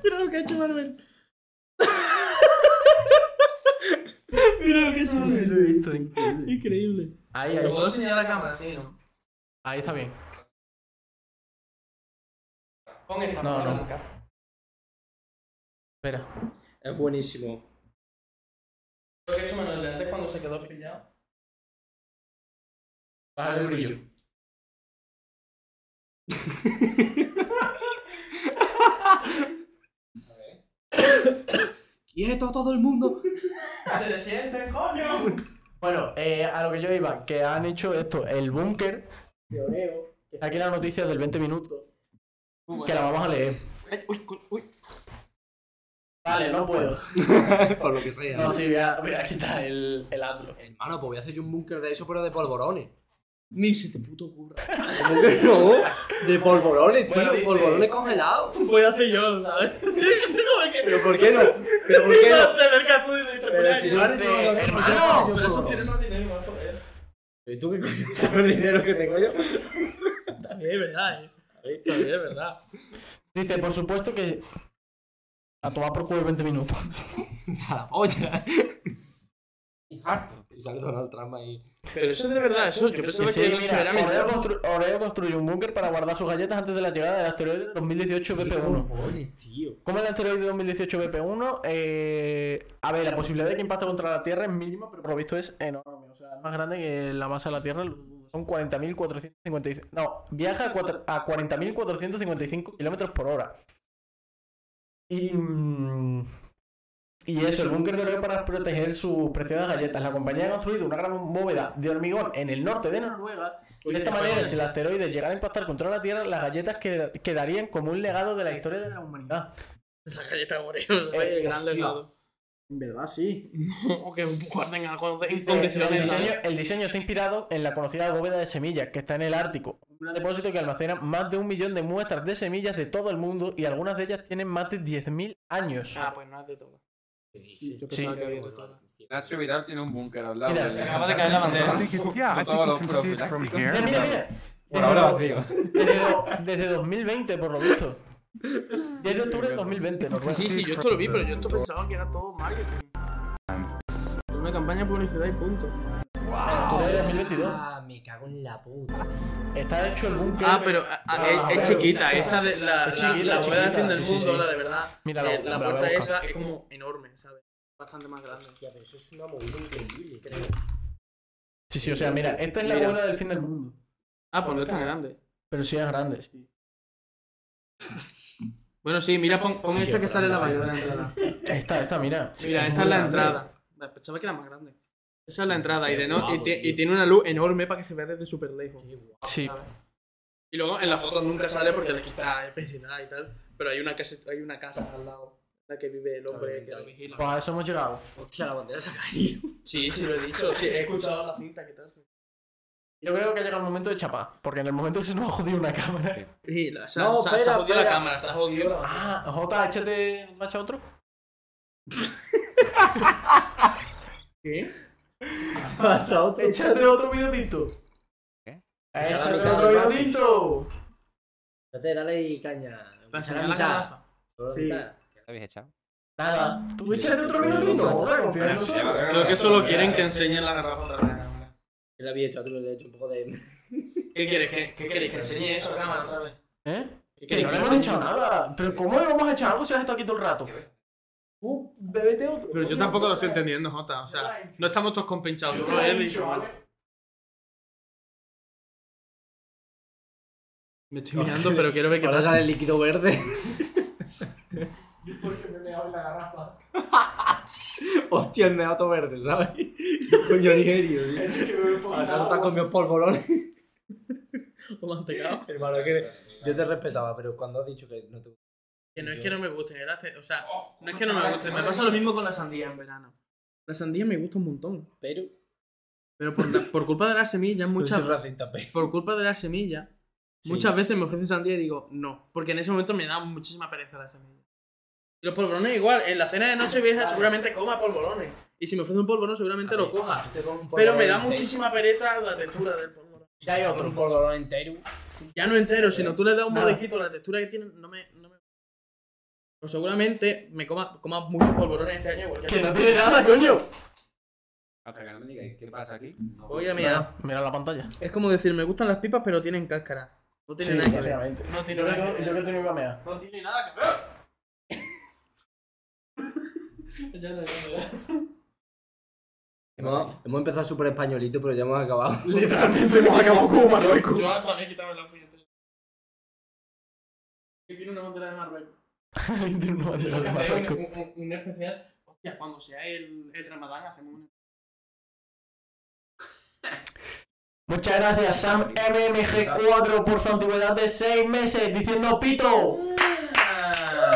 B: Mira lo que ha hecho Manuel. Mira lo que ha hecho. Manuel.
E: lo he visto, increíble.
B: Increíble.
E: Ahí,
B: Lo
E: ahí.
B: puedo enseñar a la cámara, tío.
E: Ahí está bien.
F: Pon esta
E: No,
F: palabra
E: no.
F: acá.
E: Espera.
C: Es buenísimo.
B: Lo que ha hecho Manuel de antes cuando se quedó pillado.
E: Baja el brillo.
C: Quieto todo el mundo.
B: ¡Se le siente, coño!
E: Bueno, eh, a lo que yo iba, que han hecho esto, el búnker de Oreo, que está aquí en las noticias del 20 minutos, que la vamos a leer.
B: Ay, uy, uy, uy.
E: Vale, no puedo.
C: Por lo que sea.
E: No, sí, voy a, voy a quitar el, el Android.
C: Hermano, pues voy a hacer yo un búnker de eso, pero de polvorones.
B: Ni se te puto ocurra.
C: ¿Cómo que no? De polvorones, tío.
E: Bueno, dice-
C: polvorones congelados.
B: Voy a hacer yo, ¿sabes? Como que-
C: ¿Pero por qué no? ¿Pero por qué no?
B: Te acercas tú y te pones
C: si
B: ahí.
C: no han hecho
E: Dice,
C: polvorones,
E: este, hermano,
C: yo
B: Pero eso
C: polvorones.
B: tiene más dinero, más joder.
C: ¿Y tú qué coño sabes el dinero que tengo yo?
B: También es verdad, eh. También es verdad.
E: Dice, por supuesto que... A tomar por culo el 20 minutos.
C: A la polla.
D: Y harto.
C: Y sale Donald Trump ahí.
B: Pero eso es de verdad, eso. Yo pensaba
E: Sí,
B: que no
E: mira,
B: era
E: Oreo,
B: mentira.
E: constru- Oreo construye un búnker para guardar sus galletas antes de la llegada del asteroide 2018
C: ¿Qué
E: BP1.
C: cojones, tío?
E: Como el asteroide 2018 BP1, eh, a ver, la posibilidad de que impacte contra la Tierra es mínima, pero por lo visto es enorme. O sea, es más grande que la masa de la Tierra. Son 40.455. No, viaja a, cuatro- a 40.455 kilómetros por hora. Y. mm, Y eso, el búnker de Oreo para proteger sus preciadas galletas. La compañía ha construido una gran bóveda de hormigón en el norte de Noruega. Y de esta manera, si el asteroide llegara a impactar contra la Tierra, las galletas qued- quedarían como un legado de la historia de la humanidad.
B: La galleta de Oreo, ¿sabes?
E: Eh,
B: El gran
E: hostia.
B: legado.
E: En verdad, sí.
B: O que guarden algo de- en
E: El Eh, el
B: condiciones.
E: diseño, el diseño está inspirado en la conocida bóveda de semillas que está en el Ártico, un depósito que almacena más de un millón de muestras de semillas de todo el mundo y algunas de ellas tienen más de 10.000 años.
B: Ah, pues no es de todo.
C: Sí,
B: yo
E: pensaba
B: que había de todo.
D: Nacho Vidal tiene un búnker al lado.
E: Mira,
D: del-
E: se
B: acaba de caer la bandera.
G: I think it, yeah, I
D: Con todos los
G: think you can see it from
D: profilácticos.
G: here.
E: Mira, mira, mira.
D: Por ahora
E: Desde,
D: vacío.
E: desde- desde 2020, por lo visto. 10 de octubre de 2020, no
B: Sí, sí, yo esto lo vi, pero yo esto pensaba que era todo marketing. Una campaña de publicidad y punto.
E: Octubre de 2022.
C: Ah, me cago en la puta.
E: Está hecho el búnker.
B: Ah, pero ah, ah,
E: Ah,
B: es, es
E: pero-
B: chiquita, esta de la,
E: Es
B: la-
E: chiquita,
B: la rueda de
E: chiquita,
B: fin del
E: sí, sí,
B: mundo,
E: sí.
B: la de verdad.
E: Mira, la-
B: eh, la,
E: la
B: puerta
E: boca.
B: esa es como enorme, ¿sabes? Bastante más grande.
C: Hostia, pero eso es una movida increíble, creo.
E: Sí, sí, o sea, mira, esta es la
B: Mira.
E: bóveda del fin del mundo.
B: Ah, pues no es tan grande.
E: Pero sí es grande. sí.
B: Bueno, sí, mira, pon, pon esta que sale la valla de la entrada.
E: Esta, esta, mira. Sí,
B: Mira, esta
E: muy
B: es la
E: grande.
B: entrada. Pensaba que era más grande. Esa es la entrada y, de no- y,
C: Guau,
B: tie- y
C: tío.
B: tiene una luz enorme para que se vea desde súper lejos.
C: Qué guapo.
E: Sí.
B: ¿sabes? Y luego en la foto nunca sale porque le quita especialidad y tal. Pero hay una casa, hay una casa al lado, la que vive el hombre que la vigila.
E: Pues a eso hemos llegado.
C: Hostia, la bandera se ha caído.
B: Sí, sí, lo he dicho. Sí, he escuchado la cinta que tal. sí.
E: Yo creo que ha llegado el momento de chapar, porque en el momento que se nos ha jodido una cámara.
B: Y la, se,
C: No,
B: se- se
C: espera,
B: ha jodido la
C: espera.
B: cámara, se ha jodido la.
E: Ah, Jota, échate. ¿No ha echado otro?
B: ¿Qué?
E: Échate otro minutito. ¡Eso
C: la
E: es
C: mitad
E: otro
C: del vaso.
E: gordito!
C: Espérate, dale y caña.
B: Para
C: Aunque sea la
B: señalar la
C: mitad,
B: garrafa.
C: solo la
E: Sí.
C: mitad.
D: ¿Lo habéis echado?
E: Nada. ¿Tú échate otro
C: Pero
E: minutito?
C: tú,
E: Joder, confía en
F: Pero se
E: nosotros.
F: llama-
B: Creo que solo quieren que enseñen la garrafa otra vez. ahora.
C: Yo la había hecho, tú le he hecho un poco de.
B: ¿Qué quieres? ¿Qué, qué queréis? ¿Que enseñe eso a cámara otra vez?
E: ¿Eh? Que
B: ¿Qué queréis?
E: no
B: que
E: le hemos
B: enseñe?
E: echado nada. ¿Pero cómo le vamos a echar algo si has estado aquí todo el rato? Uh, bébete otro.
B: Pero yo
E: coño.
B: tampoco lo estoy entendiendo, Jota. O sea, no estamos todos compinchados.
E: Yo
B: solo
E: te lo he
B: él y
E: dicho,
B: yo.
E: ¿vale?
B: Me estoy mirando, pero quiero ver qué
C: Ahora
B: pasa.
C: sale el líquido verde.
E: Yo porque me he meado en la garrafa.
C: Hostia, el meato verde, ¿sabes? Qué coño digerio, tío.
E: Es que me he puesto
C: ¿Acaso estás
E: agua.
C: con mis polvorones?
B: O mantecado.
C: Hermano, que yo te respetaba, pero cuando has dicho que no te
B: Que no es que no me guste, era este- o sea,
F: Oh,
B: no es que no me guste. Me pasa lo mismo con la sandía en verano. La sandía me gusta un montón.
C: Pero.
B: Pero por, la- por culpa de las semillas,
C: Muchas
B: muchas,
C: racista, pero.
B: por culpa de las semillas, muchas veces me ofrecen sandía y digo no. Porque en ese momento me da muchísima pereza la semilla. Y los polvorones igual. En la cena de noche vieja seguramente coma polvorones. Y si me ofrece un polvorón seguramente lo coja. Pero me da muchísima pereza la textura del polvorón.
E: Ya hay
C: Un
E: otro.
C: polvorón entero.
B: Ya no entero, sino tú le das un
E: Nada.
B: molequito, la textura que tiene no me... No me... Pues seguramente me coma, coma muchos polvorones este año. igual que-
E: Que no tiene nada, coño.
D: Hasta que no me digáis, ¿qué pasa aquí?
B: Voy a mirar.
E: Mira la pantalla.
B: Es como decir, me gustan las pipas, pero tienen cáscara. No tiene nada que ver.
E: básicamente.
B: No tiene
E: Yo
B: nada
E: que
B: que
E: yo que
B: ver.
E: tú no iba a mear.
B: No tiene nada que ver. Ya lo veo, ya.
C: Hemos, hemos empezado súper españolito, pero ya hemos acabado.
E: Literalmente hemos acabado como Marruecos.
B: Yo hasta me he quitado la puñetera. Que tiene una bandera de Marruecos.
E: De una bandera
B: Tengo
E: de
B: que hacer
E: Marruecos.
B: un, un- un especial. Hostia, cuando sea el, el Ramadán hacemos un
E: Muchas gracias, Sam MMG4 por su antigüedad de 6 meses diciendo pito.
B: ¡Ah!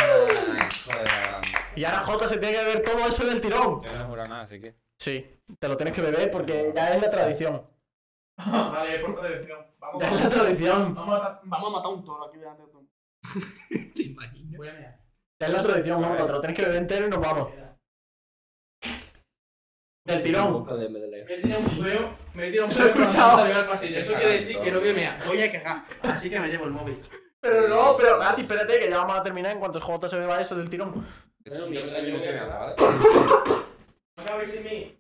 E: Y ahora J se tiene que beber todo eso del tirón.
D: Yo no he jurado nada, así que.
E: Sí, te lo tienes que beber porque ya es la tradición.
B: Vale, por tradición. Vamos,
E: Ya es la tradición.
B: vamos, a, matar- vamos a matar un toro aquí delante de todo.
C: ¿Te imaginas?
B: Voy a mirar.
E: Ya es la tradición, Jota. Te lo tienes que beber entero y nos vamos. Del tirón.
B: Me he tirado un peo, me he
E: Lo he
B: tirado un peo, pero no
E: escuchado.
B: salió al pasillo. Eso quiere decir
D: Cagando.
B: que no voy a mear. Voy a cagar. Así que me llevo el móvil.
E: Pero no, pero Nazi, espérate que ya vamos a terminar en cuanto J se beba eso del tirón.
D: Yo no quiero nada, ¿vale?
B: No acabéis sin mí.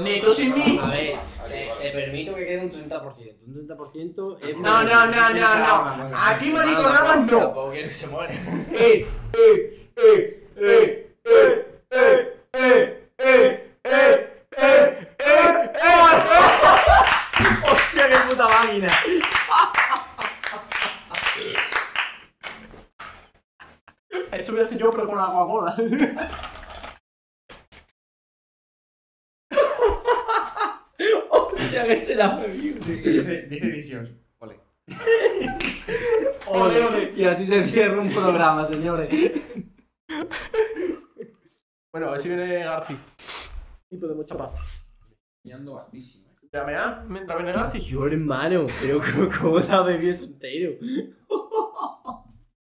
E: Ni tú sin mí.
C: A ver,
D: Eh,
C: te, te permito que quede un 30%. Un 30% es.
E: No, no, no, no, no. Aquí Marico Ramas no.
C: Tampoco quiero que se muere.
E: ¡Eh! ¡Eh! ¡Eh! ¡Eh! ¡Eh! ¡Eh! ¡Eh! ¡Eh! ¡Eh! ¡Eh! ¡Eh!
C: ¡Hostia, qué puta máquina!
E: Eso voy a hacer yo, pero con la Coca-Cola.
C: ¡Hostia, que se la ha bebido!
D: Dice Visions. Ole.
E: Ole, ole.
C: Y así se cierra un programa, señores.
E: Bueno, a ver si viene Garci.
C: Y podemos
E: Chapa.
D: Enseñando bastísimo. eh.
E: Llame a mientras viene Garci.
C: Yo, hermano, pero ¿cómo, cómo te has bebido eso entero?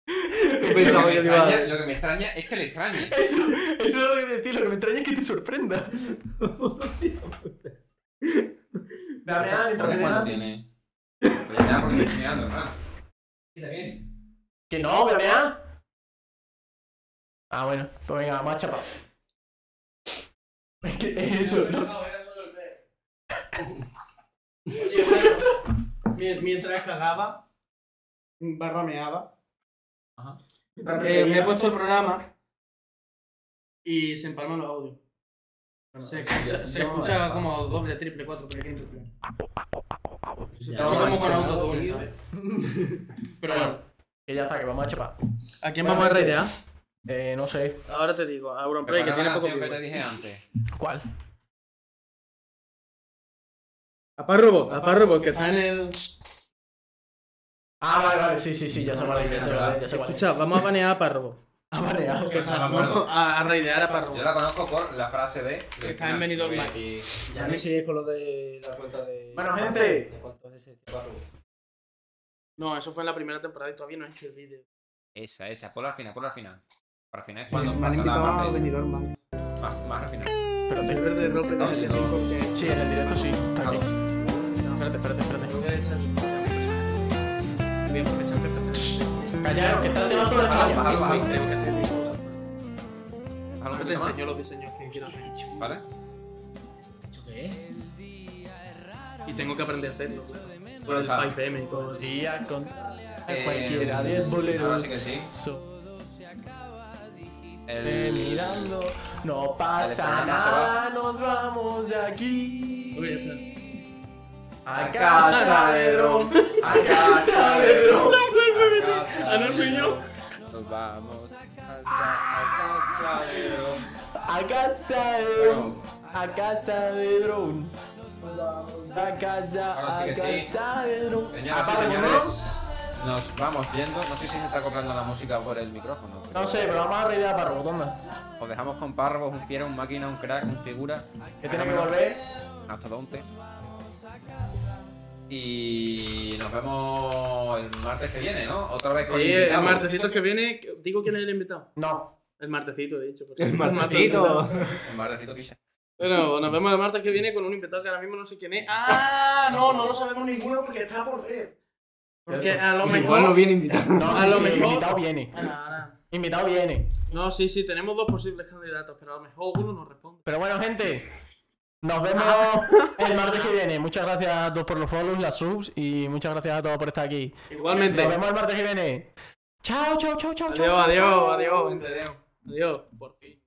C: Yo pensaba que
D: Lo que
C: te
D: me
C: iba a
D: extraña- Lo que me extraña es que le extrañe.
E: Eso, eso es lo que quería decir. Lo que me extraña es que te sorprenda. Dame a mientras
D: Porque
E: viene
D: ¿Cuánto
E: Garci.
D: tiene? Pues ya, porque me estoy mirando, hermano. Está bien.
E: Que no, dame a. Ah, bueno. Pues venga, vamos a chapar. Es que es eso. ¿no?
B: No, era solo el peo. Oye, bueno, mien- mientras cagaba, barra meaba, eh, me he puesto el programa y se empalman los audios. Se escucha, se escucha como doble, triple, cuatro, pero quinto. Yo como con autotune, ¿sabes? Pero ¿eh? bueno,
E: Que ya está, que vamos a chapar.
B: ¿a quién vamos a raidear?
E: Eh, no sé.
B: Ahora te digo, a Auronplay, que
D: Prepara
B: tiene
D: la
B: poco
D: canción que
B: tiempo.
D: te dije antes.
E: ¿Cuál?
B: A Parrobot, a Parrobot, que está en el...
E: Ah, vale, vale, sí, sí, sí, ya sé vale, ya sé vale, ya sé vale.
B: Escucha, vamos a banear a Parrobot.
E: Ah, vale, ah, ok.
D: de acuerdo.
B: A, a raidear a
D: Yo
B: Parrobot.
D: la conozco por la frase de.
B: Que está en Benidorm Mac.
D: Y-
C: Ya no sigues con lo de la cuenta de. Ah,
E: Bueno, gente.
C: ¿De cuántos es ese?
B: No, eso fue en la primera temporada y todavía no he hecho el vídeo.
D: Esa, esa. Ponla al final, ponla al final. Para el final es cuando pasa la parte
B: Benidorm
D: más, más al final.
E: Pero sí,
B: El verde rope también tiene un corte.
E: sí, en el directo sí, está aquí.
B: No,
E: espérate, espérate, espérate. Callaros, que está el tema todo el
D: Bájalo,
E: rato.
D: bájalo, bájalo. Bájalo un
E: Yo te
D: poquito más,
E: enseño los diseños que quiero hacer.
D: ¿Vale?
B: ¿Eso qué es? Y tengo que aprender a hacerlo. claro. Por el
D: Claro.
B: 5M y todo.
E: Podría con
D: Eh,
E: cualquiera del bolero.
D: Ahora sí que sí.
E: So- Eh,
D: El...
E: Delirando, no pasa
D: Dale, Fran, no se va.
E: nada, nos vamos de aquí.
B: Oye, espera.
D: A casa de Dron. A casa de Dron.
B: Ah, no soy yo.
D: Nos vamos a casa, a casa de Dron.
E: A casa de Dron, a casa de Dron. A casa,
D: Ahora
E: a
D: sí que sí.
E: casa de Dron.
D: Señoras y
E: Apaga el
D: señores, nos vamos yendo. No sé si se está acoplando la música por el micrófono.
E: botón.
D: pero-
E: No sé, pero vamos a reír a Parvo, toma.
D: Os dejamos con párrafos, un fiera, un máquina, un crack, un figura.
E: Que tenemos que volver.
D: Un astodonte. Y nos vemos el martes que viene, ¿no? Otra vez con
B: Sí, el
D: invitado.
B: martesito que viene. Digo quién es el invitado.
E: No.
B: El martesito, de hecho. porque-
C: El martillito.
D: El martesito que viene.
B: Bueno, nos vemos el martes que viene con un invitado que ahora mismo no sé quién es. ¡Ah! No, no lo sabemos ninguno porque está por ver. Porque a lo
C: Igual no
B: mejor.
C: viene invitado.
E: No,
B: A
E: sí,
B: lo
E: sí,
B: mejor-
E: invitado viene.
B: Ahora, ahora.
E: Invitado viene.
B: No, sí, sí, tenemos dos posibles candidatos, pero a lo mejor uno nos responde.
E: Pero bueno, gente. Nos vemos el martes que viene. Muchas gracias a todos por los follows, las subs y muchas gracias a todos por estar aquí.
B: Igualmente.
E: Nos vemos el martes que viene. Chao, chao, chao, chao. chao,
B: Adiós,
E: chao,
B: adiós,
E: chao.
B: adiós, gente, adiós. Adiós, por fin.